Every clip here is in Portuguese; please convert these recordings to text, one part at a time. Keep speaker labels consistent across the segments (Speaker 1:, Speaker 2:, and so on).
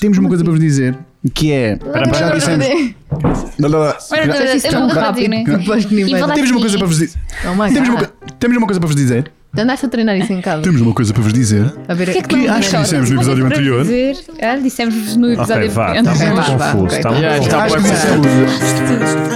Speaker 1: Temos uma coisa para vos dizer que é. Já dissemos.
Speaker 2: Tão rápido que depois ninguém vai-
Speaker 1: Temos uma coisa para vos dizer.
Speaker 2: Oh my
Speaker 1: Temos uma,
Speaker 2: God.
Speaker 1: co- temos uma coisa para vos dizer.
Speaker 2: Andaste a treinar isso em casa.
Speaker 1: Temos uma coisa para vos dizer.
Speaker 2: A ver
Speaker 1: que não acho que dissemos no episódio anterior.
Speaker 3: Ah, dissemos no
Speaker 4: Ok,
Speaker 3: episódio
Speaker 4: vá, está
Speaker 3: anterior.
Speaker 4: muito
Speaker 2: Vá, vá,
Speaker 4: confuso.
Speaker 2: ok,
Speaker 4: Está
Speaker 2: vá.
Speaker 4: muito
Speaker 5: Yeah,
Speaker 4: confuso.
Speaker 5: está
Speaker 1: Acho
Speaker 5: bué
Speaker 1: que dissemos.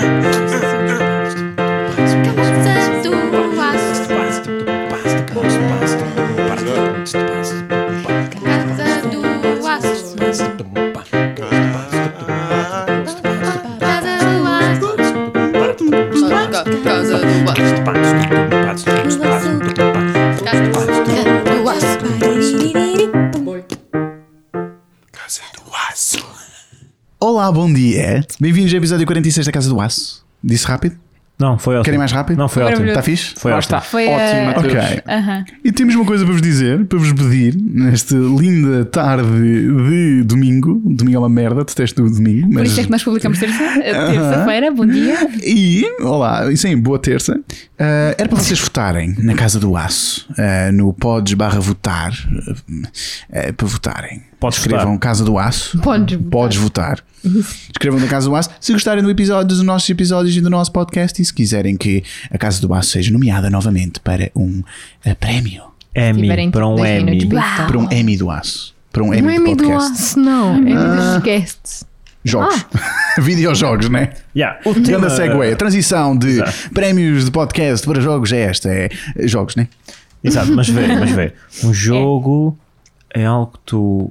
Speaker 1: Olá, bom dia. Bem-vindos ao episódio 46 da Casa do Aço. Disse rápido?
Speaker 4: Não, foi ótimo.
Speaker 1: Querem mais rápido?
Speaker 4: Não, foi ótimo.
Speaker 1: Está fixe?
Speaker 4: Foi
Speaker 5: Lá
Speaker 4: ótimo.
Speaker 5: está.
Speaker 2: uh,
Speaker 3: Foi,
Speaker 5: Ótimo,
Speaker 3: eh,
Speaker 5: Mateus.
Speaker 1: Ok. E temos uma coisa para vos dizer, para vos pedir, nesta linda tarde de domingo. Domingo é uma merda, detesto o domingo,
Speaker 3: Por
Speaker 1: mas.
Speaker 3: isso é que nós publicamos terça, terça-feira, bom dia.
Speaker 1: E, olá, e sim, boa terça. Ah, era para vocês votarem na Casa do Aço, ah, no pods barra votar, ah, para votarem.
Speaker 4: Podes votar.
Speaker 1: Escrevam Casa do Aço.
Speaker 2: Podes votar.
Speaker 1: Podes votar. Escrevam na Casa do Aço. Se gostarem do episódio, dos nossos episódios e do nosso podcast e se quiserem que a Casa do Aço seja nomeada novamente para um ah, prémio,
Speaker 4: Emmy,
Speaker 2: Tiverem
Speaker 4: para um
Speaker 2: 10
Speaker 4: Emmy.
Speaker 2: Tipo, minutos para
Speaker 1: para um Emmy do Aço. Para um
Speaker 2: Não
Speaker 1: Emmy
Speaker 2: é
Speaker 1: do
Speaker 2: meio do
Speaker 1: podcast.
Speaker 2: aço, não. É meio dos guests.
Speaker 1: Jogos. Videojogos, né?
Speaker 4: Yeah, o
Speaker 1: Grande segue, a
Speaker 4: tema...
Speaker 1: transição de
Speaker 4: Exato.
Speaker 1: prémios de podcast para jogos é esta, é é jogos, né?
Speaker 4: Exato, mas vê, mas vê. Um jogo é algo que tu...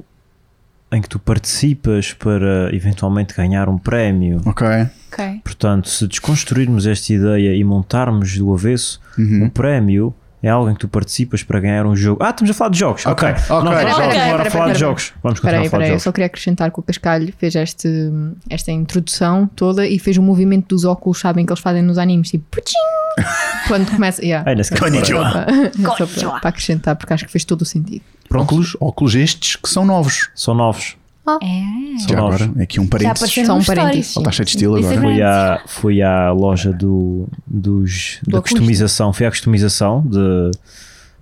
Speaker 4: Em que tu participas para eventualmente ganhar um prémio.
Speaker 1: Ok.
Speaker 3: Ok.
Speaker 4: Portanto, se desconstruirmos esta ideia e montarmos do avesso, um prémio é algo em que tu participas para ganhar um jogo. Ah, estamos a falar de jogos. Ok,
Speaker 1: Ok, ok.
Speaker 4: Não, vamos
Speaker 1: Espera,
Speaker 4: agora
Speaker 2: espera,
Speaker 4: falar
Speaker 2: espera,
Speaker 4: de
Speaker 2: espera.
Speaker 4: jogos. Vamos
Speaker 2: Espera
Speaker 4: continuar
Speaker 2: aí,
Speaker 4: a
Speaker 2: espera
Speaker 4: falar de
Speaker 2: aí, eu
Speaker 4: jogos.
Speaker 2: só queria acrescentar que o Cascalho fez este, esta introdução toda e fez o movimento dos óculos, sabem, que eles fazem nos animes, tipo... "Puchim!" Quando começa... Yeah.
Speaker 4: Ai, nesse caso,
Speaker 1: Konnichiwa.
Speaker 2: Para, para, para acrescentar, porque acho que fez todo o sentido.
Speaker 1: Óculos, óculos estes que são novos.
Speaker 4: São novos.
Speaker 6: É.
Speaker 4: São
Speaker 1: Já
Speaker 4: novos.
Speaker 1: agora, aqui um
Speaker 6: Hum. Já
Speaker 1: parênteses.
Speaker 6: apareceram
Speaker 2: Só um
Speaker 6: nos stories.
Speaker 2: parênteses.
Speaker 1: Ele está cheio de estilo
Speaker 6: Isso é
Speaker 1: agora.
Speaker 4: Fui à, fui à loja do, dos, da
Speaker 2: óculos.
Speaker 4: customização. Fui à customização de.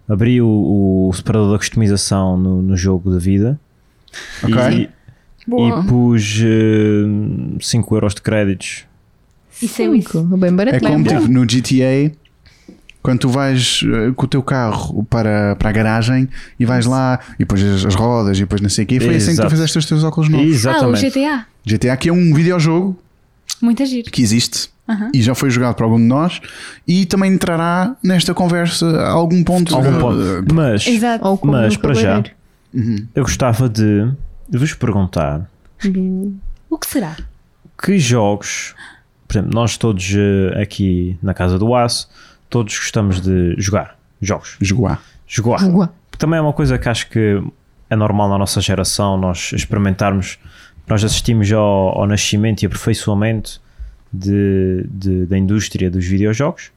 Speaker 4: Abri o, o separador da customização no, no jogo da vida
Speaker 1: Ok.
Speaker 4: e, e pus 5 euros de créditos.
Speaker 6: Isso é isso.
Speaker 2: Cinco, bem barato.
Speaker 1: É como
Speaker 2: lembra?
Speaker 1: tipo no GTA, quando tu vais eh, com o teu carro para, para a garagem e vais lá e depois as, as rodas e depois não sei o quê. Foi assim que tu
Speaker 4: Exato.
Speaker 1: fizeste os teus óculos novos.
Speaker 6: Ah, o
Speaker 4: Exatamente.
Speaker 6: GTA.
Speaker 1: GTA que é um videojogo
Speaker 6: Muito giro.
Speaker 1: que existe e já foi jogado por algum de nós e também entrará nesta conversa a algum ponto.
Speaker 4: Algum
Speaker 1: eh,
Speaker 4: ponto. Mas,
Speaker 6: Exato.
Speaker 2: Ou como
Speaker 4: mas
Speaker 2: no
Speaker 4: para já,
Speaker 2: cabeleireiro.
Speaker 4: eu gostava de vos perguntar
Speaker 6: O que será?
Speaker 4: que jogos, por exemplo, nós todos eh, aqui na Casa do Aço, todos gostamos de jogar jogos.
Speaker 1: Jogar.
Speaker 4: Jogar.
Speaker 2: Água.
Speaker 4: Também é uma coisa que acho que é normal na nossa geração nós experimentarmos. Nós assistimos ao, ao nascimento e aperfeiçoamento de, de- da indústria dos videojogos,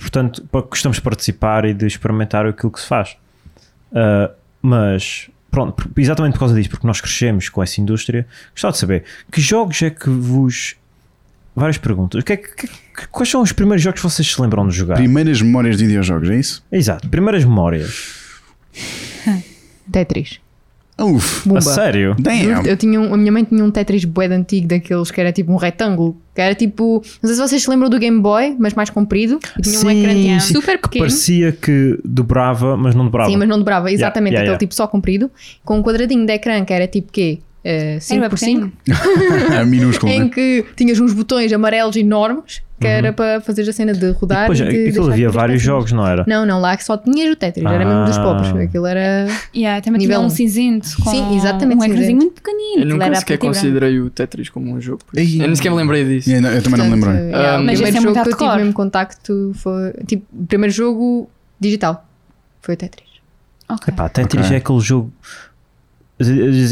Speaker 4: portanto, pa- gostamos de participar e de experimentar aquilo que se faz. Ah, mas, pronto, por- exatamente por causa disso, porque nós crescemos com essa indústria, gostava de saber que jogos é que vos. Várias perguntas. O que é que- que- que- quais são os primeiros jogos que vocês se lembram de
Speaker 5: Tá.
Speaker 4: jogar?
Speaker 1: Primeiras memórias de videojogos, é isso?
Speaker 4: Exato, primeiras memórias.
Speaker 2: Tetris.
Speaker 1: Uf, é,
Speaker 4: A
Speaker 2: Bumba.
Speaker 4: sério?
Speaker 1: damn.
Speaker 2: Eu tinha um- a minha mãe tinha um Tetris bué de antigo daqueles que era tipo um retângulo, que era tipo, não sei se vocês se lembram do Game Boy, mas mais comprido, e tinha um ecrã tipo,
Speaker 4: sim.
Speaker 2: super
Speaker 4: que
Speaker 2: pequeno.
Speaker 4: parecia que dobrava, mas não dobrava.
Speaker 2: Sim, mas não dobrava, exatamente,
Speaker 4: yeah,
Speaker 2: aquele
Speaker 4: yeah.
Speaker 2: tipo só comprido, com um quadradinho de ecrã que era tipo quê? Eh, 5x5,
Speaker 1: É minúsculo,
Speaker 2: em
Speaker 1: né?
Speaker 2: que tinhas uns botões amarelos enormes que era para fazer a cena de
Speaker 4: Uhum. E
Speaker 2: rodar.
Speaker 4: depois,
Speaker 2: e
Speaker 4: é,
Speaker 2: de
Speaker 4: aquilo
Speaker 2: deixar
Speaker 4: havia
Speaker 2: três pecinhas.
Speaker 4: vários jogos, não era?
Speaker 2: Não, não, lá que só tinhas o Tetris, era mesmo dos
Speaker 4: Ah.
Speaker 2: pobres. Aquilo era.
Speaker 6: Yeah, também
Speaker 2: Nível
Speaker 6: tinha um
Speaker 2: um.
Speaker 6: cinzento com
Speaker 2: Sim, exatamente,
Speaker 6: um ecrãzinho
Speaker 2: cinzento.
Speaker 6: muito pequenino.
Speaker 5: Eu
Speaker 6: aquilo
Speaker 5: nunca
Speaker 6: era
Speaker 5: sequer
Speaker 6: preto e branco.
Speaker 5: considerei o Tetris como um jogo. porque
Speaker 1: Ei.
Speaker 5: Eu nem sequer me lembrei disso.
Speaker 1: Eu não- eu também não me
Speaker 2: Portanto,
Speaker 1: lembrei.
Speaker 2: yeah,
Speaker 5: Ah,
Speaker 2: o
Speaker 5: mas
Speaker 2: primeiro
Speaker 6: esse é
Speaker 2: jogo
Speaker 6: muito
Speaker 2: que eu tive
Speaker 6: hardcore.
Speaker 2: mesmo contacto foi. Tipo, o primeiro jogo digital foi o Tetris.
Speaker 6: Ok.
Speaker 4: Pá, Tetris
Speaker 1: Ok.
Speaker 4: é aquele jogo.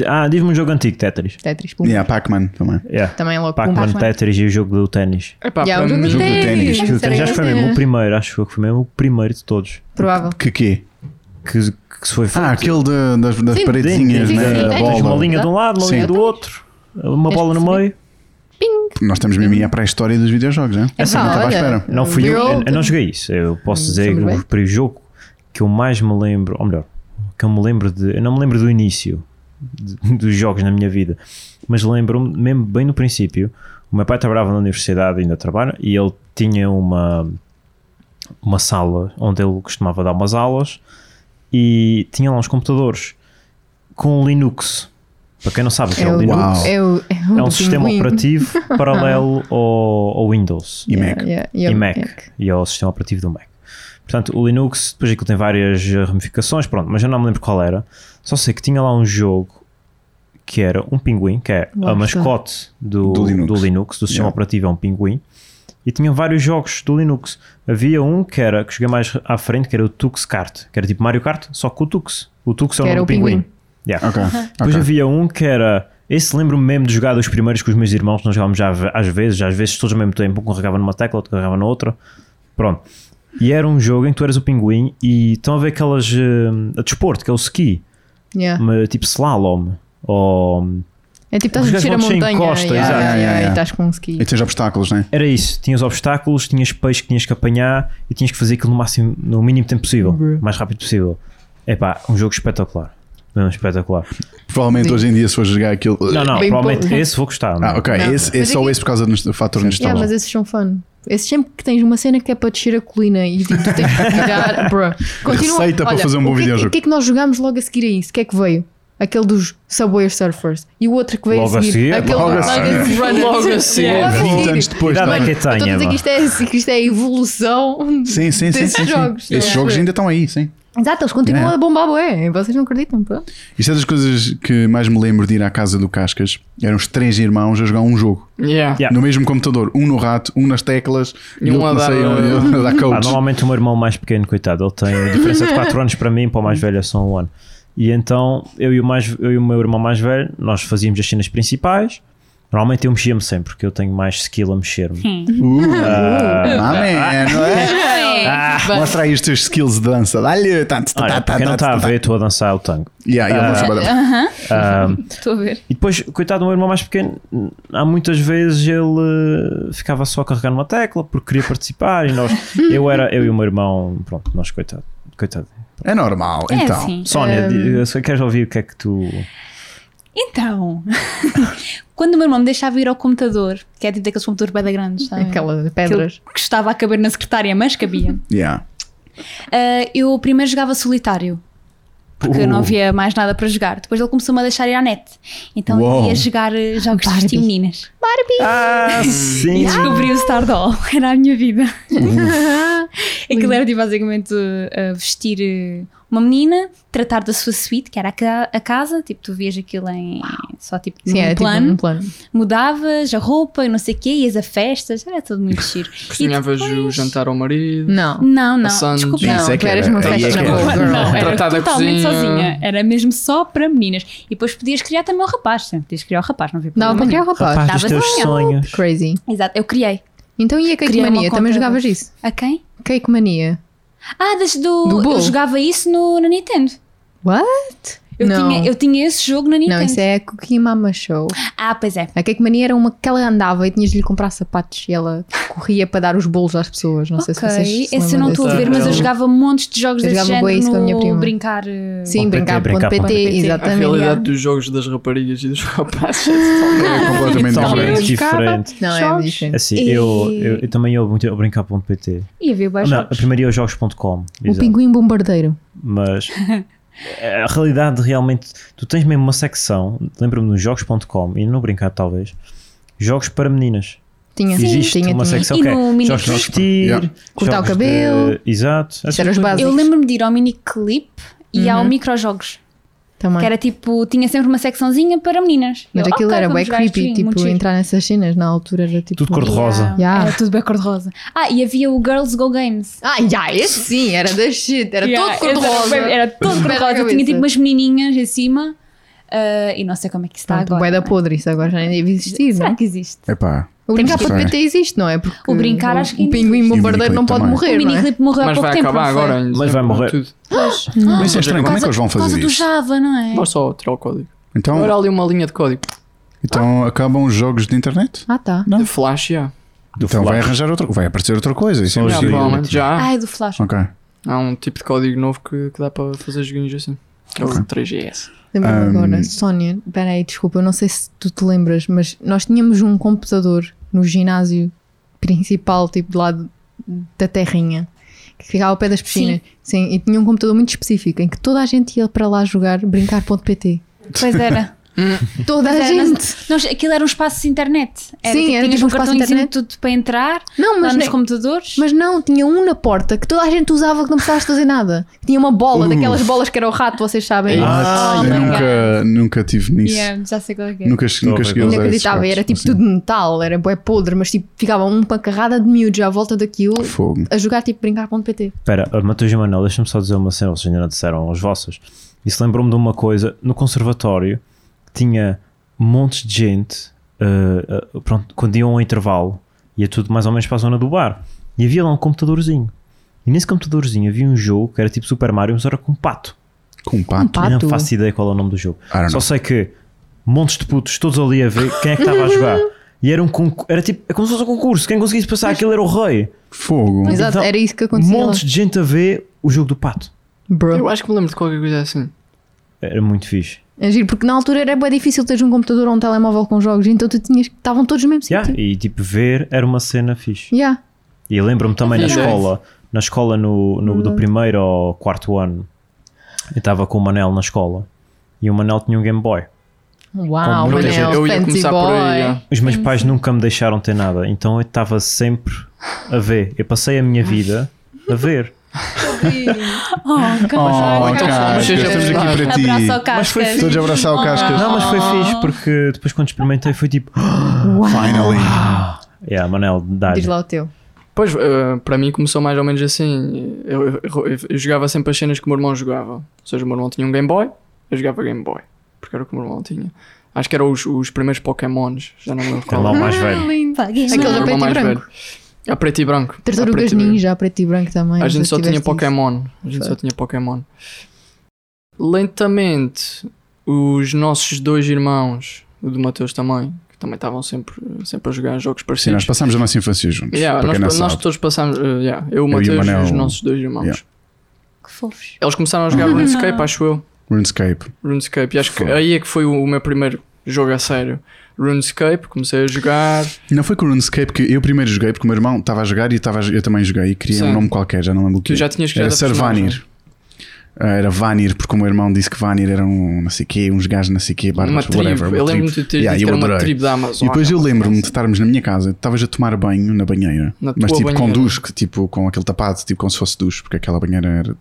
Speaker 4: Ah, diz-me um jogo antigo, Tetris.
Speaker 2: Tetris, pum.
Speaker 1: Yeah, Pac-Man também.
Speaker 4: Yeah.
Speaker 2: Também é logo pum.
Speaker 4: Pac-Man,
Speaker 6: Pac-Man.
Speaker 4: Tetris e o jogo do ténis.
Speaker 5: Epá,
Speaker 2: Yeah, o
Speaker 5: para
Speaker 2: jogo
Speaker 5: mim,
Speaker 1: do ténis. ténis.
Speaker 4: Aquilo ténis acho que foi mesmo o
Speaker 2: É.
Speaker 4: primeiro, acho eu que foi mesmo o primeiro de todos
Speaker 2: Provável.
Speaker 1: Que quê?
Speaker 4: que, que se foi feito.
Speaker 1: Ah, aquele da- das, das
Speaker 2: Sim,
Speaker 1: paredezinhas,
Speaker 2: sim,
Speaker 1: né?
Speaker 2: sim,
Speaker 1: da
Speaker 2: sim.
Speaker 4: Tens uma
Speaker 1: bola.
Speaker 4: linha de um lado, uma
Speaker 1: Sim.
Speaker 4: linha do outro, uma
Speaker 2: Tens
Speaker 4: bola
Speaker 2: que
Speaker 4: no meio.
Speaker 1: Nós estamos mesmo aí à pré-história dos videojogos, né?
Speaker 2: Epá,
Speaker 1: Essa não estava à
Speaker 2: olha.
Speaker 1: espera.
Speaker 4: Não fui eu, eu,
Speaker 2: Virou-
Speaker 4: eu não joguei isso. Eu posso
Speaker 2: Hum,
Speaker 4: dizer que
Speaker 2: somos bem.
Speaker 4: o primeiro jogo que eu mais me lembro, ou melhor, que eu me lembro de. Eu não me lembro do início, de- dos jogos na minha vida. Mas lembro-me, mesmo bem no princípio, o meu pai trabalhava na universidade, ainda trabalha, e ele tinha uma, uma sala onde ele costumava dar umas aulas e tinha lá uns computadores com um Linux. Para quem não sabe o que é,
Speaker 2: É
Speaker 4: o
Speaker 2: o,
Speaker 4: Linux,
Speaker 1: Uau.
Speaker 2: é o,
Speaker 4: é um sistema
Speaker 2: pinguim.
Speaker 4: operativo paralelo ao, ao Windows
Speaker 1: E Mac.
Speaker 2: Yeah, é
Speaker 4: e,
Speaker 2: yeah, yeah,
Speaker 4: Mac, e ao sistema operativo do Mac. Portanto, o Linux, depois aquilo tem várias eh, ramificações, pronto, mas eu não me lembro qual era. Só sei que tinha lá um jogo que era um pinguim, que é a
Speaker 2: Gosto.
Speaker 4: mascote
Speaker 1: Do
Speaker 4: do, do,
Speaker 1: Linux.
Speaker 4: Linux. do sistema
Speaker 1: Yeah.
Speaker 4: operativo é um pinguim. E tinha vários jogos do Linux. Havia um que era, que cheguei mais à frente, que era o Tux Kart, que era tipo Mario Kart, só com o Tux. O Tux é o
Speaker 2: Que
Speaker 4: nome
Speaker 2: era
Speaker 4: do
Speaker 2: o pinguim.
Speaker 4: pinguim. Yeah.
Speaker 1: Ok.
Speaker 4: Depois
Speaker 1: ok.
Speaker 4: havia um que era. Esse lembro-me mesmo de jogar dos primeiros com os meus irmãos, nós jogávamos já às vezes, às vezes todos ao mesmo tempo, um carregava numa tecla, outro carregava na outra. Pronto. E era um jogo em que tu eras o pinguim e estão a ver aquelas. hum, a desporto, que é o ski,
Speaker 2: yeah.
Speaker 4: uma- tipo slalom. Ou,
Speaker 2: É tipo, estás
Speaker 4: Os
Speaker 2: a
Speaker 4: gajos
Speaker 2: descer a
Speaker 4: vão descer em
Speaker 2: montanha
Speaker 4: costa,
Speaker 2: yeah,
Speaker 1: exato.
Speaker 2: yeah,
Speaker 1: Yeah, yeah,
Speaker 2: yeah,
Speaker 1: yeah.
Speaker 2: e estás com um ski.
Speaker 1: E tens obstáculos, né?
Speaker 4: era isso, tinhas obstáculos, tinhas peixe que tinhas que apanhar e tinhas que fazer aquilo no máximo, no mínimo tempo possível,
Speaker 5: Bruh.
Speaker 4: mais rápido possível. Epá, um jogo espetacular. Mesmo espetacular.
Speaker 1: Provavelmente
Speaker 2: Sim.
Speaker 1: hoje em dia, se for jogar aquilo.
Speaker 4: Não, não,
Speaker 2: Bem
Speaker 4: provavelmente
Speaker 2: pouco.
Speaker 4: esse vou gostar.
Speaker 1: Ah,
Speaker 4: não.
Speaker 1: ok.
Speaker 2: Não.
Speaker 1: Esse, é
Speaker 2: Mas
Speaker 1: só
Speaker 2: aqui-
Speaker 1: esse por causa do nos- do fator
Speaker 2: Yeah,
Speaker 1: nostalgia.
Speaker 2: mas esses são fun. Esses sempre que tens uma cena que é para descer a colina e tipo, tu tens que tirar. bruh. Continua-
Speaker 1: Receita para
Speaker 2: olha,
Speaker 1: fazer um bom
Speaker 2: o que é que-
Speaker 1: videojogo.
Speaker 2: O que é que nós jogámos logo a seguir a isso? O que é que veio? Aquele dos Subway Surfers. E o outro que veio
Speaker 4: Logo
Speaker 2: a
Speaker 4: a
Speaker 2: seguir.
Speaker 4: seguir?
Speaker 2: Aquele
Speaker 1: Logo a
Speaker 2: Nuggets
Speaker 5: seguir.
Speaker 2: Runners.
Speaker 5: Logo a seguir.
Speaker 2: Logo a
Speaker 1: 20
Speaker 2: seguir.
Speaker 1: anos depois,
Speaker 4: Idade
Speaker 1: tá bem.
Speaker 4: é que
Speaker 2: Ah, Eu Estou a
Speaker 4: tenha.
Speaker 2: dizer
Speaker 4: vá.
Speaker 2: que isto é, que isto é a evolução.
Speaker 1: Sim, sim, sim.
Speaker 2: Desses
Speaker 1: sim, sim.
Speaker 2: jogos,
Speaker 1: Esses
Speaker 2: é.
Speaker 1: jogos ainda estão aí, sim.
Speaker 2: Exato, eles continuam
Speaker 1: Yeah.
Speaker 2: a bombar boé. Vocês não acreditam, pá?
Speaker 1: Isto é das coisas que mais me lembro de ir à casa do Cascas. Eram os três irmãos a jogar um jogo.
Speaker 5: Yeah.
Speaker 4: Yeah.
Speaker 1: No mesmo computador. Um no rato, um nas teclas
Speaker 5: E um
Speaker 1: outro, não
Speaker 5: a
Speaker 6: uh,
Speaker 5: dar-
Speaker 1: sei, um a dar
Speaker 4: Pá,
Speaker 1: coach.
Speaker 4: normalmente o meu irmão mais pequeno, coitado, ele tem a diferença de 4 anos para mim, para o mais velho é só um ano. E então eu e, o mais, eu e o meu irmão mais velho, nós fazíamos as cenas principais. Normalmente eu mexia-me sempre, porque eu tenho mais skill a mexer-me.
Speaker 1: Uh,
Speaker 4: Ah,
Speaker 1: mamãe, não é?
Speaker 4: ah,
Speaker 1: Mostra aí os teus skills de dança. Dá-lhe. Tá, tá, tá,
Speaker 4: olha,
Speaker 1: tá,
Speaker 4: quem é não
Speaker 1: tá,
Speaker 4: está a
Speaker 1: tá.
Speaker 4: ver, uh, estou a dançar o tango.
Speaker 1: Yeah, ele não sabe dançar.
Speaker 4: Ah,
Speaker 3: Estou a ver.
Speaker 4: E depois, coitado do meu irmão mais pequeno, há muitas vezes ele eh, ficava só a carregar numa tecla porque queria participar e nós, eu era, eu e o meu irmão, pronto, nós, coitado, coitado.
Speaker 1: É normal,
Speaker 6: É
Speaker 1: então.
Speaker 6: assim.
Speaker 4: Sónia, di- eu só queres ouvir o que é que tu...
Speaker 6: Então, quando o meu irmão me deixava ir ao computador, que é tipo daqueles computadores bem grandes,
Speaker 2: É.
Speaker 6: sabe?
Speaker 2: Aquelas pedras.
Speaker 6: Que estava a caber na secretária, mas cabia.
Speaker 1: Yeah.
Speaker 6: Ah, eu primeiro jogava solitário. Porque
Speaker 2: Uh.
Speaker 6: eu não havia mais nada para jogar. Depois ele começou-me a deixar ir à net. Então
Speaker 1: Uou.
Speaker 6: eu ia jogar
Speaker 2: Ah,
Speaker 6: eh, jogos de vestir meninas.
Speaker 4: Ah, sim!
Speaker 6: E descobri o Stardoll. Era a minha vida. Aquilo era tipo, basicamente eh, vestir eh, uma menina, tratar da sua suíte, que era a, ca- a casa. Tipo, tu vias aquilo em só tipo
Speaker 2: Sim,
Speaker 6: num
Speaker 2: é tipo
Speaker 6: plano.
Speaker 2: um plano.
Speaker 6: Mudavas a roupa e não sei o quê, ias a festas. Era tudo muito giro.
Speaker 5: Cozinhavas o jantar ao marido.
Speaker 2: Não.
Speaker 6: Não, não.
Speaker 5: Passando-
Speaker 6: Desculpa.
Speaker 1: Isso
Speaker 2: Não,
Speaker 1: é que
Speaker 2: tu eras
Speaker 1: era-
Speaker 2: uma
Speaker 1: aí é
Speaker 2: festa
Speaker 1: que
Speaker 2: na
Speaker 1: era.
Speaker 2: boa
Speaker 6: Não,
Speaker 2: girl.
Speaker 6: era
Speaker 5: Tratar da
Speaker 6: totalmente
Speaker 5: cozinha.
Speaker 6: sozinha. Era mesmo só para meninas. E depois podias criar também o rapaz. Sempre podias criar o rapaz, não havia
Speaker 2: Dava
Speaker 6: problema.
Speaker 2: para criar o rapaz.
Speaker 4: Rapaz dos
Speaker 6: Tava
Speaker 4: teus
Speaker 6: assim,
Speaker 4: sonhos.
Speaker 2: Tá Crazy.
Speaker 6: nenhum. Exato, eu criei.
Speaker 2: Então e a cake
Speaker 6: Criar uma
Speaker 2: mania? Também
Speaker 6: conta
Speaker 2: jogavas
Speaker 6: de-
Speaker 2: isso?
Speaker 6: A quem?
Speaker 2: Cake mania.
Speaker 6: Ah, das, do,
Speaker 2: Do bolo.
Speaker 6: eu jogava isso no, na Nintendo.
Speaker 2: What?
Speaker 6: Eu,
Speaker 2: não.
Speaker 6: tinha, eu tinha esse jogo na Nintendo.
Speaker 2: Não, isso é a Cookie Mama Show.
Speaker 6: Ah, pois é.
Speaker 2: A Cake Mania era uma que ela andava e tinhas de lhe comprar sapatos e ela corria para dar os bolos às pessoas. Não sei se
Speaker 6: ok,
Speaker 2: vocês se
Speaker 6: esse eu
Speaker 2: lembram
Speaker 6: não estou a
Speaker 2: desse.
Speaker 6: ver, mas eu
Speaker 5: Então-
Speaker 6: jogava montes de jogos
Speaker 2: Eu
Speaker 6: desse
Speaker 2: jogava
Speaker 6: género
Speaker 2: bué isso com a minha
Speaker 6: no
Speaker 2: prima.
Speaker 6: brincar. eh,
Speaker 2: Sim,
Speaker 4: Ponto PT,
Speaker 2: brincar
Speaker 4: brincar
Speaker 2: ponto
Speaker 4: ponto
Speaker 2: PT,
Speaker 6: PT.
Speaker 5: A
Speaker 2: exatamente.
Speaker 5: realidade dos jogos das raparigas e dos rapazes.
Speaker 1: É completamente
Speaker 2: Então,
Speaker 1: diferente.
Speaker 4: Totalmente
Speaker 6: Eu jogava.
Speaker 4: diferente.
Speaker 2: Não, é
Speaker 6: Jogos.
Speaker 2: diferente.
Speaker 4: Assim,
Speaker 6: E-
Speaker 4: eu, eu, eu também ia muito ao brincar.pt.
Speaker 6: E havia
Speaker 4: Ah,
Speaker 6: baixos
Speaker 4: Não, a
Speaker 6: jogos.
Speaker 4: primeira ia aos jogos.com.
Speaker 2: O
Speaker 4: exato.
Speaker 2: Um pinguim bombardeiro.
Speaker 4: Mas a realidade realmente, tu tens mesmo uma secção, lembro-me um no jogos.com e no brincar talvez, jogos para meninas.
Speaker 2: Tinha,
Speaker 4: Existe
Speaker 2: tinha,
Speaker 4: uma
Speaker 2: tinha.
Speaker 4: secção
Speaker 6: E
Speaker 4: que é
Speaker 6: no mini
Speaker 4: jogos de
Speaker 6: clip?
Speaker 4: vestir,
Speaker 1: Yeah.
Speaker 2: Cortar o
Speaker 4: jogos de-
Speaker 2: cabelo.
Speaker 4: Exato. é
Speaker 2: Isso Uhum. era os básicos.
Speaker 6: Eu lembro-me de ir ao mini clip e ao microjogos.
Speaker 2: Também.
Speaker 6: Que era tipo, tinha sempre uma secçãozinha para meninas.
Speaker 2: Então, Mas
Speaker 6: Eu,
Speaker 2: aquilo
Speaker 6: ok,
Speaker 2: era
Speaker 6: vamos
Speaker 2: bem
Speaker 6: jogar
Speaker 2: creepy,
Speaker 6: isto, sim, muito
Speaker 2: tipo,
Speaker 6: giro.
Speaker 2: entrar nessas cenas na altura era tipo.
Speaker 4: Tudo cor-de-rosa.
Speaker 6: Yeah.
Speaker 2: Yeah.
Speaker 6: Era tudo bem cor-de-rosa. Ah, e havia o Girls Go Games.
Speaker 2: Ah, já, esse sim, era da shit, era
Speaker 6: Yeah,
Speaker 2: todo cor-de-rosa.
Speaker 6: esse Era, era todo
Speaker 2: Pé na
Speaker 6: cor-de-rosa.
Speaker 2: cabeça.
Speaker 6: Tinha tipo umas menininhas em cima. ah, e não sei como é que isso está
Speaker 2: Pronto,
Speaker 6: agora.
Speaker 2: bué da
Speaker 6: não é?
Speaker 2: podre, isso agora já nem deve existir.
Speaker 6: Será
Speaker 2: não é?
Speaker 6: que existe?
Speaker 1: Epá.
Speaker 2: O brincar
Speaker 1: Sim.
Speaker 2: para PT existe, não é? Porque
Speaker 6: O brincar
Speaker 2: o,
Speaker 6: acho que
Speaker 2: o
Speaker 6: ainda
Speaker 2: pinguim
Speaker 1: existe. E
Speaker 2: bombardeiro
Speaker 1: o
Speaker 2: não pode
Speaker 1: miniclip
Speaker 2: morrer.
Speaker 6: o
Speaker 2: não é?
Speaker 6: miniclip morreu há
Speaker 5: Mas
Speaker 6: pouco
Speaker 5: vai
Speaker 6: tempo.
Speaker 5: acabar
Speaker 6: não foi?
Speaker 5: agora ainda.
Speaker 4: Mas vai morrer.
Speaker 5: Tudo.
Speaker 6: Pois.
Speaker 1: Mas isso é estranho, como é que eles vão
Speaker 6: Ah, Por causa
Speaker 1: fazer
Speaker 6: do
Speaker 1: isto?
Speaker 6: Java, não é?
Speaker 5: Bora só tirar o código. Agora
Speaker 1: Então,
Speaker 5: há ali uma linha de código.
Speaker 6: ah.
Speaker 1: então acabam os jogos de internet?
Speaker 2: Ah, tá.
Speaker 1: Não.
Speaker 5: De flash, já.
Speaker 4: Do
Speaker 1: Então vai
Speaker 4: Flash.
Speaker 1: arranjar outra Vai aparecer outra coisa. Isso é
Speaker 4: São
Speaker 5: Já,
Speaker 4: os
Speaker 1: possível.
Speaker 5: provavelmente já.
Speaker 6: Ah, é do Flash.
Speaker 1: Ok.
Speaker 5: Há um tipo de código novo que, que dá para fazer joguinhos assim. É o 3GS.
Speaker 2: Lembro-me agora, Sónia, peraí, desculpa, eu não sei se tu te lembras, mas nós tínhamos um computador no ginásio principal, tipo do lado da terrinha, que ficava ao pé das piscinas. Sim. e tinha um computador muito específico em que toda a gente ia para lá jogar brincar.pt.
Speaker 6: Pois era.
Speaker 2: Toda a
Speaker 6: Pois é, era.
Speaker 2: Ah, gente!
Speaker 6: Nós, nós- aquilo era um espaço de internet. Era,
Speaker 2: Sim,
Speaker 6: tipo,
Speaker 2: era
Speaker 6: tinhas
Speaker 2: tipo um
Speaker 6: um
Speaker 2: espaço de
Speaker 6: cartãozinho de
Speaker 2: internet.
Speaker 6: tudo para entrar,
Speaker 2: Não,
Speaker 6: lá
Speaker 2: mas,
Speaker 6: nos
Speaker 2: ne-
Speaker 6: computadores.
Speaker 2: mas não, tinha um na porta que toda a gente usava que não precisavas fazer nada. Tinha uma bola, daquelas bolas que era o rato, vocês sabem.
Speaker 1: Ah, eu
Speaker 2: Oh my God.
Speaker 1: nunca, nunca tive nisso.
Speaker 6: Yeah, já sei qual é que é.
Speaker 1: Nunca, nunca
Speaker 4: bem,
Speaker 1: cheguei a
Speaker 4: bem.
Speaker 1: usar
Speaker 2: Ainda
Speaker 1: esses
Speaker 2: acreditava, era tipo
Speaker 1: pratos,
Speaker 2: tudo de metal, era bué podre, mas tipo, ficava uma pancarrada de miúdos à volta daquilo
Speaker 1: assim. Fogo.
Speaker 2: a jogar tipo brincar.pt.
Speaker 4: Espera, Matheus e Manuel, deixa-me só dizer uma cena, vocês ainda não disseram as vossas. Isso lembrou-me de uma coisa, no conservatório tinha montes de gente, eh, eh, pronto, quando iam ao intervalo, ia tudo mais ou menos para a zona do bar, e havia lá um computadorzinho. E nesse computadorzinho havia um jogo que era tipo Super Mario, mas era com um pato.
Speaker 1: Com um pato.
Speaker 4: Eu
Speaker 2: Pato.
Speaker 4: não faço ideia qual é o nome do jogo.
Speaker 1: I don't
Speaker 4: Só
Speaker 1: know.
Speaker 4: sei que montes de putos, todos ali a ver quem é que estava a jogar. E era um concurso, era tipo, é como se fosse um concurso, quem conseguisse passar aquilo era o rei.
Speaker 1: Fogo.
Speaker 4: Mas-
Speaker 2: Exato,
Speaker 4: Então,
Speaker 2: era isso que acontecia. lá.
Speaker 4: Montes de gente a ver o jogo do pato.
Speaker 2: Bro.
Speaker 5: Eu acho que me lembro de qualquer coisa assim.
Speaker 4: Era muito fixe.
Speaker 2: É giro, porque na altura era bem difícil teres um computador ou um telemóvel com jogos, então tu tinhas que estavam todos no mesmo
Speaker 4: Yeah,
Speaker 2: sítio.
Speaker 4: e tipo, ver era uma cena fixe.
Speaker 2: Yeah.
Speaker 4: E lembro-me também na
Speaker 5: Sim.
Speaker 4: escola, na escola no, no-
Speaker 2: Hum.
Speaker 4: do primeiro ao quarto ano, eu estava com o Manel na escola e o Manel tinha um Game Boy.
Speaker 2: Uau,
Speaker 4: muita
Speaker 2: Manel,
Speaker 5: eu ia
Speaker 2: fancy
Speaker 5: começar
Speaker 2: boy.
Speaker 5: por aí. yeah.
Speaker 4: Os meus pais nunca me deixaram ter nada, então eu estava sempre a ver. Eu passei a minha vida a ver.
Speaker 6: Oh,
Speaker 1: Oh,
Speaker 6: Cascas.
Speaker 1: Cascas, estamos aqui para ti.
Speaker 6: Abraço ao Cascas.
Speaker 4: Mas foi
Speaker 1: Estou-te a abraçar o Cascas.
Speaker 4: Não, mas foi
Speaker 2: Ah.
Speaker 4: fixe porque depois quando experimentei foi tipo,
Speaker 1: Finally.
Speaker 4: yeah, Manel, dá
Speaker 2: Diz lá o teu.
Speaker 5: Pois, eh, para mim começou mais ou menos assim. Eu, eu- eu- eu jogava sempre as cenas que o meu irmão jogava. Ou seja, o meu irmão tinha um Game Boy, eu jogava Game Boy. Porque era o que o meu irmão tinha. Acho que eram os, os primeiros Pokémons, já não me lembro
Speaker 4: Tem lá
Speaker 5: qual.
Speaker 4: o mais
Speaker 6: é
Speaker 4: velho.
Speaker 2: Aquele
Speaker 5: Era o
Speaker 2: da
Speaker 5: irmão
Speaker 2: preto e
Speaker 5: mais
Speaker 2: branco.
Speaker 5: velho. A preto e branco. A
Speaker 2: Tartarugas
Speaker 5: Tá preto e branco.
Speaker 2: ninja, preto e branco também.
Speaker 5: A gente
Speaker 2: se
Speaker 5: só tinha
Speaker 2: tiveste
Speaker 5: Pokémon. A gente só tinha Pokémon. Lentamente, os nossos dois irmãos, o do Mateus também, que também estavam sempre, sempre a jogar jogos
Speaker 1: Sim,
Speaker 5: parecidos.
Speaker 1: nós passamos a nossa infância juntos.
Speaker 5: Yeah,
Speaker 1: para quem não
Speaker 5: nós, nós
Speaker 1: sabe.
Speaker 5: todos passámos, eh, yeah, eu, o
Speaker 1: e o
Speaker 5: Mateus e
Speaker 1: Manel.
Speaker 5: os nossos dois irmãos.
Speaker 1: Yeah.
Speaker 6: Que fofos.
Speaker 5: Eles começaram a jogar
Speaker 1: Uhum.
Speaker 5: RuneScape, acho eu.
Speaker 1: RuneScape.
Speaker 5: RuneScape, e acho que
Speaker 1: Foi.
Speaker 5: aí é que foi o, o meu primeiro jogo a sério. RuneScape, comecei a jogar.
Speaker 1: Não foi com o RuneScape que eu primeiro joguei, porque o meu irmão estava a jogar e eu, estava a- eu também joguei e queria
Speaker 5: Sim.
Speaker 1: um nome qualquer, já não lembro o que.
Speaker 5: Tu já tinhas criado
Speaker 1: Era
Speaker 5: a
Speaker 1: Sir
Speaker 5: personagem.
Speaker 1: Vanir. Ah, Era Vanir, porque o meu irmão disse que Vanir era um não sei quê, uns gajos não sei quê,
Speaker 5: Uma
Speaker 1: bárbaros,
Speaker 5: tribo.
Speaker 1: whatever. uma
Speaker 5: eu
Speaker 1: tribo.
Speaker 5: lembro-me de ter
Speaker 1: Yeah,
Speaker 5: dito
Speaker 1: eu
Speaker 5: que era uma
Speaker 1: adorei.
Speaker 5: tribo da
Speaker 1: E
Speaker 5: Amazônia.
Speaker 1: depois eu lembro-me de estarmos na minha casa, estavas a tomar banho na banheira,
Speaker 5: Na
Speaker 1: mas
Speaker 5: tua
Speaker 1: tipo com
Speaker 5: banheira.
Speaker 1: duche, que, tipo com aquele tapado, tipo como se fosse duche, porque aquela banheira era,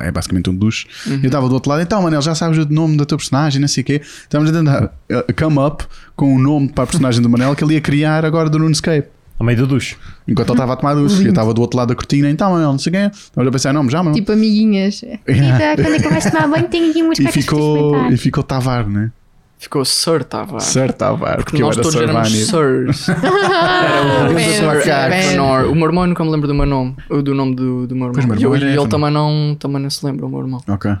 Speaker 1: é basicamente um duche.
Speaker 5: Uhum.
Speaker 1: Eu estava do outro lado, então Manel, já sabes o nome da tua personagem, não sei o quê. Estávamos a tentar uh, come up com o nome para a personagem do Manel que ele ia criar agora do RuneScape.
Speaker 4: A meio do duche.
Speaker 1: Enquanto ele estava a tomar duche, eu estava do outro lado da cortina, então Manel, não sei quem, estávamos a pensar, nome já, Manel.
Speaker 2: Tipo amiguinhas.
Speaker 1: Yeah.
Speaker 3: Quando é que eu vais tomar banho, tenho aqui umas
Speaker 1: E
Speaker 6: é
Speaker 3: cartas para
Speaker 1: ficou,
Speaker 3: experimentar.
Speaker 1: e ficou Tavar, né?
Speaker 5: Ficou Sir Tavar.
Speaker 1: Sir Tavar, porque, eu
Speaker 5: nós
Speaker 1: era
Speaker 5: todos
Speaker 1: Sir
Speaker 5: éramos
Speaker 1: Vanir.
Speaker 5: Sirs. era o
Speaker 2: Bem,
Speaker 5: Sir
Speaker 2: bem.
Speaker 5: Equinor. O meu irmão eu nunca me lembro do meu nome. o Do nome do, do meu irmão.
Speaker 1: Pois, meu
Speaker 5: E
Speaker 1: irmão
Speaker 5: eu-
Speaker 1: é era
Speaker 5: e ele
Speaker 1: Equinor.
Speaker 5: também não, também não se lembra, o meu irmão.
Speaker 1: Ok.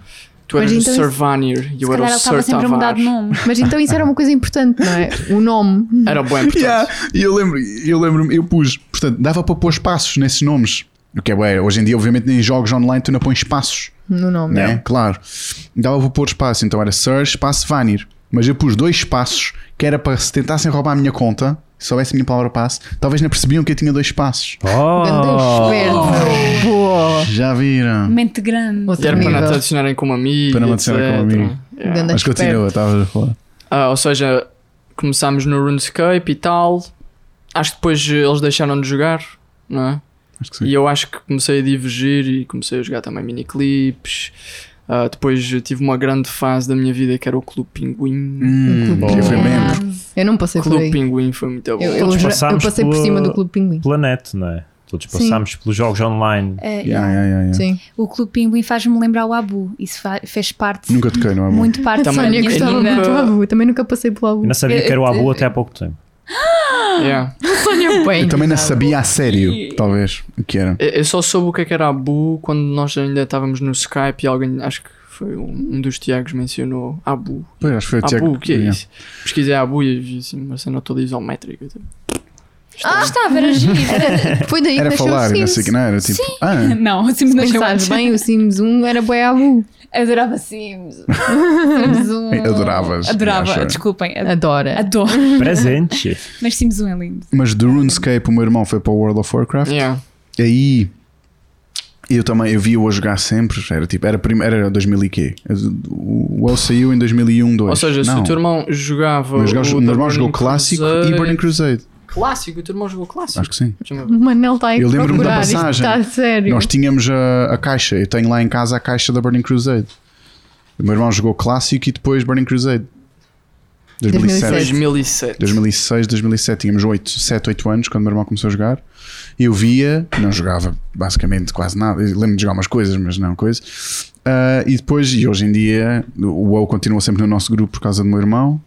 Speaker 5: Tu
Speaker 2: Mas
Speaker 5: eras o
Speaker 2: então
Speaker 5: Sir
Speaker 2: isso-
Speaker 5: Vanir e
Speaker 6: Se
Speaker 5: eu
Speaker 6: calhar
Speaker 5: era o
Speaker 6: ele estava
Speaker 5: Sir
Speaker 6: sempre a mudar
Speaker 5: Tavar.
Speaker 6: de nome.
Speaker 2: Mas então isso era uma coisa importante, não é? O nome.
Speaker 5: Era bom, portanto.
Speaker 1: Yeah, E eu lembro, eu lembro, eu pus, portanto, dava para pôr espaços nesses nomes. O que é bué, hoje em dia, obviamente, em jogos online tu não pões espaços,
Speaker 2: No nome. é.
Speaker 1: né? Claro. Dava para pôr espaço, então era Sir espaço Vanir. Mas eu pus dois espaços que era para se tentassem roubar a minha conta, se soubesse a minha palavra passe, talvez não percebiam que eu tinha dois espaços.
Speaker 4: Oh,
Speaker 2: Grandes verdes. Oh. Boa.
Speaker 1: Já viram?
Speaker 6: Mente grande.
Speaker 5: E
Speaker 2: Outro
Speaker 5: era para não te
Speaker 2: nível.
Speaker 5: adicionarem como amigo.
Speaker 1: Para não me adicionarem como
Speaker 5: etc.
Speaker 1: amigo.
Speaker 5: Yeah.
Speaker 2: Ganda-
Speaker 1: É, Mas continua, estava a falar.
Speaker 5: Ah, ou seja, começámos no RuneScape e tal. Acho que depois eh, eles deixaram de jogar, não é?
Speaker 1: Acho que
Speaker 5: E
Speaker 1: sim.
Speaker 5: eu acho que comecei a divergir e comecei a jogar também miniclips. Ah, depois eh, tive uma grande fase da minha vida que era o Clube Pinguim.
Speaker 1: Hum,
Speaker 2: Bom.
Speaker 1: que eu fui membro.
Speaker 2: Eu não passei por
Speaker 5: Clube
Speaker 2: aí.
Speaker 5: Pinguim foi muito bom.
Speaker 2: Eu, eu
Speaker 4: Todos
Speaker 2: já- eu
Speaker 4: passámos
Speaker 2: passei por
Speaker 4: pela-
Speaker 2: cima do Clube Pinguim.
Speaker 4: Planeta, não é? Todos
Speaker 2: Sim.
Speaker 4: passámos pelos jogos online.
Speaker 6: Eh,
Speaker 1: Yeah, yeah, yeah, yeah.
Speaker 2: Sim.
Speaker 6: O Clube Pinguim faz-me lembrar o Abu. Isso fa- fez parte,
Speaker 1: Nunca toquei, não é? Muito.
Speaker 6: muito parte
Speaker 2: A
Speaker 5: Também-
Speaker 2: Sónia
Speaker 5: eu
Speaker 6: da minha
Speaker 2: gostava
Speaker 5: nunca-
Speaker 2: muito do Abu. Também nunca passei pelo Abu.
Speaker 4: Eu não sabia que era o
Speaker 6: Eu-
Speaker 4: Abu até há pouco tempo.
Speaker 5: Tipo, Yeah.
Speaker 2: Sónia bem.
Speaker 1: Eu também não sabia a sério, talvez, o que era.
Speaker 5: Eu- Eu só soube o que é que era Abu quando nós ainda estávamos no Skype e alguém, acho que foi um, um dos Tiagos, mencionou Abu.
Speaker 1: Pois, acho que foi o
Speaker 5: Abu,
Speaker 1: Tiago.
Speaker 5: Ah, o que é
Speaker 1: Yeah.
Speaker 5: isso? Pesquisei Abu e vi assim uma cena toda isométrica. tipo.
Speaker 6: Ah, estava, era giro.
Speaker 2: Foi daí que
Speaker 1: Era
Speaker 2: nasceu assim, o
Speaker 1: falar, não sei o
Speaker 2: Sims.
Speaker 1: que, não era tipo. Ah,
Speaker 6: Não, o
Speaker 2: Mas
Speaker 6: Sims nasceu
Speaker 2: sabes
Speaker 6: antes.
Speaker 2: bem, o Sims 1 era boi abu.
Speaker 6: Adorava Sims. Sims 1.
Speaker 1: Adoravas,
Speaker 6: Adorava,
Speaker 1: acho.
Speaker 6: desculpem. ad-
Speaker 2: Adora.
Speaker 6: Adoro.
Speaker 4: Presente.
Speaker 6: Mas Sims 1 é lindo.
Speaker 1: mas do RuneScape o meu irmão foi para o World of
Speaker 2: É.
Speaker 1: Warcraft.
Speaker 5: Yeah.
Speaker 1: Aí eu também, eu vi-o a jogar sempre. Era tipo, era, prim- era 2000 e quê? O WoW saiu em 2001, 2.
Speaker 5: Ou seja, se
Speaker 1: um, não.
Speaker 5: o teu irmão jogava.
Speaker 1: Mas jogava-
Speaker 5: o
Speaker 1: meu irmão
Speaker 5: The
Speaker 1: jogou
Speaker 5: Burning
Speaker 1: clássico e
Speaker 5: Crusade-
Speaker 1: Burning Crusade.
Speaker 5: Clássico, o teu irmão jogou clássico.
Speaker 1: Acho que sim.
Speaker 5: Deixa-me ver.
Speaker 2: O Manel está aí
Speaker 1: Eu lembro-me da
Speaker 2: procurar, isto
Speaker 1: passagem.
Speaker 2: Está a sério.
Speaker 1: Nós tínhamos a, a caixa. Eu tenho lá em casa a caixa da Burning Crusade. O meu irmão jogou clássico e depois Burning Crusade. 2007.
Speaker 5: 2007.
Speaker 1: 2006, 2007, tínhamos 8, 7, 8 anos quando o meu irmão começou a jogar. Eu via, não jogava basicamente quase nada. Eu Lembro-me de jogar umas coisas, mas não coisa. Ah, e depois, e hoje em dia, o WoW continua sempre no nosso grupo por causa do meu irmão.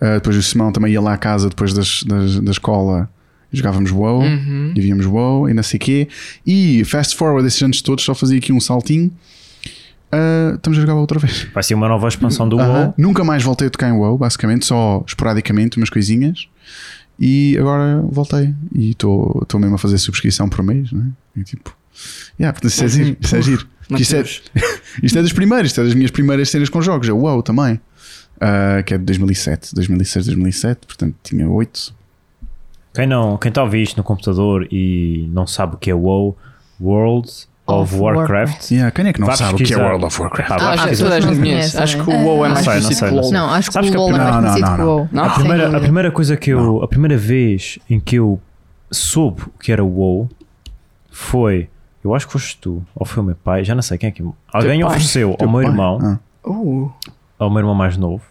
Speaker 1: Ah, depois o Simão também ia lá à casa depois das, das- da escola e jogávamos WoW.
Speaker 5: Uhum.
Speaker 1: E víamos WoW e não sei quê. E fast forward esses anos todos, só fazia aqui um saltinho. Ah, estamos a jogar outra vez.
Speaker 4: Vai ser uma nova expansão do
Speaker 1: Aham.
Speaker 4: WoW.
Speaker 1: Nunca mais voltei a tocar em WoW, basicamente, só esporadicamente umas coisinhas. E agora voltei. E estou estou mesmo a fazer subscrição por mês, né? E tipo. Yeah, portanto, isto é giro. Isto é, giro.
Speaker 5: Mas
Speaker 1: Isto é-
Speaker 5: temos-
Speaker 1: Isto é dos primeiros, isto é das minhas primeiras cenas com jogos. É o WoW também. Ah, que é de 2007, 2006, 2007, portanto tinha 8.
Speaker 4: Quem não, quem está a ouvir isto no computador e não sabe o que é WoW, World
Speaker 2: Of
Speaker 4: of, Warcraft.
Speaker 1: Yeah, quem é que não
Speaker 4: Vai
Speaker 1: sabe o que é
Speaker 4: pesquisar. Tá
Speaker 1: World of Warcraft?
Speaker 4: Epá, vai
Speaker 5: Acho que
Speaker 4: pesquisar.
Speaker 5: toda a gente
Speaker 2: Não
Speaker 5: conhece.
Speaker 2: conhece,
Speaker 5: Acho que
Speaker 2: não
Speaker 5: o WoW é
Speaker 4: Não
Speaker 5: mais
Speaker 4: sei, não
Speaker 5: conhecido
Speaker 4: sei,
Speaker 5: que o
Speaker 4: não
Speaker 5: LoL.
Speaker 2: Não, acho que
Speaker 4: Sabes
Speaker 2: o
Speaker 4: que a
Speaker 2: LOL é mais
Speaker 1: primeira- Não,
Speaker 2: conhecido
Speaker 1: não,
Speaker 2: que o
Speaker 1: não,
Speaker 2: WoW.
Speaker 5: Não?
Speaker 4: a, primeira, a
Speaker 2: dúvida.
Speaker 4: primeira coisa que eu. A primeira vez em que eu soube o que era WoW foi. Eu acho que foste tu, ou foi o meu pai, já não sei quem é que. Alguém
Speaker 5: pai.
Speaker 4: ofereceu ao
Speaker 1: Teu
Speaker 4: meu
Speaker 1: pai?
Speaker 4: irmão,
Speaker 1: Ah.
Speaker 5: Uh,
Speaker 4: ao meu irmão mais novo,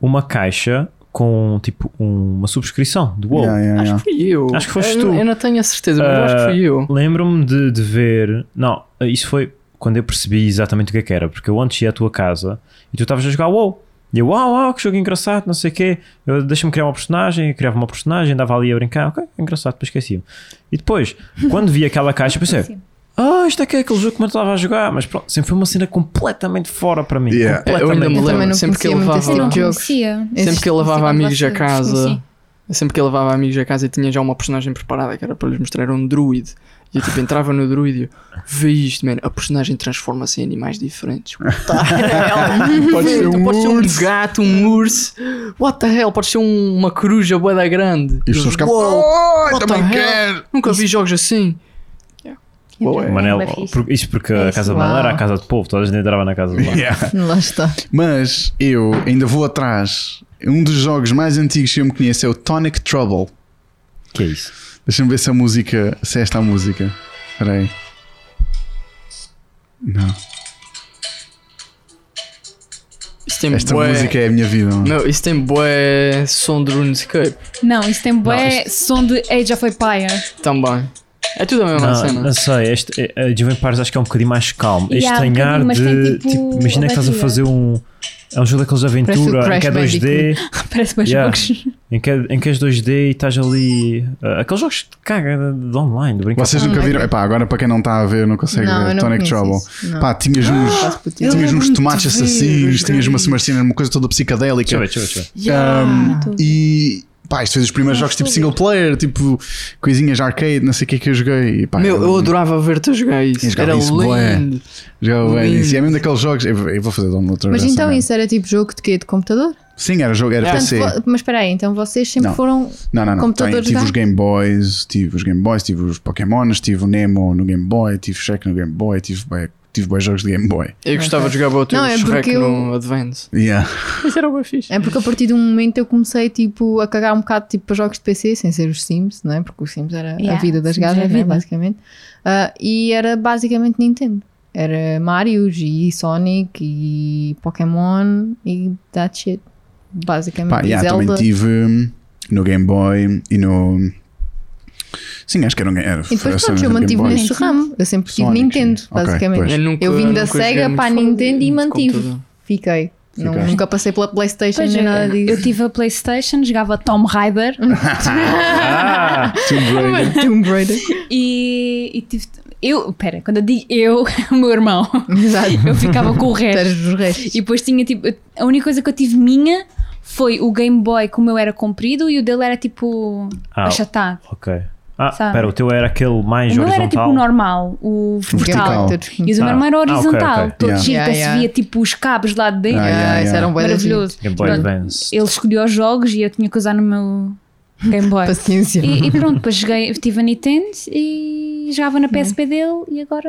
Speaker 4: uma caixa com tipo um- uma subscrição de WoW.
Speaker 1: Yeah, yeah, yeah.
Speaker 5: Fui eu.
Speaker 4: Acho que foste
Speaker 5: eu, não-
Speaker 4: tu.
Speaker 5: Eu não tenho a certeza, mas eu acho que fui eu.
Speaker 4: Ah, Lembro-me de, de ver. Não, isso foi quando eu percebi exatamente o que é que era, porque eu antes ia à tua casa e tu estavas a jogar WoW. E eu, uau, uau, que jogo engraçado, não sei o quê. Eu, Deixa-me criar uma personagem, eu criava uma personagem, andava ali a brincar, ok, engraçado, depois esqueci-me. E depois, quando vi aquela caixa, pensei, ah, isto é que é aquele jogo que eu estava a jogar, mas pronto, sempre foi uma cena completamente fora para mim.
Speaker 1: Yeah.
Speaker 5: Eu ainda
Speaker 4: Completamente.
Speaker 5: me
Speaker 2: Eu também
Speaker 5: lembro,
Speaker 2: não
Speaker 5: sempre que
Speaker 2: conhecia
Speaker 5: ele
Speaker 2: muito esse
Speaker 5: levava.
Speaker 2: tipo de jogos.
Speaker 6: Conhecia.
Speaker 5: Sempre que ele levava amigos a casa,
Speaker 6: Sim.
Speaker 5: sempre que ele levava amigos a casa e tinha já uma personagem preparada que era para lhes mostrar era um druid. E eu tipo entrava no druid e eu, vê isto, mano, a personagem transforma-se em animais diferentes. What the hell?
Speaker 1: Pode ser
Speaker 5: Tu
Speaker 1: um
Speaker 5: podes ser
Speaker 1: urso.
Speaker 5: gato, um urso. What the hell? Pode ser um- uma coruja boeda grande.
Speaker 1: E os pessoas ficam,
Speaker 5: Uou,
Speaker 1: "Oh,
Speaker 5: what
Speaker 1: também
Speaker 5: the hell?"
Speaker 1: quero.
Speaker 5: Nunca vi jogos assim. Uou, é.
Speaker 4: Manel,
Speaker 6: Lembra disso?
Speaker 4: por- isso porque a
Speaker 2: Isso,
Speaker 4: casa de Manel era a
Speaker 2: uau.
Speaker 4: casa de povo, toda a gente entrava na casa de Manel.
Speaker 1: Yeah.
Speaker 2: Lá está.
Speaker 1: Mas eu ainda vou atrás. Um dos jogos mais antigos que eu me conheço é o Tonic Trouble.
Speaker 4: Que é isso?
Speaker 1: Deixa-me ver se a música. Se é esta a música. Espera aí. Não.
Speaker 5: Isso tem
Speaker 1: Esta
Speaker 5: bué-
Speaker 1: música é a minha vida, mano.
Speaker 5: Meu, isso tem bué som de RuneScape
Speaker 6: Não, isso tem bué
Speaker 4: Não,
Speaker 6: som de Age of Empire.
Speaker 5: também. É tudo a mesma
Speaker 4: Não,
Speaker 5: cena.
Speaker 4: não sei, este, eh, eh, Jovem Pares acho que é um bocadinho mais calmo.
Speaker 6: Yeah,
Speaker 4: este
Speaker 6: um
Speaker 4: tem ar
Speaker 6: bocadinho, mas tem
Speaker 4: de.
Speaker 6: tipo
Speaker 4: tipo, imagina que estás a
Speaker 6: batida.
Speaker 4: fazer um. É um jogo daqueles de
Speaker 2: Parece o
Speaker 4: aventura em que é
Speaker 2: Crash
Speaker 4: 2D,
Speaker 6: Parece mais
Speaker 4: Yeah.
Speaker 6: jogos.
Speaker 4: em que, é- em que és 2D e estás ali. eh, aqueles jogos de caga de, de online, de brincar.
Speaker 1: Vocês
Speaker 2: Ah,
Speaker 1: nunca
Speaker 2: ok.
Speaker 1: viram. Epá, agora para quem não está a ver, não consegue
Speaker 2: Não,
Speaker 1: ver.
Speaker 2: eu não
Speaker 1: Tonic
Speaker 2: conheço
Speaker 1: Trouble.
Speaker 2: isso. Não. Ah,
Speaker 1: Pá, tinhas uns.
Speaker 2: Eu
Speaker 1: Tinhas uns
Speaker 2: lembro-me
Speaker 1: tomates
Speaker 2: de ver,
Speaker 1: assassinos,
Speaker 2: ok.
Speaker 1: tinhas uma marcina, uma coisa toda psicadélica.
Speaker 4: Deixa eu ver, deixa eu ver, deixa eu ver.
Speaker 1: Um, e pá, isto foi dos primeiros jogos tipo single player, tipo coisinhas arcade, não sei o que é que eu joguei. E, pá,
Speaker 5: Meu, eu adorava ver-te a jogar isso.
Speaker 1: Eu jogava
Speaker 5: Era
Speaker 1: isso bué.
Speaker 5: lindo.
Speaker 1: Jogava bem
Speaker 5: Lindo.
Speaker 1: isso. E é mesmo daqueles jogos. Eu, eu vou fazer download outra
Speaker 2: Mas
Speaker 1: vez,
Speaker 2: então
Speaker 1: sabe?
Speaker 2: isso era tipo jogo de quê? De computador?
Speaker 1: Ah, Sim, era jogo, era
Speaker 5: É.
Speaker 1: PC.
Speaker 2: Portanto, vo- mas espera aí, então vocês sempre
Speaker 1: Não.
Speaker 2: foram.
Speaker 1: Não, não, não.
Speaker 2: computadores
Speaker 1: Tem, tive
Speaker 2: dá?
Speaker 1: os Game Boys, tive os Game Boys, tive os Pokémons, tive o Nemo no Game Boy, tive o Shrek no Game Boy, tive bem, tive bem jogos de Game Boy.
Speaker 5: Eu gostava de jogar o teu
Speaker 2: Não, é
Speaker 5: Shrek
Speaker 2: porque eu-
Speaker 5: no Advance.
Speaker 1: Yeah.
Speaker 5: Isso era uma fixe.
Speaker 2: É porque a partir de um momento eu comecei tipo, a cagar um bocado tipo, para jogos de PC, sem ser os Sims, não é? Porque os Sims era a
Speaker 6: Yeah,
Speaker 2: vida das
Speaker 6: Sims era a
Speaker 2: gajas, né?
Speaker 6: vida.
Speaker 2: basicamente. Ah, e era basicamente Nintendo. Era Mario e Sonic e Pokémon e that shit. Basicamente,
Speaker 1: Pá,
Speaker 2: E
Speaker 1: yeah,
Speaker 2: Zelda.
Speaker 1: também tive hum, no Game Boy e no. Sim, acho que era um era,
Speaker 2: E
Speaker 1: foi a
Speaker 2: depois,
Speaker 1: cena
Speaker 2: pronto, eu
Speaker 1: do Game
Speaker 2: mantive
Speaker 1: Boy.
Speaker 2: nesse ramo. Eu sempre tive
Speaker 1: Sonic,
Speaker 2: Nintendo,
Speaker 1: sim. Ok,
Speaker 2: basicamente.
Speaker 1: pois.
Speaker 5: Eu nunca-
Speaker 2: Eu vim da
Speaker 5: nunca joguei
Speaker 2: Sega
Speaker 5: muito
Speaker 2: para a
Speaker 5: fora
Speaker 2: Nintendo e
Speaker 5: de
Speaker 2: mantive.
Speaker 5: computador.
Speaker 2: Fiquei. Não-
Speaker 1: Ficaste.
Speaker 2: nunca passei pela PlayStation
Speaker 6: Pois
Speaker 2: nem
Speaker 6: é,
Speaker 2: nada disso.
Speaker 6: eu tive a Playstation, jogava Tom Raider
Speaker 4: Ah,
Speaker 1: Tomb Raider.
Speaker 2: Tomb Raider.
Speaker 6: e, e tive... Eu, pera, quando eu digo eu, é o meu irmão,
Speaker 2: Exato.
Speaker 6: eu ficava com o resto.
Speaker 2: Teres os restos.
Speaker 6: E depois tinha tipo. A única coisa que eu tive minha foi o Game Boy como eu era comprido e o dele era tipo
Speaker 4: Ah,
Speaker 6: achatado.
Speaker 4: ok. Ah,
Speaker 6: Sabe?
Speaker 4: espera, o teu era aquele mais
Speaker 6: O meu era tipo
Speaker 4: horizontal.
Speaker 6: o normal, o
Speaker 1: Vertical.
Speaker 6: vertical. E o do
Speaker 4: Ah,
Speaker 6: meu irmão era
Speaker 4: ah, ok,
Speaker 6: horizontal,
Speaker 4: ok.
Speaker 6: todo
Speaker 1: Yeah.
Speaker 6: giro,
Speaker 2: Yeah,
Speaker 6: até
Speaker 2: yeah.
Speaker 6: se via tipo os cabos lá de dentro.
Speaker 1: Ah, yeah, yeah.
Speaker 2: isso era um bué da gente.
Speaker 6: Maravilhoso.
Speaker 4: Game Boy
Speaker 6: Pronto,
Speaker 4: Advance.
Speaker 6: Ele escolheu os jogos e eu tinha que usar no meu Game Boy.
Speaker 2: Paciência.
Speaker 6: E, e pronto, depois joguei, tive a Nintendo e jogava na PSP dele e agora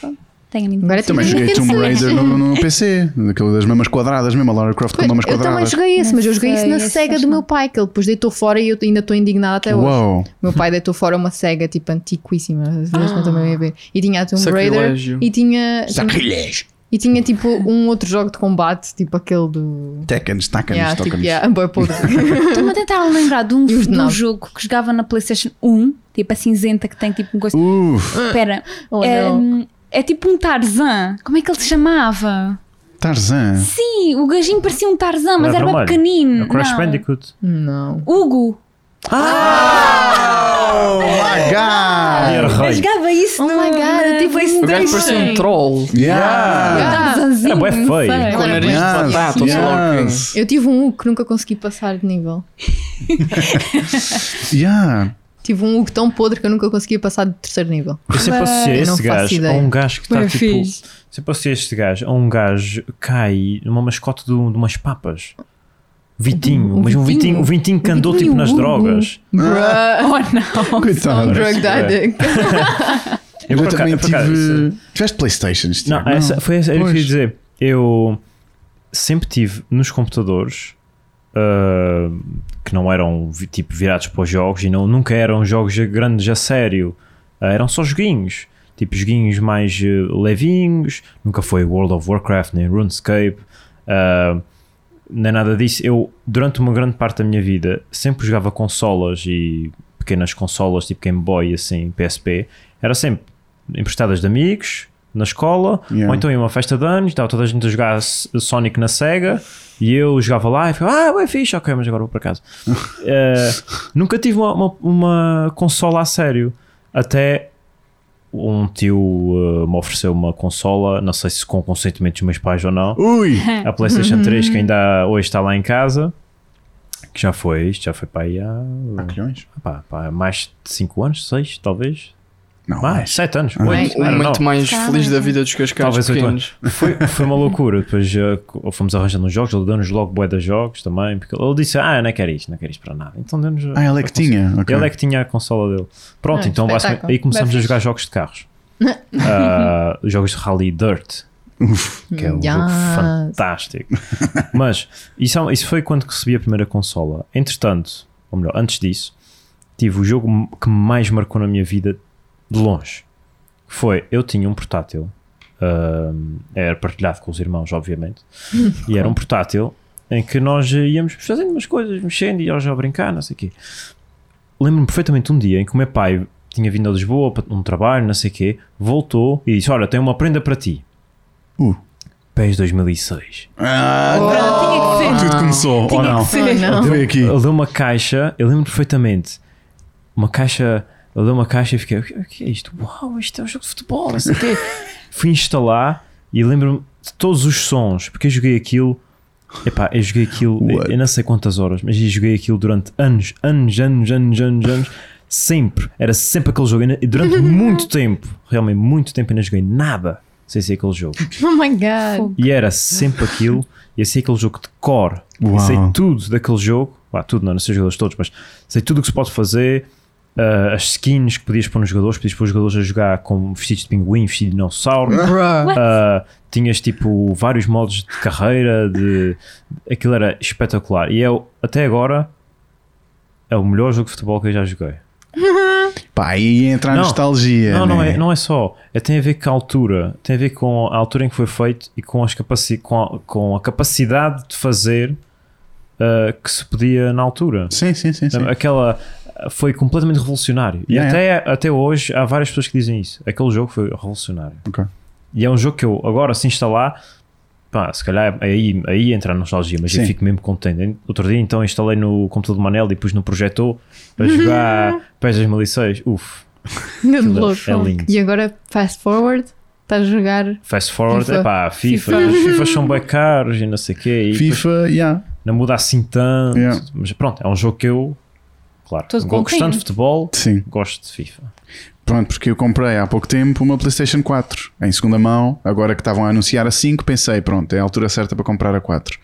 Speaker 6: pronto, tenho a Nintendo.
Speaker 2: Agora é
Speaker 1: Também
Speaker 2: tudo
Speaker 1: joguei Tomb Raider no, no PC, daquele das mamas quadradas mesmo, a Lara Croft com
Speaker 2: Pois,
Speaker 1: mamas
Speaker 2: eu também
Speaker 1: quadradas.
Speaker 2: joguei esse, mas eu joguei isso na
Speaker 6: Sei, esse
Speaker 2: SEGA
Speaker 6: faz
Speaker 2: do
Speaker 6: mal.
Speaker 2: meu pai, que ele depois deitou fora e eu ainda estou indignada até hoje.
Speaker 1: Uau!
Speaker 2: O Meu pai deitou fora uma SEGA tipo antiquíssima, as vezes não também a ver. E tinha a Tomb Raider
Speaker 5: Sacrilégio.
Speaker 2: e tinha,
Speaker 1: Sacrilégio!
Speaker 2: e tinha tipo um outro jogo de combate, tipo aquele do.
Speaker 1: Tekken, Tekken,
Speaker 2: Yeah, tipo,
Speaker 1: Tekken.
Speaker 2: yeah, boy, podre.
Speaker 6: Estou-me a tentar lembrar de um,
Speaker 2: E os
Speaker 6: de um
Speaker 2: nove.
Speaker 6: jogo que jogava na PlayStation 1, tipo a cinzenta que tem tipo um
Speaker 2: Uh.
Speaker 6: gosto.
Speaker 1: Uf!
Speaker 6: Espera,
Speaker 2: Oh,
Speaker 6: é,
Speaker 2: não.
Speaker 6: é tipo um Tarzan. Como é que ele se chamava?
Speaker 1: Tarzan!
Speaker 6: Sim, o gajinho parecia um Tarzan, mas era
Speaker 4: Era
Speaker 6: bem
Speaker 4: vermelho.
Speaker 6: pequenino.
Speaker 4: É O Crash
Speaker 6: Não.
Speaker 4: Bandicoot.
Speaker 2: Não.
Speaker 6: Hugo.
Speaker 1: Oh my
Speaker 4: E era
Speaker 1: god!
Speaker 6: Eu
Speaker 4: rei.
Speaker 6: jogava isso
Speaker 2: Oh
Speaker 6: no,
Speaker 2: my God,
Speaker 6: na-
Speaker 2: eu tive um
Speaker 6: na
Speaker 5: O gajo
Speaker 6: PlayStation.
Speaker 5: parecia um troll.
Speaker 1: Yeah!
Speaker 2: Yeah.
Speaker 6: Tarzanzinho,
Speaker 4: Era bué
Speaker 6: não
Speaker 4: feio.
Speaker 6: sei.
Speaker 5: Com o nariz de
Speaker 1: Yes,
Speaker 5: batata, ou sei lá o quê.
Speaker 1: yes.
Speaker 2: Eu tive um U que nunca consegui passar de nível.
Speaker 1: Yeah.
Speaker 2: Tive um U tão podre que eu nunca conseguia passar de terceiro nível.
Speaker 4: Eu sempre associei
Speaker 2: Eu Ah, não faço
Speaker 4: esse gajo a
Speaker 2: ideia.
Speaker 4: um gajo que está
Speaker 6: Bem
Speaker 4: tipo.
Speaker 6: fixe.
Speaker 4: Sempre associei este gajo a um gajo que cai numa mascote de, um- de umas papas. Vitinho,
Speaker 2: Um
Speaker 4: mas um
Speaker 2: Vitinho?
Speaker 4: vitinho, um vitinho que andou tipo
Speaker 6: Vitinho
Speaker 4: nas
Speaker 6: Hugo.
Speaker 4: drogas.
Speaker 2: Ah.
Speaker 6: Oh não.
Speaker 2: I'm
Speaker 1: Coitado.
Speaker 2: drugged addict.
Speaker 4: Eu,
Speaker 1: Eu
Speaker 4: por acaso-
Speaker 1: também
Speaker 4: por acaso, isso-
Speaker 1: tive. Tiveste Playstations? Tiago?
Speaker 4: Não, essa, foi essa, era o que eu
Speaker 1: Pois.
Speaker 4: ia dizer. Eu sempre tive nos computadores ah, que não eram vi- tipo virados para os jogos e não, nunca eram jogos a- grandes a sério, Ah, eram só joguinhos. Tipo, joguinhos mais eh, levinhos, nunca foi World of Warcraft, nem RuneScape, ah, nem nada disso. Eu, durante uma grande parte da minha vida, sempre jogava consolas e pequenas consolas, tipo Game Boy e assim, PSP. Era sempre emprestadas de amigos, na escola,
Speaker 1: Yeah.
Speaker 4: ou então em uma festa de anos, estava toda a gente a jogar S- Sonic na Sega, e eu jogava lá e ficava, ah, bem fixe, ok, mas agora vou para casa. Eh, nunca tive uma, uma, uma consola a sério, até um tio eh, me ofereceu uma consola, não sei se com o consentimento dos meus pais ou não,
Speaker 1: Ui!
Speaker 4: a PlayStation 3 que ainda hoje está lá em casa, que já foi, isto já foi para aí há
Speaker 1: Há milhões?
Speaker 4: pá, pá, mais de 5 anos, 6 talvez,
Speaker 1: Não.
Speaker 4: mais, 7 anos,
Speaker 1: Ah.
Speaker 4: 8,
Speaker 5: O momento mais
Speaker 6: Calma.
Speaker 5: feliz da vida dos cascados
Speaker 4: é Talvez oito
Speaker 5: pequenos.
Speaker 4: Foi, foi uma loucura. Depois eh, co- fomos arranjando uns jogos, ele deu-nos logo bué de jogos também. Porque ele disse: Ah, eu não quero isto, não quero isto para nada. Então deu-nos.
Speaker 1: Ah, ela é
Speaker 4: a
Speaker 1: que
Speaker 4: consola.
Speaker 1: tinha. ok.
Speaker 4: Ele é que tinha a consola dele. Pronto,
Speaker 2: Ah,
Speaker 4: então
Speaker 2: espetáculo.
Speaker 4: basicamente, aí começamos a jogar jogos de carros. Ah, jogos de Rally Dirt,
Speaker 1: Uf.
Speaker 4: que é um jogo
Speaker 2: Yes.
Speaker 4: fantástico. Mas isso, é- isso foi quando recebi a primeira consola. Entretanto, ou melhor, antes disso, tive o jogo que mais marcou na minha vida de longe. que Foi, eu tinha um portátil, ahm, era partilhado com os irmãos, obviamente, e era um portátil em que nós íamos fazendo umas coisas, mexendo e eles a brincar, não sei o quê. Lembro-me perfeitamente um dia em que o meu pai tinha vindo a Lisboa para um trabalho, não sei o quê, voltou e disse: Olha, tenho uma prenda para ti.
Speaker 1: Uh.
Speaker 4: PES 2006.
Speaker 1: Ah,
Speaker 6: Pronto, tinha que ser.
Speaker 1: Tudo começou, ou não?
Speaker 2: Oh, não.
Speaker 1: Foi aqui.
Speaker 4: Ele deu uma caixa, eu lembro perfeitamente. Uma caixa, ele deu uma caixa e fiquei, o que, o que é isto? Uau, isto é um jogo de futebol, não sei o quê. Fui instalar e lembro-me de todos os sons, porque eu joguei aquilo. Epá, eu joguei aquilo, eu,
Speaker 1: What?
Speaker 4: eu não sei quantas horas, mas eu joguei aquilo durante anos, anos, anos, anos, anos, anos. Sempre, era sempre aquele jogo. E na- E durante muito tempo, realmente muito tempo, eu não joguei nada sem ser aquele jogo.
Speaker 2: Oh my god.
Speaker 4: E era sempre aquilo, e eu sei aquele jogo de cor,
Speaker 1: Uau.
Speaker 4: e sei tudo daquele jogo, Vá, tudo não, não sei os jogadores todos, mas sei tudo o que se pode fazer, ah, as skins que podias pôr nos jogadores, podias pôr os jogadores a jogar com vestidos de pinguim, vestido de dinossauro, ah, tinhas tipo vários modos de carreira, de aquilo era espetacular. E eu, até agora, é o melhor jogo de futebol que eu já joguei.
Speaker 1: Pá, aí entra a
Speaker 4: Não.
Speaker 1: nostalgia.
Speaker 4: Não, não
Speaker 1: né?
Speaker 4: é, não é só. É, tem a ver com a altura. Tem a ver com a altura em que foi feito e com, as capaci com, a, com a capacidade de fazer uh, que se podia na altura.
Speaker 1: Sim, sim, sim. sim.
Speaker 4: Aquela uh, foi completamente revolucionário. E
Speaker 1: Yeah,
Speaker 4: até, até hoje há várias pessoas que dizem isso. Aquele jogo foi revolucionário.
Speaker 1: Ok.
Speaker 4: E é um jogo que eu agora se instalar. Pá, se calhar é aí, aí entra a nostalgia, mas eu
Speaker 1: Sim.
Speaker 4: fico mesmo contente. Outro dia então instalei no computador do Manel e pus no projetor para
Speaker 1: Uhum.
Speaker 4: jogar PES 2006. Uf,
Speaker 2: Grande
Speaker 4: Aquilo
Speaker 2: louco.
Speaker 4: é lindo.
Speaker 2: E agora, fast forward, estás a jogar.
Speaker 4: Fast forward,
Speaker 2: FIFA.
Speaker 4: é pá, FIFA,
Speaker 2: FIFA.
Speaker 4: os FIFA são bem caros e não sei o quê. E depois
Speaker 1: FIFA, yeah.
Speaker 4: não muda assim tanto.
Speaker 1: Yeah.
Speaker 4: Mas pronto, é um jogo que eu, claro,
Speaker 6: Todo
Speaker 4: go- gostando
Speaker 6: contente.
Speaker 4: de futebol,
Speaker 1: Sim.
Speaker 4: gosto de FIFA.
Speaker 1: Pronto, porque eu comprei há pouco tempo uma PlayStation 4 em segunda mão. Agora que estavam a anunciar a 5, pensei, pronto, é a altura certa para comprar a 4.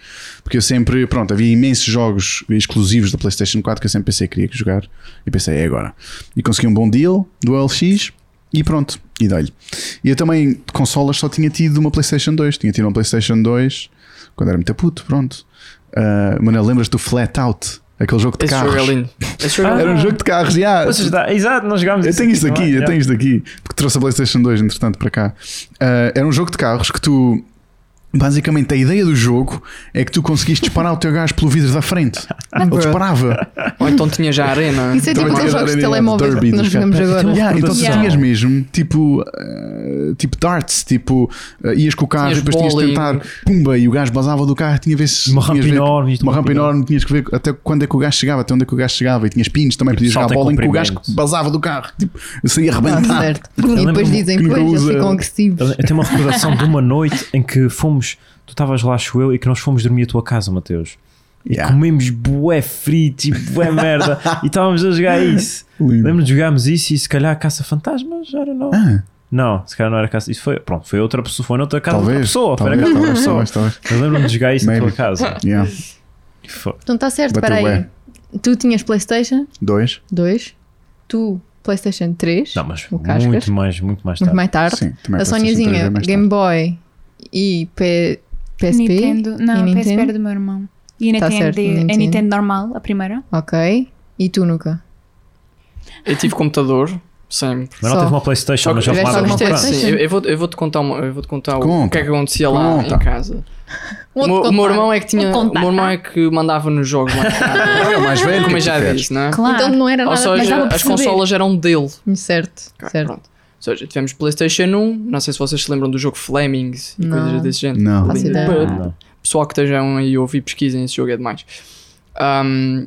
Speaker 1: Porque eu sempre, pronto, havia imensos jogos exclusivos da PlayStation 4 que eu sempre pensei que queria jogar. E pensei, é agora. E consegui um bom deal do LX e pronto, e dei-lhe. E eu também, de consolas, só tinha tido uma PlayStation 2. Tinha tido uma PlayStation 2 quando era muito puto, pronto. Uh, Manuel, lembras do Flat Out? Aquele jogo de
Speaker 5: Esse
Speaker 1: carros.
Speaker 5: jogo é lindo. Esse jogo
Speaker 4: Ah.
Speaker 5: é
Speaker 1: Era um
Speaker 5: lindo.
Speaker 1: jogo de carros, já.
Speaker 4: Vocês dá- Exato, nós jogámos
Speaker 1: Eu
Speaker 4: isso
Speaker 1: tenho isto
Speaker 4: não é?
Speaker 1: aqui, eu
Speaker 4: Yeah.
Speaker 1: tenho isto aqui, porque trouxe a PlayStation 2, entretanto, para cá. Ah, era um jogo de carros que tu. Basicamente, a ideia do jogo é que tu conseguiste disparar o teu gajo pelo vidro da frente.
Speaker 5: Uhum.
Speaker 1: Ele disparava.
Speaker 5: Ou então tinha já a arena.
Speaker 2: Isso é tipo
Speaker 1: Ah, Também
Speaker 2: aqueles
Speaker 1: tinha
Speaker 2: jogos de
Speaker 1: Arena
Speaker 2: telemóvel
Speaker 1: Derby
Speaker 2: que nós
Speaker 1: dos
Speaker 2: jogamos
Speaker 4: campeões.
Speaker 2: agora.
Speaker 4: Tinha
Speaker 1: Yeah, então tu
Speaker 6: Produção.
Speaker 1: tinhas mesmo tipo, ah, tipo darts, tipo ah, ias com o carro
Speaker 5: Tinhas
Speaker 1: e depois
Speaker 5: bowling.
Speaker 1: tinhas de tentar, pumba, e o gajo basava do carro, tinha vezes
Speaker 4: Uma rampa enorme, isto,
Speaker 1: uma
Speaker 4: uma
Speaker 1: rampa
Speaker 4: rampa
Speaker 1: enorme, tinhas que ver até quando é que o gajo chegava, até onde é que o gajo chegava, e tinhas pins também,
Speaker 4: E
Speaker 1: podias
Speaker 4: salto
Speaker 1: jogar
Speaker 4: em
Speaker 1: bola em que o gajo
Speaker 4: comprimento.
Speaker 1: basava do carro, tipo, saía
Speaker 2: Ah,
Speaker 1: arrebentado.
Speaker 2: certo.
Speaker 4: Eu
Speaker 2: E depois
Speaker 4: lembro-me
Speaker 1: que
Speaker 2: dizem, assim
Speaker 1: nunca
Speaker 2: pois, eles
Speaker 1: usa- é
Speaker 2: ficam agressivos.
Speaker 4: Eu eu tenho uma recordação de uma noite em que fomos, tu estavas lá, acho eu, e que nós fomos dormir à tua casa, Mateus. E
Speaker 1: Yeah.
Speaker 4: comemos bué frito e bué merda. e estávamos a jogar isso.
Speaker 1: Lindo.
Speaker 4: Lembro de jogámos isso e se calhar caça-fantasmas, era não.
Speaker 1: Ah,
Speaker 4: Não, se calhar não era caça. Isso foi, pronto, foi outra pessoa, foi noutra casa de outra
Speaker 1: talvez.
Speaker 4: tá pessoa.
Speaker 1: talvez,
Speaker 4: foi na casa de outra
Speaker 1: talvez,
Speaker 4: pessoa.
Speaker 1: talvez, talvez.
Speaker 4: Eu lembro-me de jogar isso na
Speaker 1: Maybe.
Speaker 4: tua casa.
Speaker 1: Yeah.
Speaker 4: Foi.
Speaker 2: Então está certo,
Speaker 1: Bateu
Speaker 2: espera aí.
Speaker 1: bué.
Speaker 2: Tu tinhas Playstation
Speaker 1: Dois?
Speaker 2: 2, tu Playstation 3,
Speaker 4: Não, mas
Speaker 2: O Cascas.
Speaker 4: muito mais, muito mais
Speaker 2: muito
Speaker 4: tarde.
Speaker 2: mais tarde.
Speaker 1: Sim, também
Speaker 2: a
Speaker 1: PlayStation três
Speaker 2: Sonyazinha,
Speaker 1: é mais tarde.
Speaker 2: Game Boy e P- PSP.
Speaker 6: Nintendo. Não,
Speaker 2: E
Speaker 6: a PSP era
Speaker 2: Nintendo?
Speaker 6: do meu irmão. E a
Speaker 2: Tá
Speaker 6: Nintendo,
Speaker 2: certo,
Speaker 6: é
Speaker 2: Nintendo.
Speaker 6: Nintendo normal, a primeira.
Speaker 2: Ok. E tu nunca?
Speaker 5: Eu tive computador, sempre.
Speaker 4: Mas não
Speaker 2: Só.
Speaker 4: teve uma Playstation,
Speaker 5: Só
Speaker 4: Ah, mas
Speaker 5: que-
Speaker 4: já
Speaker 2: Tiveste
Speaker 4: falaram
Speaker 2: alguma
Speaker 4: uma
Speaker 2: coisa?
Speaker 4: frase.
Speaker 5: Sim, eu, eu vou, eu vou-te contar, uma- eu vou -te contar o- o
Speaker 1: Conta.
Speaker 5: que é que acontecia lá
Speaker 1: Conta.
Speaker 5: em casa. O meu, o meu irmão é que tinha. O meu
Speaker 2: tá?
Speaker 5: irmão é que mandava nos jogos lá em casa.
Speaker 1: É o mais velho.
Speaker 5: Como eu
Speaker 1: que
Speaker 5: já
Speaker 1: tiveres.
Speaker 5: disse, não é?
Speaker 6: Claro.
Speaker 2: Então não era
Speaker 5: Ou
Speaker 2: nada. mas
Speaker 5: seja,
Speaker 2: dava
Speaker 6: dá para
Speaker 5: as
Speaker 6: perceber.
Speaker 5: consolas eram dele.
Speaker 2: para- Certo,
Speaker 5: Ok,
Speaker 2: certo.
Speaker 5: Pronto. Ou seja, tivemos PlayStation 1, não sei se vocês se lembram do jogo Flemings e
Speaker 2: Não.
Speaker 5: coisas desse género.
Speaker 1: Não.
Speaker 2: Faço ideia.
Speaker 5: Pá,
Speaker 4: Não.
Speaker 5: Pessoal que estejam aí a ouvir, pesquisem, esse jogo é demais. Ahm,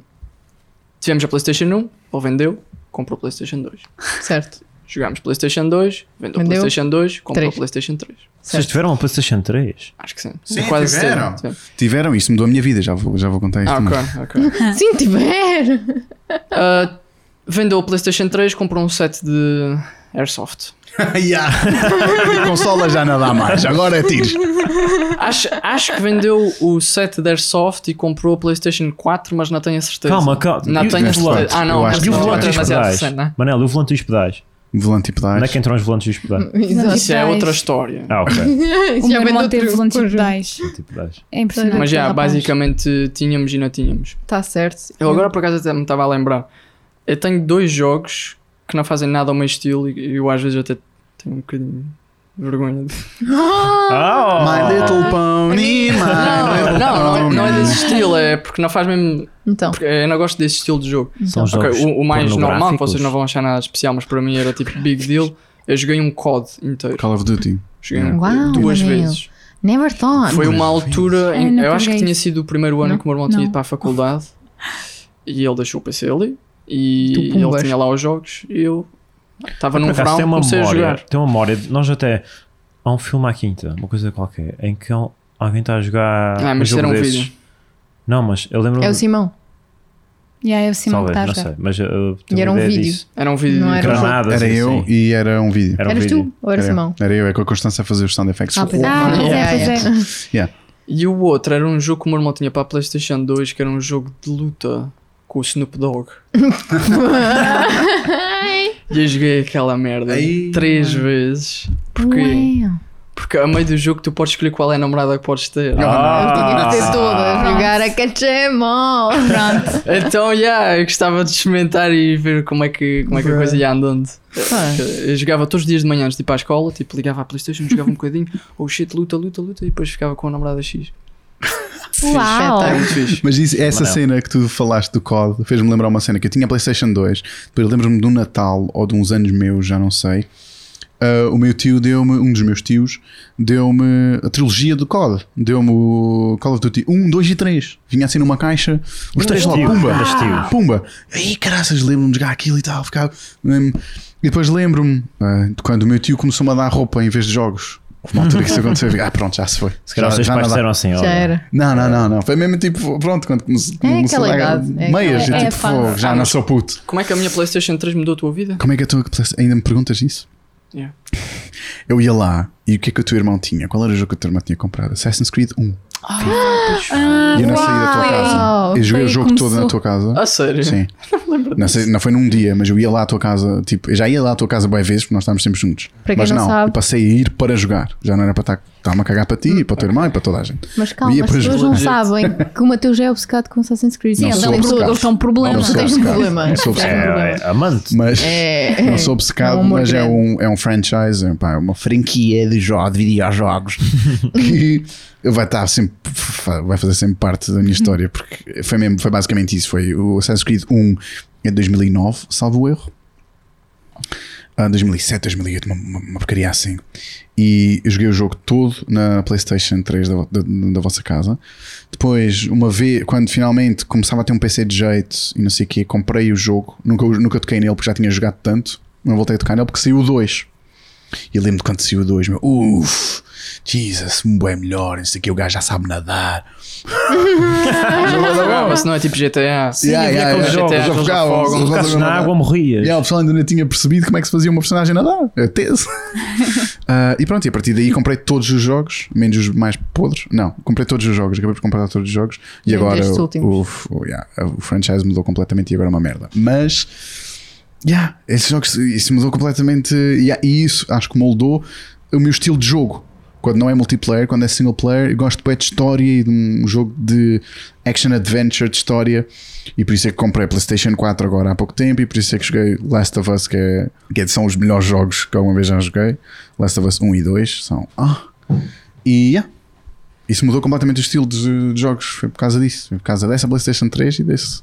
Speaker 5: tivemos a PlayStation 1, ele vendeu, comprou a PlayStation 2.
Speaker 2: Certo,
Speaker 5: Jogámos PlayStation 2, vendeu,
Speaker 2: Vendeu.
Speaker 5: PlayStation 2, comprou
Speaker 2: Três.
Speaker 5: PlayStation 3.
Speaker 4: Vocês
Speaker 2: certo.
Speaker 4: tiveram uma Playstation 3?
Speaker 5: Acho que sim.
Speaker 1: Sim,
Speaker 5: Quase
Speaker 1: tiveram.
Speaker 5: certeza. Sim.
Speaker 1: Tiveram, isso mudou a minha vida, já vou, já vou contar isto.
Speaker 5: Ah,
Speaker 1: também.
Speaker 5: ok, ok.
Speaker 2: Sim, tiver.
Speaker 5: Ah, vendeu o PlayStation 3, comprou um set de Airsoft.
Speaker 1: Yeah. Consola já não dá mais, agora é tiros.
Speaker 5: Acho, acho que vendeu o set de Airsoft e comprou a PlayStation 4, mas não tenho a certeza.
Speaker 4: Calma, calma.
Speaker 5: Não
Speaker 4: E-
Speaker 5: tenho a
Speaker 1: Airsoft,
Speaker 5: certeza. Ah, não,
Speaker 1: eu
Speaker 5: mas
Speaker 1: acho
Speaker 4: E
Speaker 1: que
Speaker 4: o
Speaker 5: não,
Speaker 1: não,
Speaker 4: volante
Speaker 5: é
Speaker 4: dos
Speaker 5: demasiado
Speaker 4: pedais?
Speaker 5: recente, não é?
Speaker 4: Manel, e o volante dos pedais?
Speaker 1: Volante tipo e pedais.
Speaker 4: Onde é que entram os volantes dos pedais?
Speaker 2: Exato.
Speaker 5: Isso é outra história.
Speaker 4: Ah, ok.
Speaker 6: O
Speaker 2: Isso já
Speaker 6: meu
Speaker 2: vem
Speaker 6: irmão
Speaker 2: de
Speaker 6: teve
Speaker 2: outro
Speaker 6: volantes de
Speaker 2: conjunto.
Speaker 6: pedais.
Speaker 4: Tipo pedais.
Speaker 6: É impressionante.
Speaker 5: Mas já,
Speaker 6: rapaz.
Speaker 5: basicamente tínhamos e não tínhamos.
Speaker 2: Está tá certo.
Speaker 5: Eu agora por acaso até me estava a lembrar. Eu tenho dois jogos que não fazem nada ao meu estilo e eu às vezes até tenho um bocadinho de vergonha. de-
Speaker 4: Ah,
Speaker 1: My Little Pony, my
Speaker 5: Não,
Speaker 1: little
Speaker 5: não, não, é-
Speaker 1: pony.
Speaker 5: não é desse estilo, é porque não faz mesmo.
Speaker 2: Então,
Speaker 5: Porque eu não gosto desse estilo de jogo.
Speaker 4: São
Speaker 5: Ok,
Speaker 4: jogos
Speaker 5: o, o mais normal, que
Speaker 4: pornográficos.
Speaker 5: vocês não vão achar nada especial, mas para mim era tipo big deal. Eu joguei um COD inteiro.
Speaker 1: Call of Duty.
Speaker 5: Joguei um-
Speaker 2: Uau,
Speaker 5: duas
Speaker 2: Manel.
Speaker 5: vezes.
Speaker 2: never thought.
Speaker 5: Foi uma
Speaker 1: Duas
Speaker 5: altura.
Speaker 6: vezes.
Speaker 5: em-
Speaker 6: Eu
Speaker 5: eu
Speaker 6: não
Speaker 5: acho que
Speaker 6: joguei
Speaker 5: tinha sido o primeiro ano
Speaker 6: Não?
Speaker 5: que o meu irmão tinha
Speaker 6: Não.
Speaker 5: ido para a faculdade e ele deixou o PC ali
Speaker 2: Tu
Speaker 5: e ele
Speaker 2: pumbas.
Speaker 5: tinha lá os jogos e eu estava
Speaker 4: Por
Speaker 5: num
Speaker 4: acaso,
Speaker 5: verão
Speaker 4: tem uma
Speaker 5: comecei a
Speaker 4: memória,
Speaker 5: jogar.
Speaker 4: Tem uma memória. de- Nós até. Há um filme à quinta, uma coisa qualquer, em que há- um, alguém está a jogar.
Speaker 5: Ah, mas isso
Speaker 4: jogo
Speaker 5: era um
Speaker 4: desses.
Speaker 5: vídeo.
Speaker 4: Não, mas eu lembro.
Speaker 2: É o Simão.
Speaker 6: Yeah, eu sim,
Speaker 4: Talvez,
Speaker 6: tá a
Speaker 4: não
Speaker 6: jogar.
Speaker 4: sei. Mas eh, eu tenho
Speaker 2: E era
Speaker 4: uma
Speaker 2: um
Speaker 4: ideia
Speaker 2: vídeo.
Speaker 4: disso.
Speaker 5: Era um vídeo.
Speaker 2: Não
Speaker 5: de-
Speaker 2: era-
Speaker 4: Granadas.
Speaker 1: Era
Speaker 4: assim.
Speaker 1: eu e era um vídeo.
Speaker 4: Era um
Speaker 2: Eras
Speaker 4: vídeo.
Speaker 2: tu ou era
Speaker 1: Era-
Speaker 2: Simão?
Speaker 1: Era eu, é com a Constância a fazer os sound effects.
Speaker 2: Ah, pois é.
Speaker 6: Ah, pois
Speaker 2: Yeah,
Speaker 6: é, pois
Speaker 2: yeah.
Speaker 6: é.
Speaker 5: E o outro era um jogo que o meu irmão tinha para a PlayStation 2, que era um jogo de luta com o Snoop Dogg. e eu joguei aquela merda
Speaker 1: Ai.
Speaker 5: três vezes.
Speaker 2: é
Speaker 5: Porque,
Speaker 2: Uau.
Speaker 5: porque a meio do jogo tu podes escolher qual é a namorada que podes ter.
Speaker 2: Eu tinha que ter
Speaker 4: Ah,
Speaker 2: toda.
Speaker 6: Ah.
Speaker 2: Jogar a cachemol.
Speaker 6: Pronto.
Speaker 5: Então, yeah, eu gostava de experimentar e ver como é que, como é que a
Speaker 2: Bruh.
Speaker 5: coisa ia andando. Eu jogava todos os dias de manhã antes de ir para a escola, tipo, ligava à Playstation, jogava um bocadinho, oh shit, luta, luta, luta, e depois ficava com a namorada X.
Speaker 6: Uau.
Speaker 2: tá.
Speaker 5: É muito fixe.
Speaker 1: Mas isso- essa
Speaker 4: Manel.
Speaker 1: cena que tu falaste do COD fez-me lembrar uma cena que eu tinha a PlayStation 2. Depois lembro-me de um Natal ou de uns anos meus, já não sei. Ah, o meu tio deu-me, um dos meus tios, deu-me a trilogia do COD. Deu-me o Call of Duty 1, 2 e 3. Vinha assim numa caixa, os três logo,
Speaker 4: tio,
Speaker 1: pumba,
Speaker 4: grandes tios.
Speaker 1: pumba. Aí, caraças, lembro-me de jogar aquilo e tal. Ficava, hum, e depois lembro-me ah, de quando o meu tio começou-me a dar roupa em vez de jogos. Uma altura que isso aconteceu, eu fico, ah, pronto, já se foi.
Speaker 4: Se calhar
Speaker 1: já,
Speaker 4: os teus
Speaker 1: já
Speaker 4: pais
Speaker 1: não dá."
Speaker 4: disseram assim,
Speaker 2: Já
Speaker 4: olha,
Speaker 2: era.
Speaker 1: Não, não, não, não. Foi mesmo tipo, pronto, quando comecei
Speaker 2: aquela
Speaker 1: a dar
Speaker 2: idade, é aquela-
Speaker 1: meias, eu
Speaker 6: é
Speaker 1: tipo,
Speaker 6: a fase.
Speaker 1: "Fogo, já
Speaker 5: Ah,
Speaker 1: não
Speaker 5: mas-
Speaker 1: sou puto.
Speaker 5: Como é que a minha PlayStation 3 mudou a tua vida?
Speaker 1: Como é que eu estou a Ainda me perguntas isso?
Speaker 5: Yeah.
Speaker 1: Eu ia lá e o que é que o teu irmão tinha? Qual era o jogo que o teu irmão tinha comprado? Assassin's Creed 1.
Speaker 2: Ah!
Speaker 1: e eu não saí da tua
Speaker 6: uau!
Speaker 1: casa. Eu joguei o
Speaker 6: Foi aí
Speaker 1: jogo
Speaker 6: que
Speaker 1: todo na
Speaker 6: começou.
Speaker 1: tua casa.
Speaker 5: A sério?
Speaker 1: Ah, Sim. Não, sei- não foi num dia, mas eu ia lá à tua casa, tipo, eu já ia lá à tua casa boas vezes, porque nós estávamos sempre juntos.
Speaker 2: Para quem
Speaker 1: mas
Speaker 2: não sabe-
Speaker 1: eu passei a ir para jogar. Já não era para estar, estar-me a cagar para ti, e para o teu irmão e para toda a gente.
Speaker 2: Mas calma,
Speaker 1: Ia
Speaker 2: as
Speaker 1: para
Speaker 2: pessoas
Speaker 1: jogo.
Speaker 2: não sabem que o Mateus já é obcecado com Assassin's Creed.
Speaker 1: Não
Speaker 2: Ele
Speaker 1: sou
Speaker 2: tem
Speaker 1: obcecado.
Speaker 2: problema, Eles têm um problema.
Speaker 1: Não sou
Speaker 2: Tu tens um
Speaker 1: obcecado.
Speaker 2: problema.
Speaker 1: Não sou
Speaker 2: Tu tens
Speaker 1: obcecado.
Speaker 2: um
Speaker 4: é,
Speaker 2: problema.
Speaker 4: é amante.
Speaker 1: Mas
Speaker 2: É.
Speaker 1: não sou obcecado,
Speaker 2: É um amor
Speaker 1: mas é
Speaker 2: grande.
Speaker 1: um, é um franchise, é, pá, é uma franquia de, jo de videojogos que vai estar sempre, vai fazer sempre parte da minha história, porque foi, mesmo, foi basicamente isso. Foi o Assassin's Creed é 1 em 2009, salvo erro. Ah, 2007, 2008, uma, uma, uma porcaria assim. E eu joguei o jogo todo na PlayStation 3 da, vo- da, da vossa casa. Depois, uma vez, quando finalmente começava a ter um PC de jeito e não sei o quê, comprei o jogo. Nunca, nunca toquei nele porque já tinha jogado tanto. Não voltei a tocar nele porque saiu o 2. E eu lembro de quando saiu o 2, meu, uff, Jesus, é melhor, não sei o quê, o gajo já sabe nadar.
Speaker 5: Jogava, se não é tipo GTA.
Speaker 1: Yeah,
Speaker 4: havia
Speaker 1: yeah, yeah.
Speaker 4: aqueles jogos,
Speaker 1: Já
Speaker 5: eles
Speaker 1: jogavam,
Speaker 5: afogam.
Speaker 1: eles
Speaker 4: Se tocasse
Speaker 1: jogavam
Speaker 4: na
Speaker 1: nadar.
Speaker 4: água, morrias.
Speaker 1: E yeah, o pessoal ainda não tinha percebido como é que se fazia uma personagem nadar. É teso. Ah, e pronto, e a partir daí comprei todos os jogos, menos os mais podres. Não, comprei todos os jogos, acabei por comprar todos os jogos. E
Speaker 2: Menos
Speaker 1: agora
Speaker 2: estes
Speaker 1: o, o,
Speaker 2: últimos.
Speaker 1: o- yeah, o franchise mudou completamente e agora é uma merda. Mas, yeah, esses jogos, isso mudou completamente. yeah, e isso acho que moldou o meu estilo de jogo. Quando não é multiplayer, quando é single player, eu gosto bem de história e de um jogo de action adventure de história. E por isso é que comprei a PlayStation 4 agora há pouco tempo. E por isso é que joguei Last of Us, que, é, que são os melhores jogos que alguma vez já joguei. Last of Us 1 e 2 são. Ah! E yeah. isso mudou completamente o estilo de, de jogos. Foi por causa disso. Foi por causa dessa PlayStation 3 e desse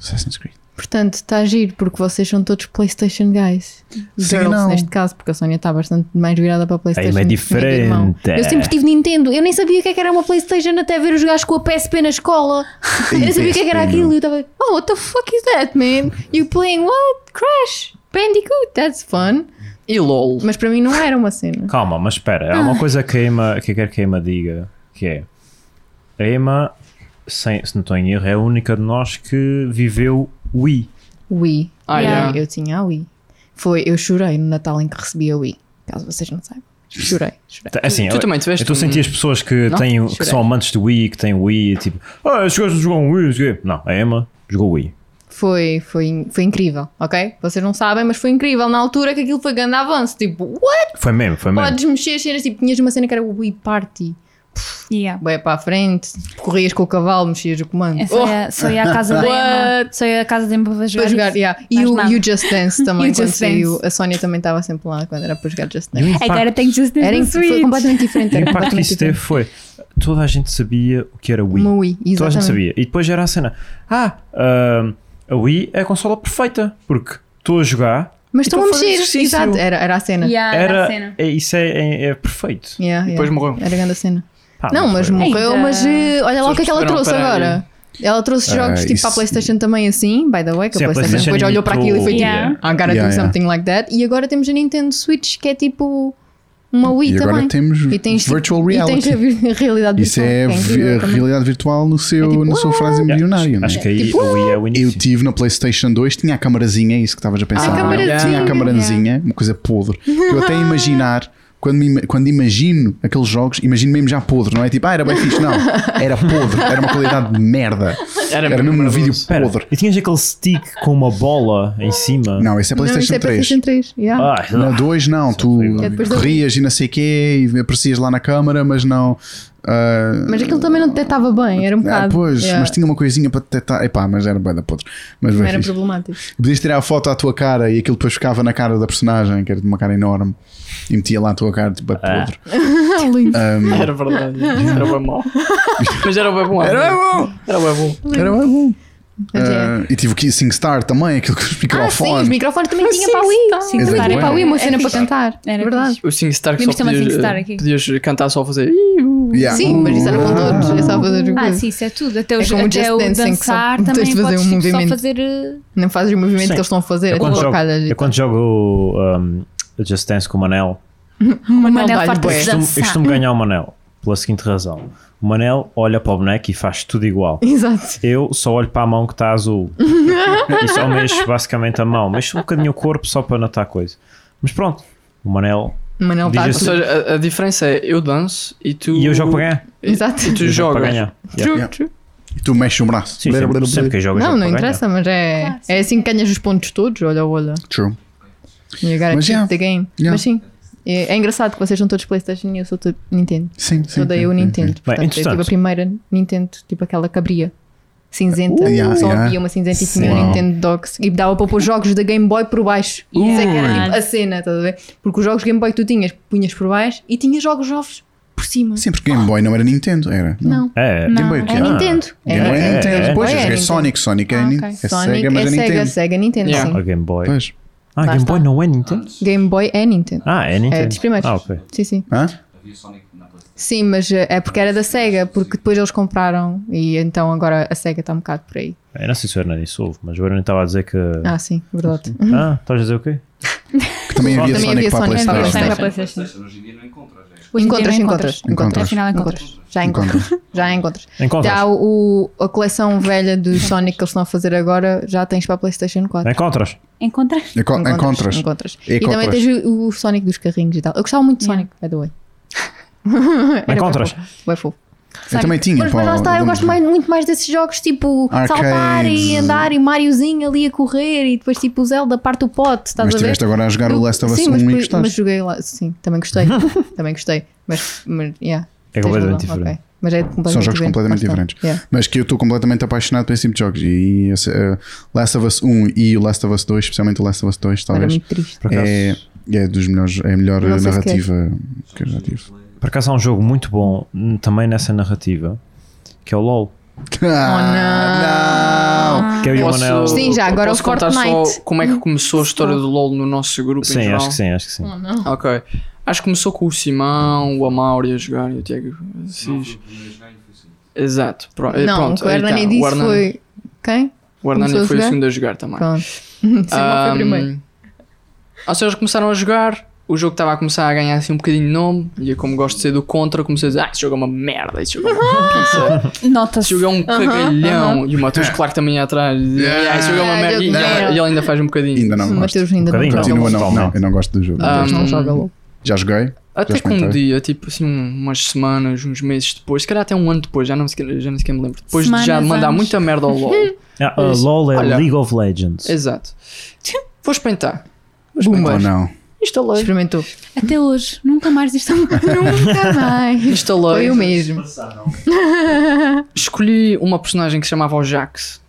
Speaker 1: Assassin's Creed.
Speaker 2: Portanto, está a giro, porque vocês são todos PlayStation guys. Os
Speaker 1: Sim,
Speaker 2: girls,
Speaker 1: não.
Speaker 2: neste caso, porque a Sónia está bastante mais virada para a PlayStation.
Speaker 4: Aí é
Speaker 2: do que o meu irmão.
Speaker 4: diferente.
Speaker 2: Eu sempre tive Nintendo. Eu nem sabia o que, é que era uma PlayStation até ver os gajos com a PSP na escola. Eu nem sabia o que, é que era
Speaker 1: PSP,
Speaker 2: aquilo. E eu estava, oh, what the fuck is that, man? You playing what? Crash? Bandicoot? That's fun.
Speaker 5: E LOL.
Speaker 2: Mas para mim não era uma cena.
Speaker 4: Calma, mas espera, há uma coisa que, a Emma, que eu quero que a Emma diga, que é a Emma, sem, se não estou em erro, é a única de nós que viveu o I.
Speaker 2: Wii.
Speaker 5: Ah, yeah.
Speaker 2: Eu tinha a Wii. Foi, eu chorei no Natal em que recebi a Wii. Caso vocês não saibam. Chorei, chorei.
Speaker 4: Assim,
Speaker 5: Tu
Speaker 4: eu-
Speaker 5: também tiveste
Speaker 4: Eu estou a
Speaker 5: um-
Speaker 4: sentir as pessoas que,
Speaker 5: Não?
Speaker 4: têm, que
Speaker 5: Chorei.
Speaker 4: são amantes do Wii, que têm o Wii, tipo, ah, esses gajos jogam Wii, não sei o quê." Não, a Emma jogou Wii.
Speaker 2: Foi, foi, foi incrível, ok? Vocês não sabem, mas foi incrível na altura que aquilo foi grande avanço. Tipo, what?
Speaker 4: Foi mesmo, foi mesmo.
Speaker 2: Podes mexer cenas. Tipo, tinhas uma cena que era o Wii Party.
Speaker 6: Yeah.
Speaker 2: Bem para a frente, corrias com o cavalo, mexias o comando.
Speaker 6: É, Só ia- só ia à casa da Emma. Só ia à casa da Emma para jogar.
Speaker 2: Oh. Para jogar,
Speaker 6: isso.
Speaker 2: yeah. E
Speaker 6: Mais
Speaker 2: o,
Speaker 6: nada.
Speaker 2: e o Just Dance também,
Speaker 6: E o
Speaker 2: quando
Speaker 6: Just
Speaker 2: saiu.
Speaker 6: Dance.
Speaker 2: A Sónia também estava sempre lá quando era para jogar Just
Speaker 4: E o
Speaker 2: Dance.
Speaker 4: impacto-
Speaker 6: Agora tenho Just Dance
Speaker 2: Era
Speaker 6: no
Speaker 2: in- foi
Speaker 6: Switch.
Speaker 2: completamente diferente.
Speaker 4: E o
Speaker 2: Era
Speaker 4: impacto que
Speaker 2: completamente
Speaker 4: isso teve
Speaker 2: diferente.
Speaker 4: foi. Toda a gente sabia o que era é Wii.
Speaker 2: Uma Wii,
Speaker 4: Toda a gente
Speaker 2: exatamente.
Speaker 4: sabia. E depois era a cena. Ah, ahm, a Wii é a consola perfeita. Porque estou a jogar.
Speaker 2: Mas
Speaker 4: e
Speaker 2: estão a
Speaker 4: fazer
Speaker 2: mexer,
Speaker 4: exercício.
Speaker 2: exato, era, era a cena.
Speaker 6: Yeah, era a
Speaker 4: Era,
Speaker 6: Ah, cena.
Speaker 4: é, isso é, é, é perfeito.
Speaker 2: Yeah,
Speaker 5: Depois
Speaker 2: yeah.
Speaker 5: morreu.
Speaker 2: Era grande a cena.
Speaker 4: Pá,
Speaker 2: não,
Speaker 4: foi-
Speaker 2: mas morreu,
Speaker 6: Eita.
Speaker 2: mas eh, olha lá o que é que ela
Speaker 5: Perceberam,
Speaker 2: trouxe
Speaker 5: peraí.
Speaker 2: agora. Ela trouxe
Speaker 1: Ah,
Speaker 2: jogos tipo
Speaker 1: isso-
Speaker 2: para a PlayStation também assim, by the way, que
Speaker 4: Sim,
Speaker 2: a PlayStation
Speaker 4: a PlayStation
Speaker 2: depois olhou para aquilo e foi tipo,
Speaker 6: imitou-
Speaker 2: I gotta
Speaker 1: Yeah,
Speaker 2: do
Speaker 1: yeah.
Speaker 2: something like that. E agora temos a Nintendo Switch que é tipo uma Wii
Speaker 1: e agora
Speaker 2: também.
Speaker 1: temos
Speaker 2: E tens, tipo,
Speaker 1: virtual
Speaker 2: e tens
Speaker 1: reality.
Speaker 2: a vi- a realidade
Speaker 1: Isso
Speaker 2: virtual,
Speaker 1: é
Speaker 2: que incrível
Speaker 1: vi-
Speaker 2: também.
Speaker 1: realidade virtual no seu,
Speaker 2: É tipo,
Speaker 1: na sua frase
Speaker 4: Yeah,
Speaker 1: milionária.
Speaker 4: acho,
Speaker 1: não é?
Speaker 4: acho que aí
Speaker 2: Tipo,
Speaker 4: a Wii é o
Speaker 1: Eu
Speaker 4: início.
Speaker 1: tive na PlayStation 2, tinha a camarazinha, é isso que estavas a pensar.
Speaker 2: A
Speaker 1: não é?
Speaker 2: camarazinha.
Speaker 1: Tinha a camarazinha, uma coisa podre. Que eu até imaginar, quando, me ima- quando imagino aqueles jogos, imagino mesmo já podre, não é tipo, ah, era bem fixe, não. Era podre, era uma qualidade de merda.
Speaker 5: Era
Speaker 1: Era mesmo um vídeo
Speaker 4: Espera,
Speaker 1: podre.
Speaker 4: e tinhas aquele stick com uma bola em cima.
Speaker 1: Não, esse é
Speaker 2: Não, isso
Speaker 1: PlayStation
Speaker 2: é
Speaker 1: 3.
Speaker 2: PlayStation 3. yeah.
Speaker 4: Ah,
Speaker 1: Na 2 não, tu
Speaker 4: horrível.
Speaker 2: É depois da-
Speaker 1: corrias e não sei o quê e aparecias lá na câmara, mas não. ah,
Speaker 2: Mas aquilo também não detectava bem, era um
Speaker 1: ah,
Speaker 2: bocado.
Speaker 1: pois,
Speaker 2: yeah,
Speaker 1: mas tinha uma coisinha para detectar. Epá, mas era bem da podre. Mas bem
Speaker 2: Era
Speaker 1: fixe.
Speaker 2: problemático.
Speaker 1: Podias tirar a foto à tua cara e aquilo depois ficava na cara da personagem, que era de uma cara enorme, e metia lá a tua cara tipo a
Speaker 4: Ah.
Speaker 1: podre.
Speaker 2: Ah, lindo.
Speaker 4: é
Speaker 5: Era verdade. Era bem mau. Mas era bem bom.
Speaker 1: Era bem bom!
Speaker 5: Era bem bom.
Speaker 1: Era bem bom!
Speaker 2: Mas é.
Speaker 1: Ah, e tive o Kissing Star também, aquilo com os
Speaker 2: Ah, sim, os
Speaker 1: microfones.
Speaker 2: microfones também tinha
Speaker 6: sim,
Speaker 2: para a Wii.
Speaker 6: sim,
Speaker 1: sim.
Speaker 2: Também tinha Então, para a Wii uma cena
Speaker 6: Era
Speaker 2: para
Speaker 6: É fixe.
Speaker 2: cantar.
Speaker 6: Era
Speaker 2: É verdade.
Speaker 5: O SingStar que só
Speaker 6: Devíamos ter uma
Speaker 5: podias,
Speaker 6: SingStar aqui.
Speaker 5: podias cantar só a fazer.
Speaker 1: Yeah.
Speaker 2: Sim, mas isso era com todos. É só fazer o
Speaker 6: Ah,
Speaker 2: coisa.
Speaker 6: sim, isso é tudo. Até, os,
Speaker 2: como o Just
Speaker 6: até o
Speaker 2: Dance, em que só
Speaker 6: dançar
Speaker 2: tens de
Speaker 6: também
Speaker 2: fazer
Speaker 6: podes
Speaker 2: um
Speaker 6: tipo,
Speaker 2: movimento.
Speaker 6: só fazer... uh,
Speaker 2: Não fazes o movimento
Speaker 4: Sim.
Speaker 2: que eles estão a fazer.
Speaker 4: Eu
Speaker 2: é
Speaker 4: quando
Speaker 2: tipo
Speaker 4: jogo,
Speaker 2: trocadas e
Speaker 4: eu
Speaker 2: tal.
Speaker 4: quando jogo um, Just Dance com o Manel,
Speaker 6: O
Speaker 2: Manel
Speaker 6: Manel
Speaker 2: dá-lhe
Speaker 6: farta
Speaker 2: bué.
Speaker 6: de
Speaker 4: Eu costumo- eu
Speaker 6: dançar.
Speaker 4: costumo ganhar o Manel, pela seguinte razão. O Manel olha para o boneco e faz tudo igual.
Speaker 2: Exato.
Speaker 4: Eu só olho para a mão que está azul. e só mexo basicamente a mão. Mexo um bocadinho o corpo só para notar coisa. Mas pronto, o Manel.
Speaker 2: O Manel
Speaker 4: Diz
Speaker 2: está
Speaker 5: Ou
Speaker 4: assim-
Speaker 2: tudo.
Speaker 5: seja, a, a diferença é eu danço e tu.
Speaker 4: E eu jogo para ganhar.
Speaker 5: E-
Speaker 2: Exato.
Speaker 5: E tu
Speaker 4: Eu jogo
Speaker 5: jogas.
Speaker 4: para ganhar. Yeah.
Speaker 5: True,
Speaker 1: Yeah.
Speaker 5: true.
Speaker 1: E tu mexes o braço.
Speaker 4: Sim, sempre, sempre que eu jogo, eu
Speaker 2: Não,
Speaker 4: jogo
Speaker 2: não
Speaker 4: para
Speaker 2: interessa, mas é,
Speaker 6: Claro, sim.
Speaker 2: é assim que ganhas os pontos todos, olha o olho.
Speaker 1: True.
Speaker 2: You gotta
Speaker 1: Mas
Speaker 2: keep
Speaker 1: yeah.
Speaker 2: the game.
Speaker 1: Yeah.
Speaker 2: Mas sim, é, é engraçado que vocês são todos Playstation e eu sou todo Nintendo.
Speaker 1: Sim, sim.
Speaker 2: eu dei o
Speaker 1: sim, sim,
Speaker 2: Nintendo.
Speaker 1: sim.
Speaker 2: Portanto, eu tive a
Speaker 4: interessante.
Speaker 2: primeira Nintendo, tipo aquela cabria. Cinzenta,
Speaker 1: Uh, yeah,
Speaker 2: só
Speaker 1: yeah.
Speaker 2: havia uma cinzenta e tinha
Speaker 1: Sim.
Speaker 2: o Nintendo Docs e dava para pôr jogos da Game Boy por baixo.
Speaker 6: Yeah.
Speaker 2: Isso é que era
Speaker 6: Ui.
Speaker 2: tipo, a cena, estás a ver? Porque os jogos Game Boy que tu tinhas, punhas por baixo e tinha jogos novos por cima.
Speaker 1: Sim, porque Game Boy não era Nintendo, era.
Speaker 2: Não,
Speaker 4: É,
Speaker 6: Não.
Speaker 1: Game Boy o quê?
Speaker 2: é
Speaker 4: Ah.
Speaker 2: Nintendo.
Speaker 1: Game Boy é Nintendo.
Speaker 4: é,
Speaker 1: Pois,
Speaker 4: é,
Speaker 1: eu
Speaker 4: é
Speaker 1: joguei
Speaker 2: Nintendo.
Speaker 1: Sonic, Sonic é,
Speaker 6: Ah,
Speaker 1: Nin-
Speaker 6: ok.
Speaker 1: é
Speaker 2: Sonic
Speaker 1: Sega, mas
Speaker 2: é
Speaker 1: é
Speaker 2: Sega,
Speaker 1: Nintendo.
Speaker 2: Sega, Nintendo,
Speaker 5: Yeah.
Speaker 2: sim.
Speaker 4: A é Game Boy.
Speaker 1: Pois.
Speaker 4: Ah,
Speaker 2: Lá
Speaker 4: Game Boy
Speaker 2: está.
Speaker 4: não é Nintendo?
Speaker 2: Game Boy é Nintendo.
Speaker 4: Ah, é Nintendo.
Speaker 2: É dos primeiros.
Speaker 4: Ah, ok.
Speaker 2: Sim, sim.
Speaker 1: Hã?
Speaker 2: Sim, mas eh, é porque era da SEGA, porque depois eles compraram e então agora a SEGA está um bocado por aí.
Speaker 4: Eu não sei se o Hernani soube, mas o Hernani estava a dizer que.
Speaker 2: Ah, sim, verdade.
Speaker 4: Ah, estás a dizer o quê?
Speaker 1: Que também havia
Speaker 2: Também
Speaker 1: Sonic
Speaker 2: havia
Speaker 1: para a
Speaker 2: Sonic para a
Speaker 1: PlayStation.
Speaker 2: PlayStation.
Speaker 6: Para PlayStation.
Speaker 2: Hoje em dia Encontras,
Speaker 6: não
Speaker 2: encontras,
Speaker 1: Encontras.
Speaker 2: encontras.
Speaker 6: Afinal, encontras.
Speaker 2: Já encontras. Já encontras.
Speaker 4: Encontras.
Speaker 2: Já o, o- a coleção velha do Sonic que eles estão a fazer agora já tens para a PlayStation 4.
Speaker 4: Encontras.
Speaker 6: Encontras?
Speaker 1: Enco- Encontras.
Speaker 2: encontras. E,
Speaker 1: Encontras.
Speaker 2: também tens o, o Sonic dos carrinhos e tal. Eu gostava muito de Sonic, by the way. Era
Speaker 4: Encontras. É
Speaker 2: bué fofo, bué fofo.
Speaker 1: Eu também tinha.
Speaker 2: Mas, mas
Speaker 1: pá,
Speaker 2: lá está, eu
Speaker 1: alguma-
Speaker 2: gosto mais- muito mais desses jogos tipo
Speaker 1: Arcades.
Speaker 2: saltar e andar e Mariozinho ali a correr e depois tipo o Zelda parte o pote, estás
Speaker 1: Mas
Speaker 2: a ver?
Speaker 1: estiveste agora a jogar o
Speaker 2: Do-
Speaker 1: Last of Us
Speaker 2: sim, mas,
Speaker 1: 1 e
Speaker 2: por- mas
Speaker 1: gostaste.
Speaker 2: joguei lá, sim, também gostei. também gostei. Mas, mas yeah,
Speaker 4: É
Speaker 2: tens
Speaker 4: completamente
Speaker 2: razão,
Speaker 4: diferente.
Speaker 2: ok. Mas é completamente
Speaker 1: São jogos
Speaker 2: diferente,
Speaker 1: completamente
Speaker 2: lá está.
Speaker 1: diferentes.
Speaker 2: Yeah.
Speaker 1: Mas que eu estou completamente apaixonado por esse tipo de jogos. E esse, eh, Last of Us 1 e o Last of Us 2, especialmente o Last of Us 2,
Speaker 2: Era
Speaker 1: talvez.
Speaker 2: muito triste.
Speaker 4: Por acaso,
Speaker 1: É, é dos melhores, é a melhor
Speaker 2: Não sei se
Speaker 1: narrativa que eu já tive.
Speaker 4: por acaso há um jogo muito bom hum, também nessa narrativa que é o LOL.
Speaker 1: Ah, não.
Speaker 4: Que eu e o
Speaker 5: Posso-
Speaker 4: Manel.
Speaker 2: Sim, já, agora
Speaker 5: posso
Speaker 2: o
Speaker 5: contar só
Speaker 2: Fortnite.
Speaker 5: como é que começou a história do LOL no nosso grupo em
Speaker 4: Sim,
Speaker 5: geral?
Speaker 4: acho que sim, acho que sim.
Speaker 5: Ok. Acho que começou com o Simão, o Amauri a jogar e o Tiago Assis. Exato. Pro- eh,
Speaker 2: não,
Speaker 5: pronto,
Speaker 2: o que o
Speaker 5: aí
Speaker 2: Hernani
Speaker 5: tá.
Speaker 2: disse
Speaker 5: o Hernani,
Speaker 2: foi. Quem?
Speaker 5: o Hernani
Speaker 2: começou a
Speaker 5: foi o
Speaker 2: jogar?
Speaker 5: segundo a jogar também.
Speaker 2: Pronto. Um, Sim, foi
Speaker 5: Ahm,
Speaker 2: primeiro.
Speaker 5: ou seja, eles começaram a jogar. O jogo estava a começar a ganhar assim um bocadinho de nome. E eu, como gosto de ser do contra, comecei a dizer: Ah, esse jogo é uma merda. Esse jogo é uma pizza. Esse
Speaker 6: Nota-se.
Speaker 5: jogo é um cagalhão. E o Matheus Clark também ia atrás. e dizia,
Speaker 1: Yeah.
Speaker 5: "Ah, esse jogo é uma
Speaker 2: Ah,
Speaker 5: merda. E,
Speaker 2: jogo de
Speaker 5: ele-
Speaker 2: merda.
Speaker 5: e ele ainda faz um bocadinho.
Speaker 1: Ainda
Speaker 2: O
Speaker 1: não gosto.
Speaker 2: Mateus ainda não
Speaker 4: Bocadinho,
Speaker 2: jogou.
Speaker 1: Continua,
Speaker 4: Não,
Speaker 1: não, não, eu não gosto do jogo.
Speaker 5: Ah.
Speaker 2: Mateus não
Speaker 5: Hum.
Speaker 2: joga logo.
Speaker 1: Já joguei.
Speaker 5: Até
Speaker 1: Já
Speaker 5: que um
Speaker 1: experimentei.
Speaker 5: dia, tipo assim, umas semanas, uns meses depois, se calhar até um ano depois, já não sequer, já nem sequer me lembro. Depois de já
Speaker 6: Semanas,
Speaker 5: mandar
Speaker 6: anos.
Speaker 5: muita merda ao LOL.
Speaker 4: Ah, ah, LOL é
Speaker 5: Olha.
Speaker 4: League of Legends.
Speaker 5: Exato. Vou experimentar. Vou
Speaker 1: Ou
Speaker 5: experimentar.
Speaker 1: não.
Speaker 5: Instalei.
Speaker 2: Experimentou.
Speaker 6: Até hoje. Nunca mais isto.
Speaker 2: Nunca mais. Foi
Speaker 5: Instalei.
Speaker 2: o mesmo.
Speaker 5: Escolhi uma personagem que se chamava o Jax.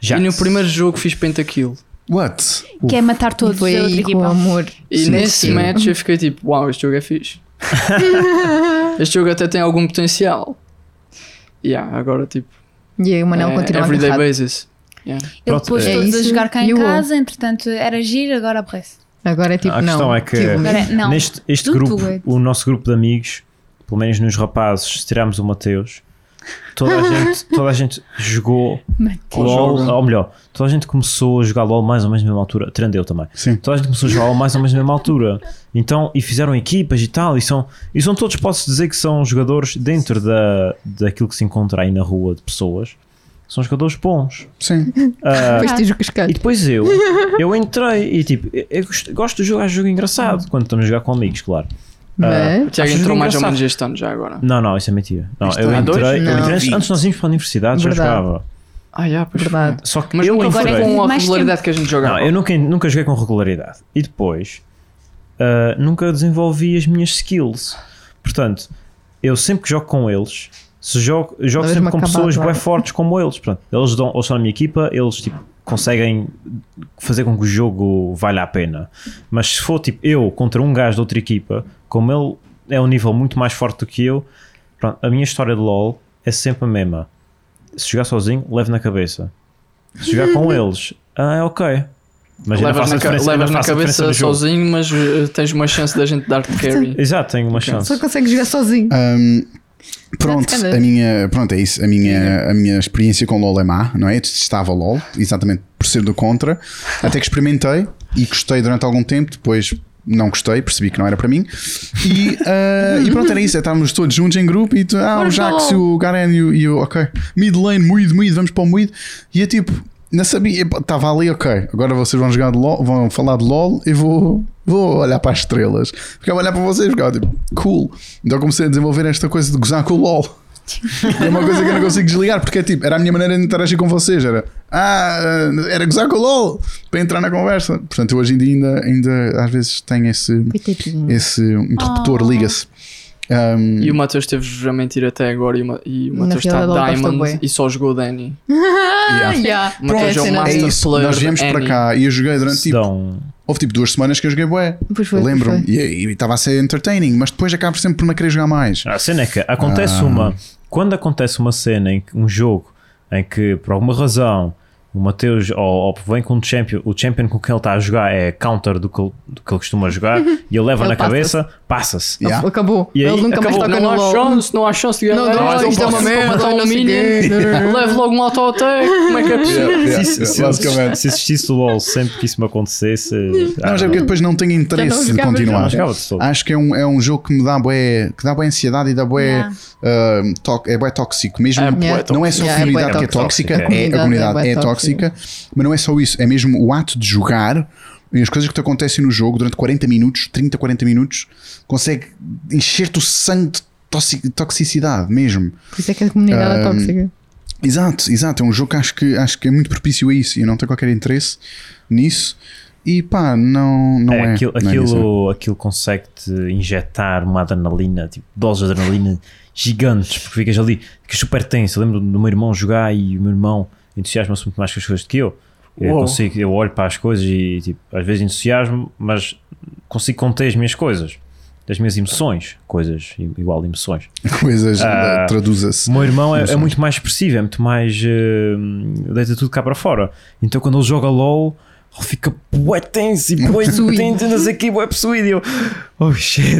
Speaker 4: Já.
Speaker 5: E no primeiro jogo fiz pentakill.
Speaker 1: What?
Speaker 6: Quer matar todos.
Speaker 2: Foi
Speaker 6: a outra
Speaker 2: aí com o
Speaker 6: equipa.
Speaker 2: amor.
Speaker 5: E
Speaker 1: Sim,
Speaker 5: nesse
Speaker 1: sim.
Speaker 5: match eu fiquei tipo, uau, este jogo é fixe. este jogo até tem algum potencial. Yeah, agora tipo,
Speaker 2: E aí o Manel
Speaker 5: é,
Speaker 2: continua
Speaker 5: everyday
Speaker 2: agarrado.
Speaker 5: basis. Yeah.
Speaker 6: Ele
Speaker 4: Pronto,
Speaker 6: pôs
Speaker 4: é
Speaker 6: todos a
Speaker 2: isso.
Speaker 6: jogar cá em
Speaker 2: E o-
Speaker 6: casa, entretanto era giro, agora aborrece.
Speaker 2: Agora é tipo,
Speaker 4: a
Speaker 2: não.
Speaker 4: questão é que
Speaker 2: tipo,
Speaker 6: Agora, não.
Speaker 4: neste este
Speaker 6: Do
Speaker 4: grupo,
Speaker 6: duet.
Speaker 4: o nosso grupo de amigos, pelo menos nos rapazes, se tirarmos o Mateus, toda a gente, toda a gente jogou LOL, ou melhor, toda a gente começou a jogar LOL mais ou menos na mesma altura, trendeu também.
Speaker 1: Sim.
Speaker 4: Toda a gente começou a jogar LOL mais ou menos na mesma altura. Então, e fizeram equipas e tal, e são, e são todos, posso dizer que são jogadores dentro da, daquilo que se encontra aí na rua de pessoas, são jogadores bons.
Speaker 1: Sim.
Speaker 4: Ah,
Speaker 2: Depois tens o cascalho.
Speaker 4: e depois eu, eu entrei e tipo, eu- eu gosto, gosto de jogar jogo engraçado quando estamos a jogar com amigos, claro.
Speaker 5: O
Speaker 2: Mas,
Speaker 5: Tiago
Speaker 4: Acho
Speaker 5: entrou
Speaker 4: jogo
Speaker 5: mais ou
Speaker 4: engraçado.
Speaker 5: menos este ano já agora.
Speaker 4: Não, não, isso é mentira. Não,
Speaker 1: Isto
Speaker 4: eu
Speaker 1: é-
Speaker 5: Há dois?
Speaker 4: entrei, eu
Speaker 2: Não.
Speaker 4: entrei antes, antes nós íamos para a universidade, já
Speaker 2: Verdade.
Speaker 4: jogava.
Speaker 5: Ah, yeah, pois foi.
Speaker 2: verdade.
Speaker 4: Só que
Speaker 5: Mas
Speaker 4: eu
Speaker 5: nunca
Speaker 4: entrei.
Speaker 5: foi com a
Speaker 6: Mais
Speaker 5: regularidade que a gente jogava.
Speaker 4: Não, eu nunca, nunca joguei com regularidade. E depois, ah, nunca desenvolvi as minhas skills. Portanto, eu sempre que jogo com eles, se jogo, eu jogo
Speaker 2: Mas
Speaker 4: sempre
Speaker 2: me
Speaker 4: com
Speaker 2: acabar,
Speaker 4: pessoas
Speaker 2: claro.
Speaker 4: bem fortes como eles. Portanto, eles, dão, eles são na minha equipa, eles tipo, conseguem fazer com que o jogo valha a pena. Mas se for tipo eu contra um gajo de outra equipa, como ele é um nível muito mais forte do que eu, pronto, a minha história de LOL é sempre a mesma. Se jogar sozinho, levo na cabeça. Se jogar com eles, ah, é ok. Mas ainda faço
Speaker 5: levas
Speaker 4: a
Speaker 5: na, ca-
Speaker 4: diferença-
Speaker 5: levas
Speaker 4: ainda
Speaker 5: na
Speaker 4: faço a diferença
Speaker 5: cabeça
Speaker 4: no jogo.
Speaker 5: sozinho, mas eh, tens uma chance da gente dar-te carry.
Speaker 4: Exato, tenho uma chance.
Speaker 2: Só tipo, consegues jogar sozinho.
Speaker 1: Hum. Ahm, pronto,
Speaker 2: That's kinda-
Speaker 1: a minha, pronto, é isso. A minha, a minha experiência com LOL é má, não é? Eu Detestava LOL, exatamente por ser do contra, até que experimentei e gostei durante algum tempo. Depois Não gostei, percebi que não era para mim. E, ah, e pronto, era isso. Estávamos todos juntos em grupo e tu, ah, o
Speaker 3: Bora para
Speaker 1: Jax,
Speaker 3: lá.
Speaker 1: o Garen e o, e o- ok, mid lane, mid, mid, vamos para o mid. E é tipo, não sabia, epá, estava ali, ok, agora vocês vão jogar de LOL, vão falar de LOL e vou, vou olhar para as estrelas. Ficava a olhar para vocês, ficava tipo, cool. Então comecei a desenvolver esta coisa de gozar com o LOL. É uma coisa que eu não consigo desligar, porque é tipo, era a minha maneira de interagir com vocês, era ah, era gozar com o LOL para entrar na conversa. Portanto, eu hoje em dia ainda, ainda às vezes tenho esse,
Speaker 2: Coitadinho.
Speaker 1: esse interruptor, liga-se. Um,
Speaker 5: E o Matheus esteve a mentir até agora e o Ma- e o
Speaker 2: Na
Speaker 5: Matheus
Speaker 2: fila
Speaker 5: está
Speaker 2: da Lola gosta
Speaker 5: Diamond
Speaker 2: bué.
Speaker 5: e só jogou Danny.
Speaker 1: yeah.
Speaker 2: Yeah.
Speaker 5: O Matheus é
Speaker 2: Pronto,
Speaker 5: um
Speaker 1: É
Speaker 5: master
Speaker 1: isso,
Speaker 5: player.
Speaker 1: nós viemos
Speaker 5: de
Speaker 1: para
Speaker 5: Annie.
Speaker 1: cá e eu joguei durante
Speaker 4: Se
Speaker 1: tipo,
Speaker 4: dão-
Speaker 1: houve tipo duas semanas que eu joguei bué.
Speaker 2: Pois foi,
Speaker 1: Eu
Speaker 2: pois
Speaker 1: lembro-me
Speaker 2: foi.
Speaker 1: e e estava a ser entertaining, mas depois acabo sempre por não querer jogar mais.
Speaker 4: A cena é que acontece uma. Quando acontece uma cena em que um jogo em que, por alguma razão, o Mateus ou, ou vem com um champion, o champion com quem ele está a jogar é counter do que ele, do que ele costuma jogar e ele leva
Speaker 2: Ele
Speaker 4: na cabeça, passa-se.
Speaker 1: Yeah.
Speaker 2: Acabou.
Speaker 4: E aí,
Speaker 2: Ele nunca
Speaker 4: acabou.
Speaker 2: mais toca
Speaker 5: Não
Speaker 2: no
Speaker 5: há
Speaker 2: LOL.
Speaker 5: chance, não há chance de ganhar.
Speaker 2: tá Não, não,
Speaker 5: Então
Speaker 2: isto é uma
Speaker 5: posso
Speaker 2: merda,
Speaker 5: matar um
Speaker 2: não sei
Speaker 5: minion,
Speaker 2: quê.
Speaker 5: Leve logo um auto-attack. Como é que é possível?
Speaker 1: Yeah, yeah,
Speaker 4: Se-
Speaker 1: yeah,
Speaker 4: se-
Speaker 1: basicamente.
Speaker 4: Se existisse o LOL sempre que isso me acontecesse. ah,
Speaker 1: Não, mas é porque depois não tenho
Speaker 2: Já não
Speaker 1: interesse de
Speaker 2: jogava,
Speaker 4: já não
Speaker 1: continuar.
Speaker 4: jogava de todo.
Speaker 1: Acho que é um, é um jogo que me dá bué, que dá bué ansiedade e dá bué,
Speaker 6: Yeah.
Speaker 1: ah, tó- é bué tóxico. Mesmo,
Speaker 5: É bué
Speaker 1: não é só a
Speaker 2: tóxico.
Speaker 1: comunidade
Speaker 2: Yeah,
Speaker 1: que
Speaker 2: é
Speaker 1: é
Speaker 2: bué
Speaker 1: tóxica,
Speaker 4: tóxico.
Speaker 1: é, a
Speaker 2: A
Speaker 1: comunidade é,
Speaker 2: comunidade é bué
Speaker 1: tóxica, mas não é só isso, é mesmo o ato de jogar e as coisas que te acontecem no jogo durante 40 minutos, 30, 40 minutos, consegue encher-te o sangue de toxi- toxicidade mesmo.
Speaker 2: Por isso é que a comunidade é
Speaker 1: Ah,
Speaker 2: tóxica.
Speaker 1: Exato, exato. É um jogo que acho que, acho que é muito propício a isso e eu não tenho qualquer interesse nisso. E pá, não, não é.
Speaker 4: É, aquilo,
Speaker 1: não é
Speaker 4: aquilo,
Speaker 1: nisso.
Speaker 4: aquilo consegue-te injetar uma adrenalina, tipo, doses de adrenalina gigantes, porque ficas ali que super tenso. Eu lembro do meu irmão jogar e o meu irmão entusiasma-se muito mais com as coisas do que eu. Eu
Speaker 5: Uou.
Speaker 4: consigo, eu olho para as coisas e tipo, às vezes entusiasmo, mas consigo conter as minhas coisas, as minhas emoções, coisas i- igual emoções.
Speaker 1: Coisas,
Speaker 4: Ah,
Speaker 1: traduza-se.
Speaker 4: O meu irmão é, é
Speaker 1: Emoções.
Speaker 4: muito mais expressivo, é muito mais. eh, deita tudo cá para fora. Então quando ele joga LOL, ele fica bué tenso e bué tenso, não sei o que, bué possuído. E eu, oh shit.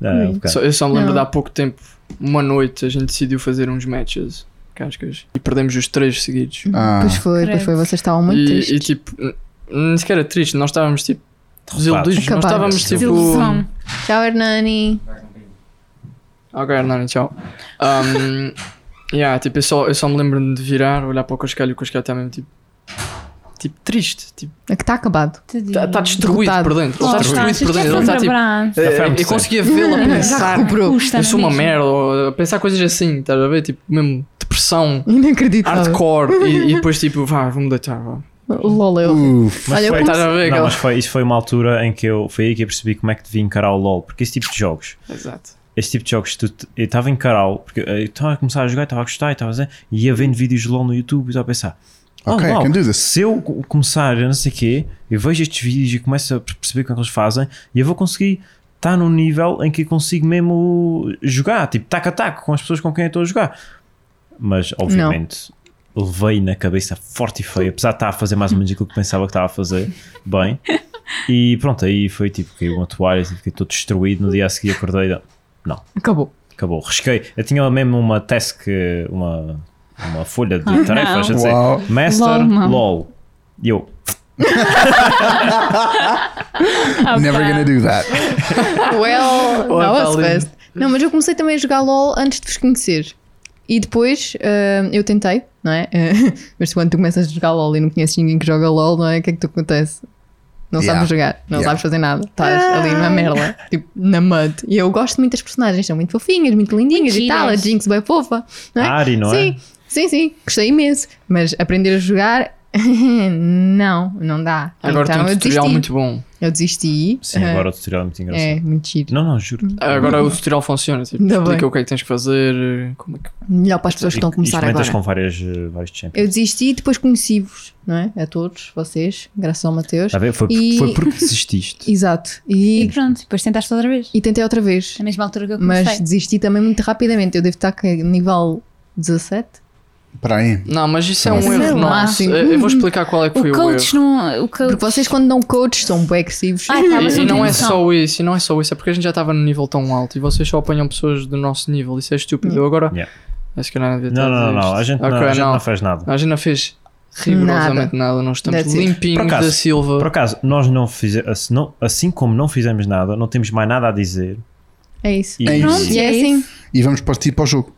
Speaker 4: não, é um bocado.
Speaker 5: Só- eu só me lembro
Speaker 2: Não.
Speaker 5: de há pouco tempo, uma noite, a gente decidiu fazer uns matches, cascas, e perdemos os três seguidos.
Speaker 1: Ah.
Speaker 2: Pois foi, pois
Speaker 6: Credo.
Speaker 2: foi. Vocês estavam muito
Speaker 5: E,
Speaker 2: tristes.
Speaker 5: e tipo, n- nem sequer era triste, nós estávamos tipo desiludidos, nós
Speaker 2: Acabados.
Speaker 5: estávamos tipo.
Speaker 6: Desilusão.
Speaker 2: Tchau, Hernani.
Speaker 5: Ok, Hernani, tchau. Um, yeah, tipo, eu só, eu só me lembro de virar, olhar para o Cascalho e o Cascalho está mesmo tipo. Tipo, triste, tipo,
Speaker 2: É que está acabado.
Speaker 5: está
Speaker 6: Hum.
Speaker 5: destruído
Speaker 2: Derrotado.
Speaker 5: por dentro.
Speaker 6: Oh,
Speaker 5: Ele
Speaker 6: está,
Speaker 5: está destruído por
Speaker 6: já
Speaker 5: dentro.
Speaker 6: estou
Speaker 5: Ele está
Speaker 6: a
Speaker 5: tipo.
Speaker 6: lembrar.
Speaker 5: eh,
Speaker 4: Já foi
Speaker 5: Eu
Speaker 4: acontecer.
Speaker 5: conseguia vê-la pensar.
Speaker 2: Recuperou.
Speaker 6: Custa,
Speaker 5: Eu
Speaker 6: não
Speaker 5: sou uma
Speaker 6: deixa.
Speaker 5: merda, ou pensar coisas assim, estás a ver? Tipo, mesmo depressão,
Speaker 2: Inacreditável.
Speaker 5: hardcore, e, e depois tipo, vá, vou-me deitar, vá.
Speaker 2: LOL eu.
Speaker 1: Uf,
Speaker 4: Mas
Speaker 2: Olha, eu
Speaker 4: foi-
Speaker 5: Estás a ver
Speaker 4: não,
Speaker 5: aquela.
Speaker 4: mas foi, isso foi uma altura em que eu. Foi aí que eu percebi como é que devia encarar o LOL, porque esse tipo de jogos.
Speaker 5: Exato.
Speaker 4: Este tipo de jogos, tu, te- eu estava em Carol, porque eh, eu estava a começar a jogar, estava a gostar, e estava a fazer, e ia vendo vídeos de LOL no YouTube e estava a pensar:
Speaker 1: Ok,
Speaker 4: uau,
Speaker 1: can do this.
Speaker 4: se eu co- começar a não sei o quê, eu vejo estes vídeos e começo a per- perceber como é que eles fazem, e eu vou conseguir estar num nível em que eu consigo mesmo jogar, tipo, tac a tac com as pessoas com quem eu estou a jogar. Mas, obviamente, levei na cabeça forte e feio, apesar de estar a fazer mais ou menos aquilo que pensava que estava a fazer bem. E pronto, aí foi tipo, caiu uma toalha, e fiquei todo destruído. No dia a seguir acordei, e não,
Speaker 2: Acabou.
Speaker 4: acabou, risquei. Eu tinha mesmo uma task, uma, uma folha de tarefas a dizer
Speaker 1: Uau.
Speaker 4: Master
Speaker 6: Lol,
Speaker 4: LOL.
Speaker 6: não.
Speaker 4: E eu,
Speaker 6: Ah,
Speaker 1: Never
Speaker 6: pá.
Speaker 1: gonna do that.
Speaker 2: Well,
Speaker 5: Ou é
Speaker 2: that was
Speaker 5: válido.
Speaker 2: fast. Não, mas eu comecei também a jogar LOL antes de vos conhecer. E depois ah, eu tentei, não é? Ah, mas quando tu começas a jogar LOL e não conheces ninguém que joga LOL, não é? O que é que tu acontece? Não
Speaker 1: Yeah.
Speaker 2: sabes jogar, não
Speaker 1: Yeah.
Speaker 2: sabes fazer nada. Estás ali na merda, tipo na mud. E eu gosto muito das personagens, são muito fofinhas, muito lindinhas e
Speaker 6: Muito
Speaker 2: tal. A
Speaker 6: giras.
Speaker 2: Jinx bem fofa, não é?
Speaker 4: Ari, não
Speaker 2: sim,
Speaker 4: é?
Speaker 2: sim, sim, gostei imenso. Mas aprender a jogar, não, não dá.
Speaker 5: Agora
Speaker 2: então
Speaker 5: tem
Speaker 2: eu
Speaker 5: um tutorial
Speaker 2: desisti.
Speaker 5: muito bom.
Speaker 2: Eu desisti.
Speaker 4: Sim,
Speaker 2: Ah,
Speaker 4: agora o tutorial é muito engraçado.
Speaker 2: É, Hum. muito giro.
Speaker 4: Não, não, juro.
Speaker 5: Ah, Agora o tutorial funciona, tipo,
Speaker 2: Ainda
Speaker 5: explica
Speaker 2: bem.
Speaker 5: o que é que tens que fazer, como é que...
Speaker 2: Melhor para as pessoas que estão a
Speaker 4: E- e
Speaker 2: começar
Speaker 4: experimentas
Speaker 2: agora.
Speaker 4: com várias, eh, vários champions.
Speaker 2: Eu desisti e depois conheci-vos, não é? A todos, vocês, graças ao Mateus.
Speaker 4: Está Tá a ver? Foi, por-
Speaker 2: E-
Speaker 4: foi porque desististe.
Speaker 2: Exato.
Speaker 6: E
Speaker 2: E,
Speaker 6: pronto, depois tentaste outra vez.
Speaker 2: e tentei outra vez,
Speaker 6: Na É mesma altura que eu
Speaker 2: mas
Speaker 6: comecei.
Speaker 2: desisti também muito rapidamente. Eu devo estar com nível 17.
Speaker 1: Espera aí.
Speaker 5: Não, mas isso é
Speaker 1: Sim.
Speaker 5: um
Speaker 6: Sei
Speaker 5: erro
Speaker 6: lá.
Speaker 5: nosso.
Speaker 2: Sim.
Speaker 5: Eu eu vou explicar qual é que foi
Speaker 6: O
Speaker 5: o, erro.
Speaker 6: coach não. O coach...
Speaker 2: Porque vocês, quando dão coach, são bem agressivos.
Speaker 6: Ai, pá, mas
Speaker 5: E, e não é
Speaker 6: noção.
Speaker 5: só isso, e não é só isso, é porque a gente já estava num nível tão alto e vocês só apanham pessoas do nosso nível, isso é estúpido. Eu agora.
Speaker 4: Yeah.
Speaker 5: Acho que eu não devia
Speaker 4: Não,
Speaker 5: estar a
Speaker 4: não, não,
Speaker 5: dizer
Speaker 4: não,
Speaker 5: isto.
Speaker 4: a gente, não,
Speaker 5: Ok,
Speaker 2: Ah.
Speaker 4: a gente não fez nada.
Speaker 5: A gente não fez rigorosamente nada, nós estamos
Speaker 2: That's it.
Speaker 5: limpinhos
Speaker 4: Por acaso-
Speaker 5: da Silva.
Speaker 4: Por acaso, nós não fizemos, assim, não- assim como não fizemos nada, não temos mais nada a dizer.
Speaker 2: É isso.
Speaker 4: E-
Speaker 1: É isso.
Speaker 2: E é
Speaker 6: É assim.
Speaker 2: assim.
Speaker 1: E vamos partir para o jogo.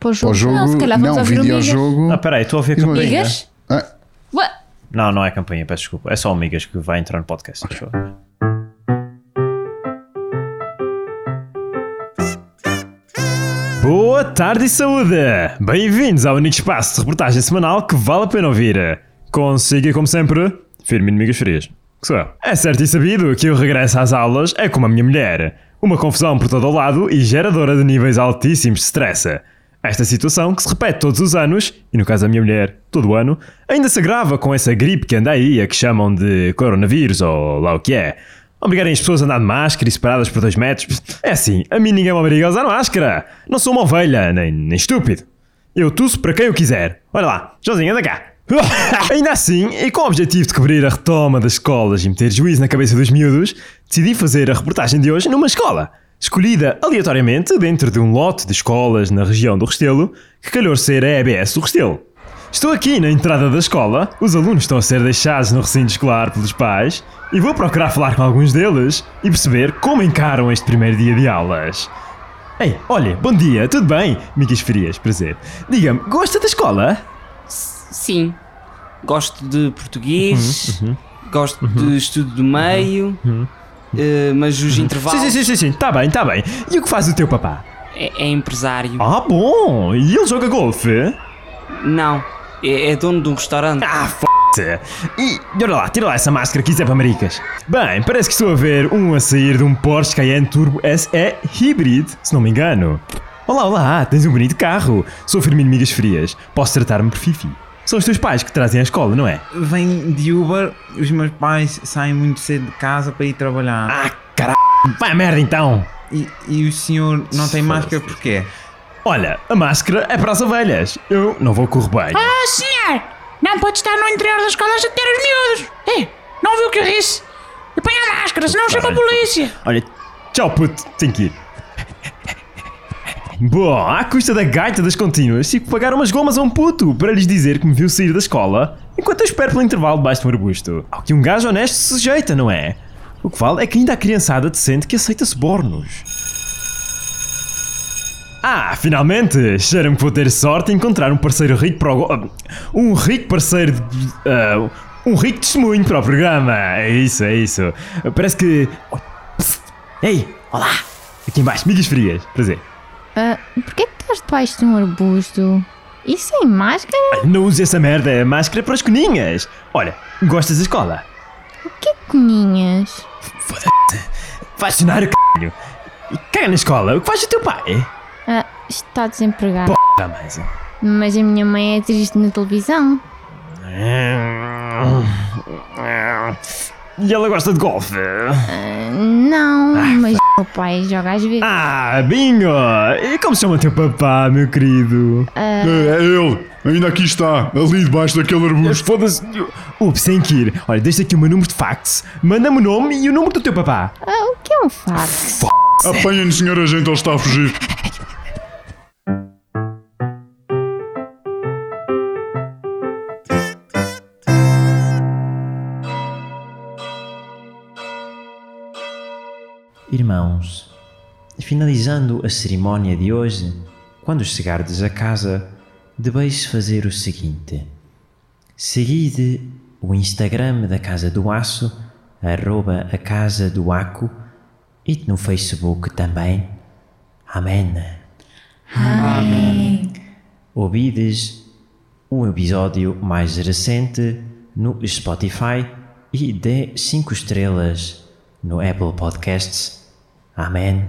Speaker 2: Para o
Speaker 1: Para o
Speaker 2: jogo.
Speaker 1: jogo,
Speaker 6: Não, se calhar vamos
Speaker 1: não,
Speaker 6: ouvir o
Speaker 1: videojogo.
Speaker 4: Ah, peraí, estou a ver
Speaker 1: Diz-me
Speaker 4: campainha.
Speaker 6: Migas?
Speaker 1: Ah.
Speaker 6: What?
Speaker 4: Não, não é campainha, peço desculpa. É só o Migas que vai entrar no podcast. por favor. Boa tarde e saúde! Bem-vindos ao único espaço de reportagem semanal que vale a pena ouvir. Consiga, como sempre, firme Migas frias. Que sou eu. É certo e sabido que o regresso às aulas é como a minha mulher. Uma confusão por todo o lado e geradora de níveis altíssimos de stress. Esta situação, que se repete todos os anos, e no caso da minha mulher, todo o ano, ainda se agrava com essa gripe que anda aí, a que chamam de coronavírus ou lá o que é. Obrigarem as pessoas a andar de máscara e separadas por dois metros. É assim, a mim ninguém me obriga a usar máscara. Não sou uma ovelha, nem, nem estúpido. Eu tuço para quem eu quiser. Olha lá, Josinho, anda cá. Ainda assim, e com o objetivo de cobrir a retoma das escolas e meter juízo na cabeça dos miúdos, decidi fazer a reportagem de hoje numa escola, escolhida aleatoriamente dentro de um lote de escolas na região do Restelo, que calhou ser a EBS do Restelo. Estou aqui na entrada da escola. Os alunos estão a ser deixados no recinto escolar pelos pais e vou procurar falar com alguns deles e perceber como encaram este primeiro dia de aulas. Ei, olha, bom dia, tudo bem? Migas Farias, prazer. Diga-me, gosta da escola?
Speaker 7: Sim. Gosto de português,
Speaker 4: Uhum,
Speaker 7: gosto de estudo do meio, eh, mas os intervalos
Speaker 4: Uhum. Sim, sim, sim, sim, sim, tá bem, tá bem. E o que faz o teu papá?
Speaker 7: É, é empresário.
Speaker 4: Ah, bom, e ele joga golfe?
Speaker 7: Não, é, é dono de um restaurante.
Speaker 4: Ah, f***. E olha lá, tira lá essa máscara que isso é para maricas. Bem, parece que estou a ver um a sair de um Porsche Cayenne Turbo SE Hybrid, se não me engano. Olá, olá, tens um bonito carro. Sou Firmino Migas Frias. Posso tratar-me por Fifi. São os teus pais que te trazem à escola, não é?
Speaker 8: Venho de Uber, os meus pais saem muito cedo de casa para ir trabalhar.
Speaker 4: Ah, caralho. Vai a merda então.
Speaker 8: E, e o senhor não tem máscara porquê?
Speaker 4: Olha, a máscara é para as ovelhas. Eu não vou correr bem.
Speaker 6: oh,
Speaker 9: Ah, senhor! Não pode estar no interior das escolas a ter os miúdos! Ei, não viu o que eu disse? Apanha a máscara, senão chama a polícia!
Speaker 4: Olha, tchau puto, tenho que ir. Bom, à custa da gaita das contínuas, tive que pagar umas gomas a um puto para lhes dizer que me viu sair da escola enquanto eu espero pelo intervalo debaixo de um arbusto. Ao que um gajo honesto se sujeita, não é? O que vale é que ainda há criançada decente que aceita subornos. Ah, finalmente! Cheira-me que vou ter sorte em encontrar um parceiro rico para o. go- ah, Um rico parceiro de. ah, um rico testemunho para o programa! É isso, é isso. Parece que. Ei, olá! Aqui embaixo, migas frias. Prazer.
Speaker 2: Ah, Porquê que estás debaixo de um arbusto? E sem máscara?
Speaker 4: Olha, não use essa merda, é máscara para as coninhas. Olha, gostas da escola?
Speaker 2: Que coninhas?
Speaker 4: Faz cenário, c******. E caga na escola, o que faz o teu pai?
Speaker 2: Ah, está desempregado.
Speaker 4: Dá mais. um.
Speaker 2: Mas a minha mãe é triste na televisão.
Speaker 4: E ela gosta de golfe.
Speaker 2: Ah, não, mas o meu pai joga às vezes.
Speaker 4: Ah, bingo! E como se chama o teu papá, meu querido?
Speaker 1: É, é ele, ainda aqui está, ali debaixo daquele
Speaker 4: Mas
Speaker 1: arbusto.
Speaker 4: Foda-se. Ups, sem que ir. Olha, deixa aqui o meu número de fax. Manda-me o nome e o número do teu papá.
Speaker 2: Ah, o que é um fax?
Speaker 1: Apanhem-no, senhor agente, ele está a fugir.
Speaker 10: Irmãos, finalizando a cerimónia de hoje, quando chegardes a casa, deveis fazer o seguinte: seguide o Instagram da Casa do Aço, arroba a Casa do Aco, e no Facebook também. Amém. Amém. Ouvides o episódio mais recente no Spotify e dê 5 estrelas no Apple Podcasts. Amém.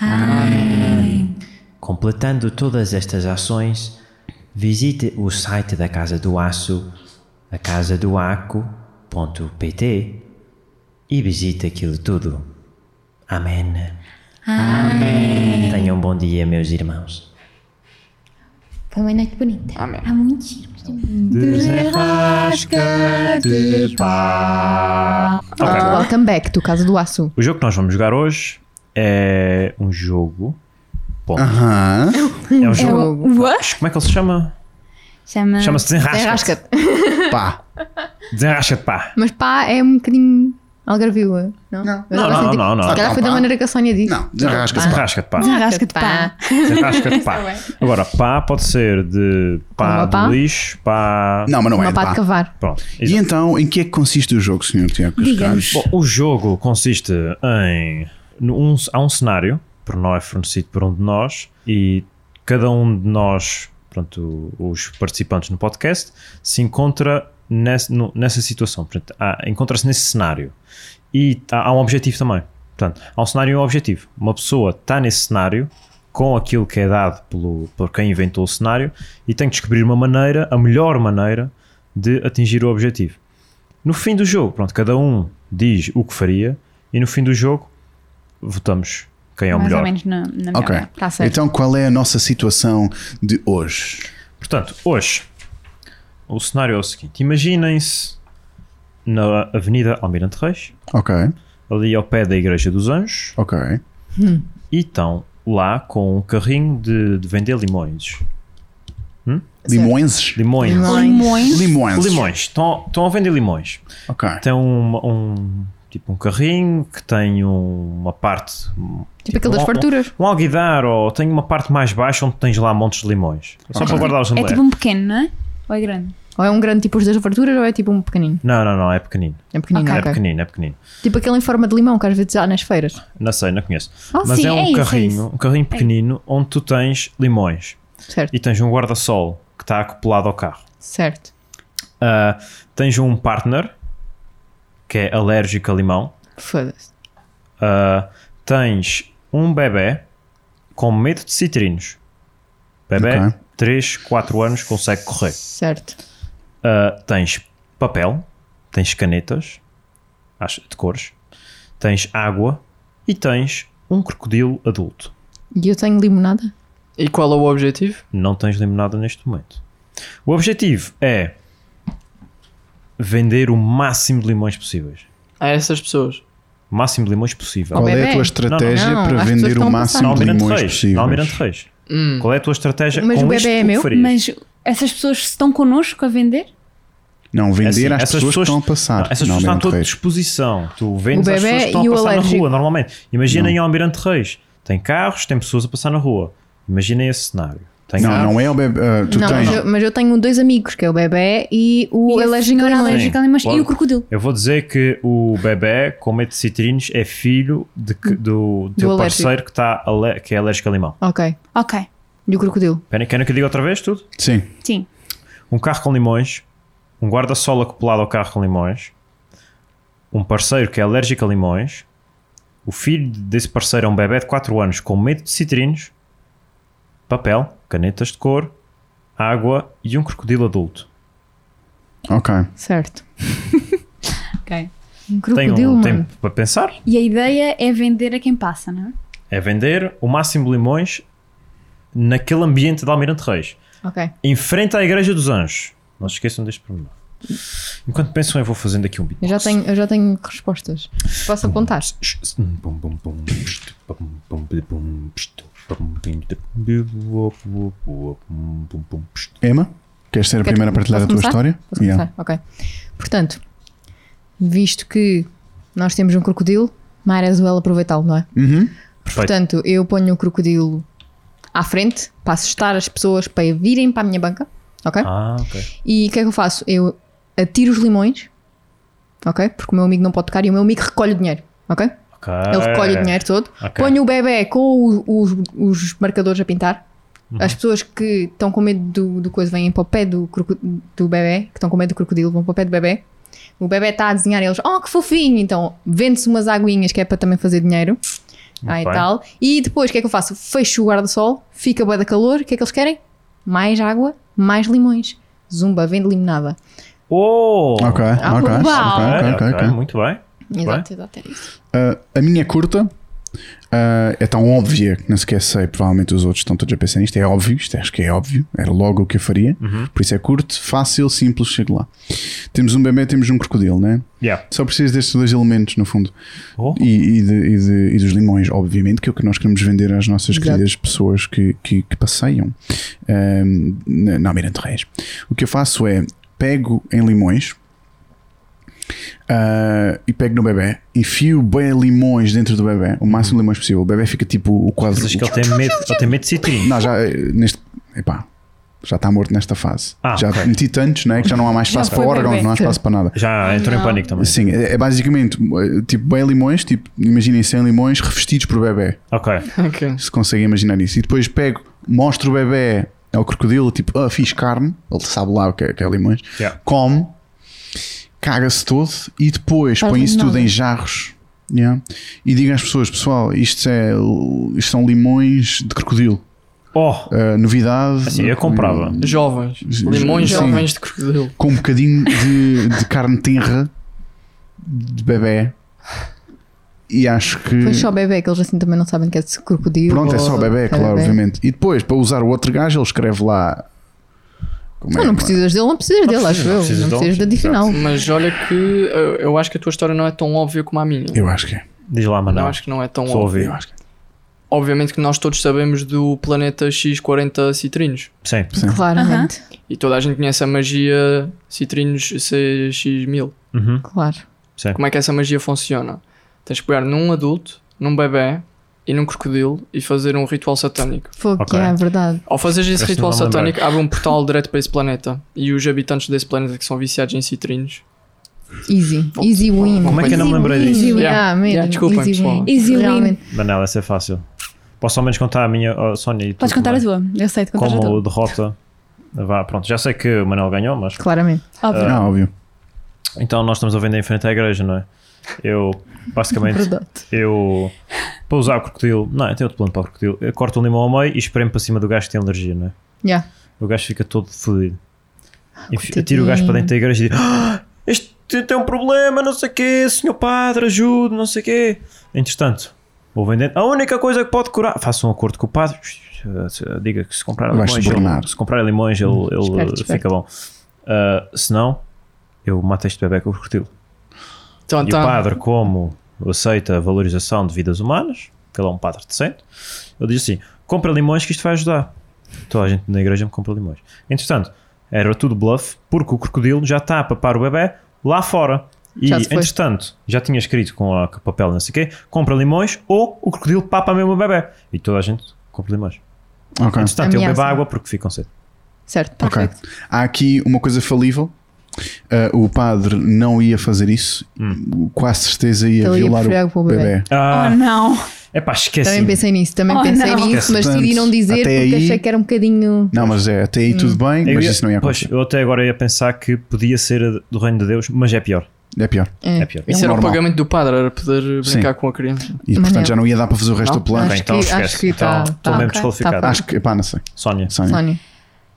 Speaker 10: Amém. Completando todas estas ações, visite o site da Casa do Aço, acasadoaco.pt e visite aquilo tudo. Amém. Amém. Tenham um bom dia, meus irmãos.
Speaker 9: Foi uma noite bonita.
Speaker 5: Amém.
Speaker 9: Há muitos tipos.
Speaker 2: Welcome back do caso do Açu.
Speaker 4: O jogo que nós vamos jogar hoje é um jogo. Bom,
Speaker 1: Aham.
Speaker 4: é um jogo.
Speaker 6: What? Ah,
Speaker 4: Como é que ele se chama?
Speaker 6: Chama...
Speaker 4: Chama-se Desenrasca-te.
Speaker 2: Rasca-te.
Speaker 1: Pá.
Speaker 4: Desenrasca-te, pá.
Speaker 2: Mas pá, é um bocadinho algarvioa, não? Eu
Speaker 4: Não,
Speaker 2: estava a
Speaker 4: não,
Speaker 2: sentir-
Speaker 4: não, não,
Speaker 2: Se calhar
Speaker 1: não,
Speaker 2: foi da
Speaker 1: pá.
Speaker 2: maneira que a Sónia disse.
Speaker 1: Não, desenrasca-se, pá.
Speaker 2: Ah.
Speaker 4: Desenrasca-te, pá.
Speaker 6: Rasca-te pá.
Speaker 2: Pá.
Speaker 4: Desenrasca-te, pá. Agora, pá pode ser de pá
Speaker 2: Uma
Speaker 4: do
Speaker 2: pá?
Speaker 4: lixo, pá.
Speaker 1: Não, mas não é.
Speaker 2: Uma
Speaker 1: de
Speaker 2: pá de
Speaker 1: Pá.
Speaker 2: cavar.
Speaker 4: Pronto.
Speaker 1: E então, em que é que consiste o jogo, senhor Tiago Cascais?
Speaker 4: Bom, o jogo consiste em. no- Um, há um cenário, por nós, fornecido por um de nós, e cada um de nós, pronto, os participantes no podcast, se encontra nessa, no- nessa situação. Portanto, há- encontra-se nesse cenário. E há, há um objetivo também. Portanto, há um cenário e um objetivo. Uma pessoa está nesse cenário com aquilo que é dado pelo, por quem inventou o cenário e tem que descobrir uma maneira, a melhor maneira, de atingir o objetivo. No fim do jogo, pronto, cada um diz o que faria e no fim do jogo votamos quem é o
Speaker 6: Mais ou
Speaker 4: melhor.
Speaker 6: menos na, na Tá melhor.
Speaker 1: Ok.
Speaker 2: Está tá certo.
Speaker 1: Então, qual é a nossa situação de hoje?
Speaker 4: Portanto, hoje o cenário é o seguinte: imaginem-se na Avenida Almirante Reis,
Speaker 1: Ok,
Speaker 4: ali ao pé da Igreja dos Anjos,
Speaker 1: ok.
Speaker 4: e estão lá com um carrinho de, de vender limões.
Speaker 1: Limões?
Speaker 4: Limões.
Speaker 2: Limões.
Speaker 1: Limões. Então,
Speaker 4: Limões. Estão estão a vender limões.
Speaker 1: Ok.
Speaker 4: Tem um, um- tipo um carrinho que tem um- uma parte.
Speaker 2: Tipo aquele das
Speaker 4: um-
Speaker 2: farturas.
Speaker 4: Um alguidar ou tem uma parte mais baixa onde tens lá montes de limões. Só
Speaker 1: Ok.
Speaker 4: para guardar os
Speaker 6: É
Speaker 4: limões.
Speaker 6: tipo um pequeno, não é? Ou é grande?
Speaker 2: Ou é um grande tipo os das farturas ou é tipo um pequenino?
Speaker 4: Não, não, não, é pequenino.
Speaker 2: É pequenino, ok.
Speaker 4: É pequenino, é pequenino.
Speaker 2: Tipo aquele em forma de limão que às vezes há nas feiras.
Speaker 4: Não sei, não conheço.
Speaker 6: Ah,
Speaker 4: Mas
Speaker 6: sim,
Speaker 4: é um
Speaker 6: isso,
Speaker 4: carrinho,
Speaker 6: isso. É.
Speaker 4: um carrinho pequenino onde tu tens limões
Speaker 2: Certo,
Speaker 4: e tens um guarda-sol que está acoplado ao carro.
Speaker 2: certo.
Speaker 4: Ah, tens um partner que é alérgico a limão.
Speaker 2: Foda-se.
Speaker 4: Ah, tens um bebê com medo de citrinos. Bebê,
Speaker 1: Ok.
Speaker 4: 3, 4 anos, consegue correr.
Speaker 2: Certo.
Speaker 4: Uh, tens papel, tens canetas acho, de cores, tens água e tens um crocodilo adulto.
Speaker 2: E eu tenho limonada?
Speaker 5: E qual é o objetivo?
Speaker 4: Não tens limonada neste momento. O objetivo é vender o máximo de limões possíveis.
Speaker 5: A essas pessoas.
Speaker 4: Máximo de limões possível.
Speaker 1: Qual é
Speaker 2: bebê?
Speaker 1: a
Speaker 2: Não,
Speaker 1: tua estratégia
Speaker 2: não,
Speaker 1: para
Speaker 2: as pessoas
Speaker 1: vender
Speaker 2: estão
Speaker 1: o
Speaker 2: a
Speaker 1: máximo
Speaker 4: Na
Speaker 1: de
Speaker 4: Almirante
Speaker 1: limões
Speaker 4: Reis. Na Almirante
Speaker 1: possíveis?
Speaker 4: Reis. Qual é a tua estratégia
Speaker 2: Hum. Mas
Speaker 4: com
Speaker 2: o bebé
Speaker 4: isto?
Speaker 2: é
Speaker 4: O que
Speaker 2: meu?
Speaker 4: farias?
Speaker 6: Mas essas pessoas estão connosco a vender?
Speaker 1: Não, vender
Speaker 4: Assim,
Speaker 1: às pessoas
Speaker 4: essas
Speaker 1: que
Speaker 4: pessoas-
Speaker 1: estão a passar.
Speaker 4: Não, essas
Speaker 1: na
Speaker 4: pessoas estão à
Speaker 1: Almirante
Speaker 4: tua
Speaker 1: Reis.
Speaker 4: disposição. Tu vendes
Speaker 2: O
Speaker 4: às
Speaker 2: bebé
Speaker 4: pessoas que estão a
Speaker 2: e o
Speaker 4: passar na
Speaker 2: alérgico.
Speaker 4: rua, normalmente. Imaginem o Almirante Reis. Tem carros, tem pessoas a passar na rua. Imaginem esse cenário. Tem
Speaker 1: Não,
Speaker 4: carros.
Speaker 1: não é o bebê. ah, tu
Speaker 2: não,
Speaker 1: tens.
Speaker 2: Mas, eu, mas eu tenho dois amigos, que é o bebê e o
Speaker 6: E a
Speaker 2: alérgico a
Speaker 6: senhora
Speaker 2: limão.
Speaker 6: alérgica a limões
Speaker 4: Claro.
Speaker 6: e o crocodilo.
Speaker 4: Eu vou dizer que o bebê com medo de citrinos é filho de que- do, teu
Speaker 2: alérgico.
Speaker 4: parceiro que, tá ale- que é alérgico a limão.
Speaker 2: Ok.
Speaker 6: Ok.
Speaker 2: E o crocodilo.
Speaker 4: Querem, querem que eu diga outra vez tudo?
Speaker 1: Sim.
Speaker 6: Sim.
Speaker 4: Um carro com limões, um guarda-sol acoplado ao carro com limões, um parceiro que é alérgico a limões, o filho desse parceiro é um bebê de 4 anos com medo de citrinos, papel, canetas de cor, água e um crocodilo adulto.
Speaker 1: Ok.
Speaker 2: Certo.
Speaker 6: Ok.
Speaker 2: Um
Speaker 4: Tem
Speaker 2: crocodilo,
Speaker 4: um
Speaker 2: mano.
Speaker 4: tempo para pensar?
Speaker 6: E a ideia é vender a quem passa, não é?
Speaker 4: É vender o máximo de limões naquele ambiente de Almirante Reis.
Speaker 2: Ok.
Speaker 4: Em frente à Igreja dos Anjos. Não se esqueçam deste problema. Enquanto pensam, eu vou fazendo aqui um beat.
Speaker 2: Eu já tenho, eu já tenho respostas. Posso apontar?
Speaker 4: Ah,
Speaker 1: Emma, queres ser a
Speaker 2: Quer-
Speaker 1: primeira a partilhar a tua
Speaker 2: posso começar?
Speaker 1: história?
Speaker 2: Posso começar? Ok. Portanto, visto que nós temos um crocodilo, might as well aproveitá-lo, não é?
Speaker 1: Uhum.
Speaker 4: Perfeito.
Speaker 2: Portanto, eu ponho o crocodilo à frente para assustar as pessoas para virem para a minha banca, ok?
Speaker 4: Ah, ok.
Speaker 2: E o que é que eu faço? Eu atiro os limões, ok? Porque o meu amigo não pode tocar e o meu amigo recolhe o dinheiro, ok?
Speaker 4: Ok.
Speaker 2: Ele recolhe É o dinheiro todo,
Speaker 4: Ah, é. Ok.
Speaker 2: ponho o bebê com o- os, os marcadores a pintar.
Speaker 4: Uhum.
Speaker 2: As pessoas que estão com medo do, do coisa vêm para o pé do, croco- do bebê, que estão com medo do crocodilo, vão para o pé do bebê. O bebê está a desenhar e eles, oh que fofinho! Então vende-se umas aguinhas que é para também fazer dinheiro. Ah, e
Speaker 4: bem.
Speaker 2: tal. E depois o que é que eu faço? Fecho o guarda-sol, fica boa da calor, o que é que eles querem? Mais água, mais limões. Zumba, vende limonada.
Speaker 4: Oh!
Speaker 1: Ok,
Speaker 2: Ah,
Speaker 1: ok,
Speaker 2: uau.
Speaker 1: ok, ok, ok.
Speaker 4: Muito bem.
Speaker 2: Exato, exato, era isso.
Speaker 1: Ah, a minha é curta. Ah, é tão óbvia que não sequer sei. Provavelmente os outros estão todos a pensar nisto. É óbvio, isto acho que é óbvio. Era logo o que eu faria.
Speaker 4: Uhum.
Speaker 1: Por isso é curto, fácil, simples. Chego lá. Temos um bebê, temos um crocodilo, né?
Speaker 4: Yeah.
Speaker 1: Só preciso destes dois elementos, no fundo.
Speaker 4: Oh.
Speaker 1: E, e de- e de- e dos limões, obviamente, que é o que nós queremos vender às nossas
Speaker 2: Exato.
Speaker 1: queridas pessoas que, que, que passeiam ahm, na na Almirante Reis. O que eu faço é pego em limões ah, e pego no bebê, enfio bem limões dentro do bebê, o máximo de limões possível. O bebê fica tipo o quadro.
Speaker 4: Pensas que ele tem medo, ele tem medo de citrino.
Speaker 1: Não, já eh, neste. Epá, já está morto nesta fase.
Speaker 4: Ah,
Speaker 1: já
Speaker 4: ok.
Speaker 1: meti tantos, né? Que já não há mais espaço para
Speaker 2: foi
Speaker 1: órgãos,
Speaker 2: bebé.
Speaker 1: não há espaço para nada.
Speaker 4: Já entrou em
Speaker 6: Não.
Speaker 4: pânico também.
Speaker 1: Sim, é é basicamente eh, tipo bem limões, tipo, imaginem 100 limões revestidos por bebê,
Speaker 4: Ok.
Speaker 5: Ok.
Speaker 1: se conseguem imaginar isso. E depois pego, mostro o bebê ao crocodilo, tipo, ah, fiz carne, ele sabe lá o que é, que é limões,
Speaker 4: Yeah.
Speaker 1: come, caga-se todo e depois
Speaker 2: Faz
Speaker 1: põe isso
Speaker 2: limonada.
Speaker 1: tudo em jarros. yeah? E diga às pessoas, pessoal, isto, é, isto são limões de crocodilo.
Speaker 4: Oh,
Speaker 1: Ah, novidade. Hum,
Speaker 4: assim, eu comprava.
Speaker 5: Jovens.
Speaker 1: Sim.
Speaker 5: Limões
Speaker 1: Sim.
Speaker 5: jovens de crocodilo.
Speaker 1: com um bocadinho de, de carne tenra de bebê. E acho que.
Speaker 2: Foi só bebê, que eles assim também não sabem que é de crocodilo.
Speaker 1: Pronto, é
Speaker 2: ou-
Speaker 1: só bebê, claro,
Speaker 2: bebé.
Speaker 1: obviamente. E depois, para usar o outro gajo, ele escreve lá. Como é
Speaker 2: Não, não precisas dele, não precisas dele, acho
Speaker 4: precisas, não
Speaker 2: eu.
Speaker 4: precisas
Speaker 2: Não
Speaker 4: dele,
Speaker 2: precisas da
Speaker 4: exato.
Speaker 2: difinal.
Speaker 5: Mas olha que eu, eu acho que a tua história não é tão óbvia como a minha.
Speaker 1: Eu acho que é.
Speaker 4: diz lá,
Speaker 5: Eu
Speaker 4: mano.
Speaker 5: acho que não é tão
Speaker 4: Só
Speaker 5: óbvia.
Speaker 4: ouvi.
Speaker 1: Eu acho que é.
Speaker 5: Obviamente que nós todos sabemos do planeta X40 Citrinos.
Speaker 4: Sim.
Speaker 1: Sim.
Speaker 2: Claramente,
Speaker 5: E toda a gente conhece a magia Citrinos CX1000.
Speaker 4: Uhum.
Speaker 2: claro.
Speaker 5: Como é que essa magia funciona? Tens de pegar num adulto, num bebê e num crocodilo e fazer um ritual satânico.
Speaker 2: Fogo,
Speaker 4: Ok.
Speaker 2: que é a verdade.
Speaker 5: Ao fazeres esse
Speaker 4: Parece
Speaker 5: ritual
Speaker 4: que não me lembrei.
Speaker 5: satânico, abre um portal direto para esse planeta. E os habitantes desse planeta que são viciados em citrinos.
Speaker 2: Easy. Easy win.
Speaker 4: Como é que eu não me lembrei
Speaker 2: Easy
Speaker 4: disso?
Speaker 2: win.
Speaker 5: Yeah.
Speaker 2: Ah, mesmo.
Speaker 5: Yeah, desculpem,
Speaker 2: Easy
Speaker 5: pessoal.
Speaker 2: win.
Speaker 6: Easy win.
Speaker 2: Realmente.
Speaker 4: Manel, essa é fácil. Posso ao menos contar a minha, oh, Sónia? e tu
Speaker 6: Podes contar a
Speaker 4: também.
Speaker 6: tua. Eu sei de contar a
Speaker 4: Como
Speaker 6: tua.
Speaker 4: derrota. Vá, pronto, já sei que o Manel ganhou, mas
Speaker 2: Claramente.
Speaker 6: Óbvio.
Speaker 1: Ah, óbvio.
Speaker 4: Então nós estamos a vender em frente à igreja, não é? Eu, basicamente,
Speaker 2: Verdade.
Speaker 4: eu. Para usar o crocodilo. Não, eu tenho outro plano para o crocodilo. Eu corto um limão ao meio e espremo para cima do gajo que tem alergia, não é?
Speaker 2: Yeah.
Speaker 4: O gajo fica todo fodido. Enfi- Atiro o gajo para dentro da igreja e digo: "Ah, Este tem um problema, não sei o quê, senhor padre, ajude, não sei o quê. Entretanto, vou vendendo. A única coisa que pode curar. Faça um acordo com o padre. Eh, Diga que se comprar
Speaker 1: Vai-se
Speaker 4: limões,
Speaker 1: bornar.
Speaker 4: ele, se comprar limões, ele, ele
Speaker 2: Esperto,
Speaker 4: fica
Speaker 2: esperto.
Speaker 4: bom. Ah, se não, eu mato este bebê com o crocodilo.
Speaker 5: Então,
Speaker 4: E o
Speaker 5: tá.
Speaker 4: padre, como aceita a valorização de vidas humanas, que ele é um padre decente, ele diz assim: compra limões que isto vai ajudar. Toda a gente na igreja me compra limões. Entretanto, era tudo bluff, porque o crocodilo já está a papar o bebê lá fora. E,
Speaker 2: Já se foi.
Speaker 4: entretanto, já tinha escrito com a com papel, não sei o quê, compra limões ou o crocodilo papa mesmo o bebê. E toda a gente compra limões.
Speaker 1: Ok.
Speaker 4: Entretanto, ele bebe
Speaker 2: Ameaça.
Speaker 4: água porque fica com sede.
Speaker 2: Certo.
Speaker 1: Ok. Há aqui uma coisa falível. Ah, o padre não ia fazer isso.
Speaker 5: Hum.
Speaker 1: Quase certeza ia
Speaker 2: Ele ia
Speaker 1: violar
Speaker 2: preferir
Speaker 1: o
Speaker 2: algo para o
Speaker 1: bebê.
Speaker 2: bebê.
Speaker 4: Ah,
Speaker 6: Oh, não.
Speaker 4: é pá, esquece.
Speaker 2: Também pensei nisso, também
Speaker 6: Oh,
Speaker 2: pensei
Speaker 6: não.
Speaker 2: nisso, mas
Speaker 1: Portanto,
Speaker 2: decidi não dizer
Speaker 1: até
Speaker 2: porque
Speaker 1: aí-
Speaker 2: achei que era um bocadinho.
Speaker 1: Não, mas é até aí tudo bem,
Speaker 4: Eu
Speaker 1: mas
Speaker 4: ia-
Speaker 1: isso não ia
Speaker 4: pois,
Speaker 1: acontecer.
Speaker 4: eu até agora ia pensar que podia ser a do reino de Deus, mas é pior.
Speaker 1: É pior.
Speaker 2: É.
Speaker 4: É pior.
Speaker 5: Isso
Speaker 1: É
Speaker 5: era um o
Speaker 1: normal.
Speaker 5: pagamento do padre, era poder brincar com a criança.
Speaker 1: E
Speaker 2: Mas
Speaker 1: portanto
Speaker 2: não.
Speaker 1: já não ia dar para fazer o resto
Speaker 5: Não.
Speaker 1: do plano.
Speaker 2: Acho
Speaker 4: então
Speaker 2: que-
Speaker 4: esquece.
Speaker 2: acho que
Speaker 4: então,
Speaker 2: tá-
Speaker 4: estou
Speaker 2: tá
Speaker 4: mesmo
Speaker 6: ok.
Speaker 4: desqualificado.
Speaker 2: Tá
Speaker 1: Acho que, pá, não sei.
Speaker 4: Sónia.
Speaker 1: Sónia.
Speaker 2: Sónia.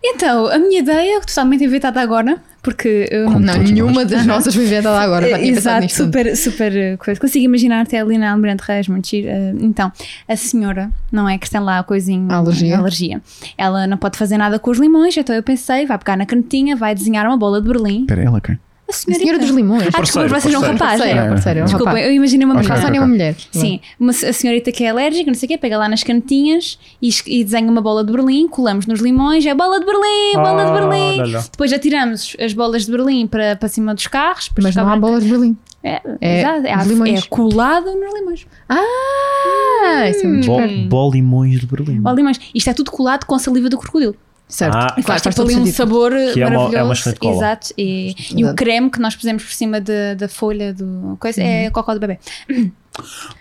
Speaker 6: Então, a minha ideia é totalmente inventada agora, porque eu Eh,
Speaker 1: Como
Speaker 2: não,
Speaker 1: todos
Speaker 2: nenhuma das nossas foi inventada agora. tá Já tinha pensado
Speaker 6: É, Exato,
Speaker 2: nisto.
Speaker 6: super, super eh, coisa. Consigo imaginar até ali na Almirante Reis, muito giro. Eh, Então, a senhora, não é? Que tem lá a coisinha.
Speaker 2: A alergia.
Speaker 6: a alergia. Ela não pode fazer nada com os limões, então eu pensei, vai pegar na canetinha, vai desenhar uma bola de Berlim.
Speaker 1: Espera, ela quem?
Speaker 6: A
Speaker 2: A
Speaker 6: senhorita.
Speaker 2: senhora dos limões.
Speaker 6: Ah, desculpa, vocês não rapaz.
Speaker 4: Parceiro,
Speaker 2: Parceiro,
Speaker 6: é.
Speaker 2: parceiro, é um
Speaker 6: Desculpa,
Speaker 2: rapaz.
Speaker 6: eu imaginei uma
Speaker 1: Ok,
Speaker 6: mulher.
Speaker 2: A Sónia é uma mulher.
Speaker 6: Sim, uma, a senhorita que é alérgica, não sei o quê, pega lá nas canetinhas e, es- e desenha uma bola de Berlim, colamos nos limões, é bola de Berlim, bola de
Speaker 4: Ah,
Speaker 6: Berlim.
Speaker 4: olha lá.
Speaker 6: Depois atiramos as bolas de Berlim para, para cima dos carros. depois
Speaker 2: Mas não há
Speaker 6: sobra-
Speaker 2: bolas de Berlim.
Speaker 6: É,
Speaker 2: É,
Speaker 6: exato, é,
Speaker 2: os
Speaker 6: a-
Speaker 2: limões.
Speaker 6: é colado nos limões.
Speaker 2: Ah, isso é muito esperto.
Speaker 4: Bo- Bolimões de Berlim.
Speaker 6: Ó, limões. Isto é tudo colado com a saliva do crocodilo.
Speaker 2: Certo.
Speaker 4: Ah,
Speaker 6: E
Speaker 2: faz
Speaker 6: faz tipo
Speaker 2: todo
Speaker 6: ali um
Speaker 2: sentido.
Speaker 6: sabor
Speaker 4: Que é uma-
Speaker 6: maravilhoso.
Speaker 4: é uma excelente cola.
Speaker 6: Exato. E, e o
Speaker 2: Exato.
Speaker 6: creme que nós pusemos por cima da da folha do coisa é cocó do bebê.
Speaker 1: Ok.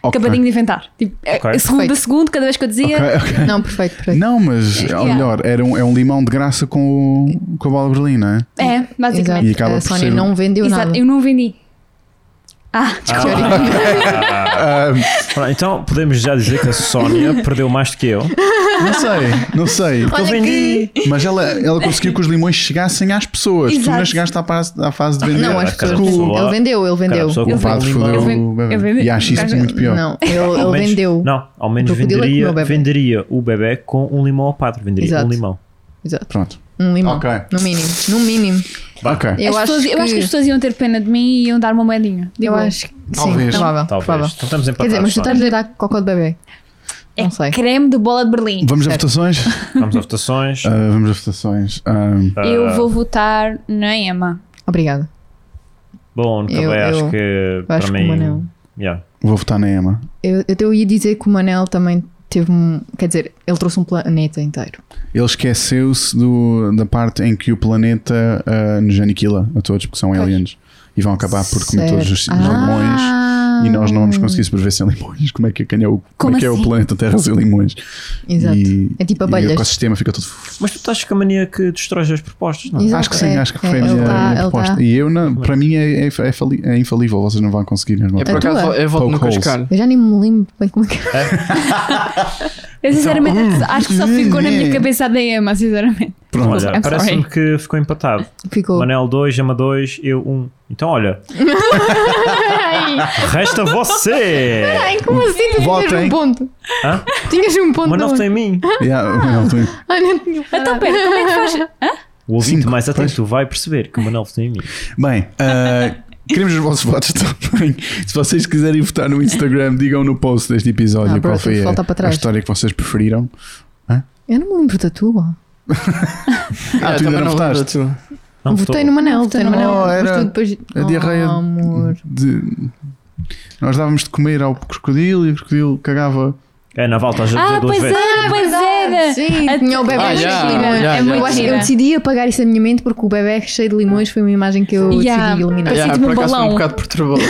Speaker 6: Acabadinho de inventar. Tipo, é-
Speaker 4: Ok.
Speaker 6: é segundo a
Speaker 2: Perfeito.
Speaker 6: segundo, cada vez que eu dizia,
Speaker 1: Ok, ok.
Speaker 2: Não, perfeito, perfeito.
Speaker 1: Não, mas ou
Speaker 6: Yeah.
Speaker 1: melhor, era um, é um limão de graça com, o- com a bola de Berlim, não é?
Speaker 6: é, basicamente.
Speaker 2: Exato.
Speaker 1: E acaba
Speaker 2: A
Speaker 1: por
Speaker 2: Sónia
Speaker 1: ser-
Speaker 2: não vendeu
Speaker 6: Exato,
Speaker 2: nada.
Speaker 6: eu não vendi. Ah, desculpa.
Speaker 4: Pronto, Então podemos já dizer que a Sónia perdeu mais do que eu.
Speaker 1: Não sei, não sei.
Speaker 2: Olha que...
Speaker 1: Mas ela, ela conseguiu que os limões chegassem às pessoas. Tu ainda
Speaker 6: Exato.
Speaker 1: chegaste à fase, à fase de vender.
Speaker 2: Não, as
Speaker 4: Cara,
Speaker 2: pessoas.
Speaker 4: a pessoa-
Speaker 2: Ele vendeu, ele
Speaker 4: Cara, a
Speaker 2: vendeu.
Speaker 4: pessoa com
Speaker 1: O padre
Speaker 4: um limão-
Speaker 1: fodeu o
Speaker 3: eu
Speaker 1: bebê.
Speaker 3: vendi-
Speaker 1: E acho isso
Speaker 3: Cara,
Speaker 1: muito pior.
Speaker 2: Não, ele,
Speaker 4: ao
Speaker 2: ele
Speaker 4: menos-
Speaker 2: vendeu.
Speaker 4: Não, ao menos
Speaker 2: Crocodilo é que
Speaker 4: venderia,
Speaker 2: comeu bebé.
Speaker 4: venderia o bebê com um limão ao padre. Venderia
Speaker 2: Exato.
Speaker 4: um limão.
Speaker 1: Pronto.
Speaker 2: Um limão.
Speaker 1: Ok.
Speaker 2: No mínimo. No mínimo.
Speaker 1: Ok.
Speaker 2: Eu,
Speaker 6: As
Speaker 2: acho,
Speaker 6: pessoas-
Speaker 2: que,
Speaker 6: eu acho que as pessoas iam ter pena de mim e iam dar uma moedinha.
Speaker 2: Eu
Speaker 6: Digo,
Speaker 2: acho que. Sim,
Speaker 1: Talvez.
Speaker 2: provável.
Speaker 4: Talvez.
Speaker 2: provável.
Speaker 4: Então estamos
Speaker 2: Quer
Speaker 4: empatados.
Speaker 2: dizer, mas tu
Speaker 4: olha.
Speaker 2: estás a dar cocô de bebê. Não sei.
Speaker 6: É creme de bola de Berlim.
Speaker 1: Vamos a
Speaker 2: Certo.
Speaker 1: votações?
Speaker 4: Vamos a votações.
Speaker 1: Ah, vamos a votações. Ah,
Speaker 6: Eu vou votar na Emma.
Speaker 2: Obrigada.
Speaker 4: Bom, no
Speaker 2: Eu-
Speaker 4: cabelo, acho
Speaker 2: eu-
Speaker 4: que
Speaker 2: Eu
Speaker 4: para
Speaker 2: acho que
Speaker 4: mim.
Speaker 2: o Manel.
Speaker 4: yeah.
Speaker 1: vou votar na Emma.
Speaker 2: Eu, eu, eu ia dizer que o Manel também teve um. Quer dizer, ele trouxe um planeta inteiro.
Speaker 1: Ele esqueceu-se do- da parte em que o planeta ah, nos aniquila a todos, porque são aliens. E vão acabar por comer todos os, os limões.
Speaker 2: Ah,
Speaker 1: E nós não vamos conseguir sobreviver sem limões. Como é que, quem é, o, como
Speaker 6: Como
Speaker 1: é, que é o
Speaker 6: assim?
Speaker 1: planeta Terra sem limões?
Speaker 2: Exato.
Speaker 1: E,
Speaker 2: É tipo
Speaker 1: e o
Speaker 2: abelhas.
Speaker 1: ecossistema fica todo.
Speaker 4: Mas tu estás com a mania que destróis as propostas, não é?
Speaker 2: Exato,
Speaker 1: acho que sim,
Speaker 2: é,
Speaker 1: acho que
Speaker 2: é,
Speaker 1: foi a
Speaker 2: ele
Speaker 1: minha,
Speaker 2: tá-
Speaker 1: minha
Speaker 2: ele
Speaker 1: proposta.
Speaker 2: tá-
Speaker 1: E eu, não, para mim, é, é, é fali- é infalível. Vocês não vão conseguir. Não
Speaker 5: É por
Speaker 2: A
Speaker 5: acaso,
Speaker 2: tua?
Speaker 5: eu voto no
Speaker 1: Poke holes.
Speaker 5: cascalho.
Speaker 2: Eu já nem me lembro bem como é que.
Speaker 6: Eu sinceramente acho que só ficou na minha
Speaker 1: hum.
Speaker 6: cabeça a da Emma, sinceramente.
Speaker 1: Pronto.
Speaker 4: Olha,
Speaker 6: I'm
Speaker 4: parece-me que ficou empatado.
Speaker 2: Ficou.
Speaker 4: Manel 2, Emma 2, eu 1. Um. Então, olha. Resta você!
Speaker 2: Ai, como assim? Tu tinhas
Speaker 1: Votem.
Speaker 2: um ponto.
Speaker 4: é Hã?
Speaker 2: Tinhas um ponto.
Speaker 4: Manel
Speaker 2: não.
Speaker 4: tem em mim.
Speaker 1: Yeah, não, tem-
Speaker 2: Ai, não tinha.
Speaker 6: Então, pera, como é que faz?
Speaker 4: O ouvinte
Speaker 1: Cinco,
Speaker 4: mais
Speaker 1: pois.
Speaker 4: atento vai perceber que o Manel tem em mim.
Speaker 1: Bem, ah, queremos os vossos votos também. Se vocês quiserem votar no Instagram, digam no post deste episódio
Speaker 2: Ah,
Speaker 1: qual
Speaker 2: pronto,
Speaker 1: foi a,
Speaker 2: volta para
Speaker 1: a
Speaker 2: trás.
Speaker 1: história que vocês preferiram.
Speaker 2: Eu não me lembro da tua.
Speaker 5: É,
Speaker 1: Ah, tu ainda não votaste?
Speaker 4: Não
Speaker 2: votei
Speaker 4: votou.
Speaker 2: no Manel, votei no Manel.
Speaker 1: Oh,
Speaker 2: mas
Speaker 1: era
Speaker 2: tu depois...
Speaker 1: a diarreia
Speaker 2: Oh, amor.
Speaker 1: De- Nós dávamos de comer ao crocodilo e o crocodilo cagava.
Speaker 4: É, Naval, estás a dizer
Speaker 6: Ah,
Speaker 4: duas
Speaker 6: pois
Speaker 4: vezes.
Speaker 6: era, pois era.
Speaker 2: é, Sim,
Speaker 6: A-
Speaker 2: tinha o bebê
Speaker 5: Ah,
Speaker 2: cheio
Speaker 5: já,
Speaker 2: de limões.
Speaker 5: já,
Speaker 6: É muito
Speaker 2: Eu, acho,
Speaker 6: gira.
Speaker 2: eu decidi apagar isso da minha mente porque o bebê é cheio de limões foi uma imagem que eu
Speaker 6: Yeah.
Speaker 2: decidi eliminar.
Speaker 5: Yeah,
Speaker 6: Sinto-me um
Speaker 5: por acaso foi um
Speaker 6: balão.
Speaker 5: bocado perturbador.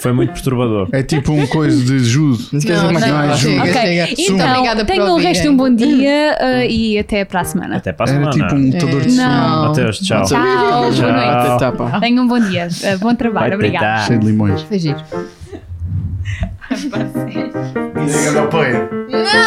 Speaker 4: Foi muito perturbador.
Speaker 1: É tipo um coisa de judo.
Speaker 5: Não esqueças uma
Speaker 1: não,
Speaker 5: coisa.
Speaker 1: não,
Speaker 2: chega,
Speaker 1: Ok,
Speaker 2: chega.
Speaker 1: Suma.
Speaker 6: Então, tenham o resto de um bom dia
Speaker 2: Hum.
Speaker 6: uh, e até para a semana.
Speaker 4: Até para a
Speaker 1: Era
Speaker 4: semana.
Speaker 1: tipo um
Speaker 2: É.
Speaker 1: lutador de sumo
Speaker 2: Não.
Speaker 4: Adeus, tchau.
Speaker 6: Tchau, boa
Speaker 4: Tchau.
Speaker 6: noite.
Speaker 5: Até tapa.
Speaker 6: Tenham um bom dia. Uh, bom trabalho, obrigada.
Speaker 4: tentar.
Speaker 1: cheio de limões.
Speaker 2: Foi giro.
Speaker 1: E chega ao pai.
Speaker 2: Não!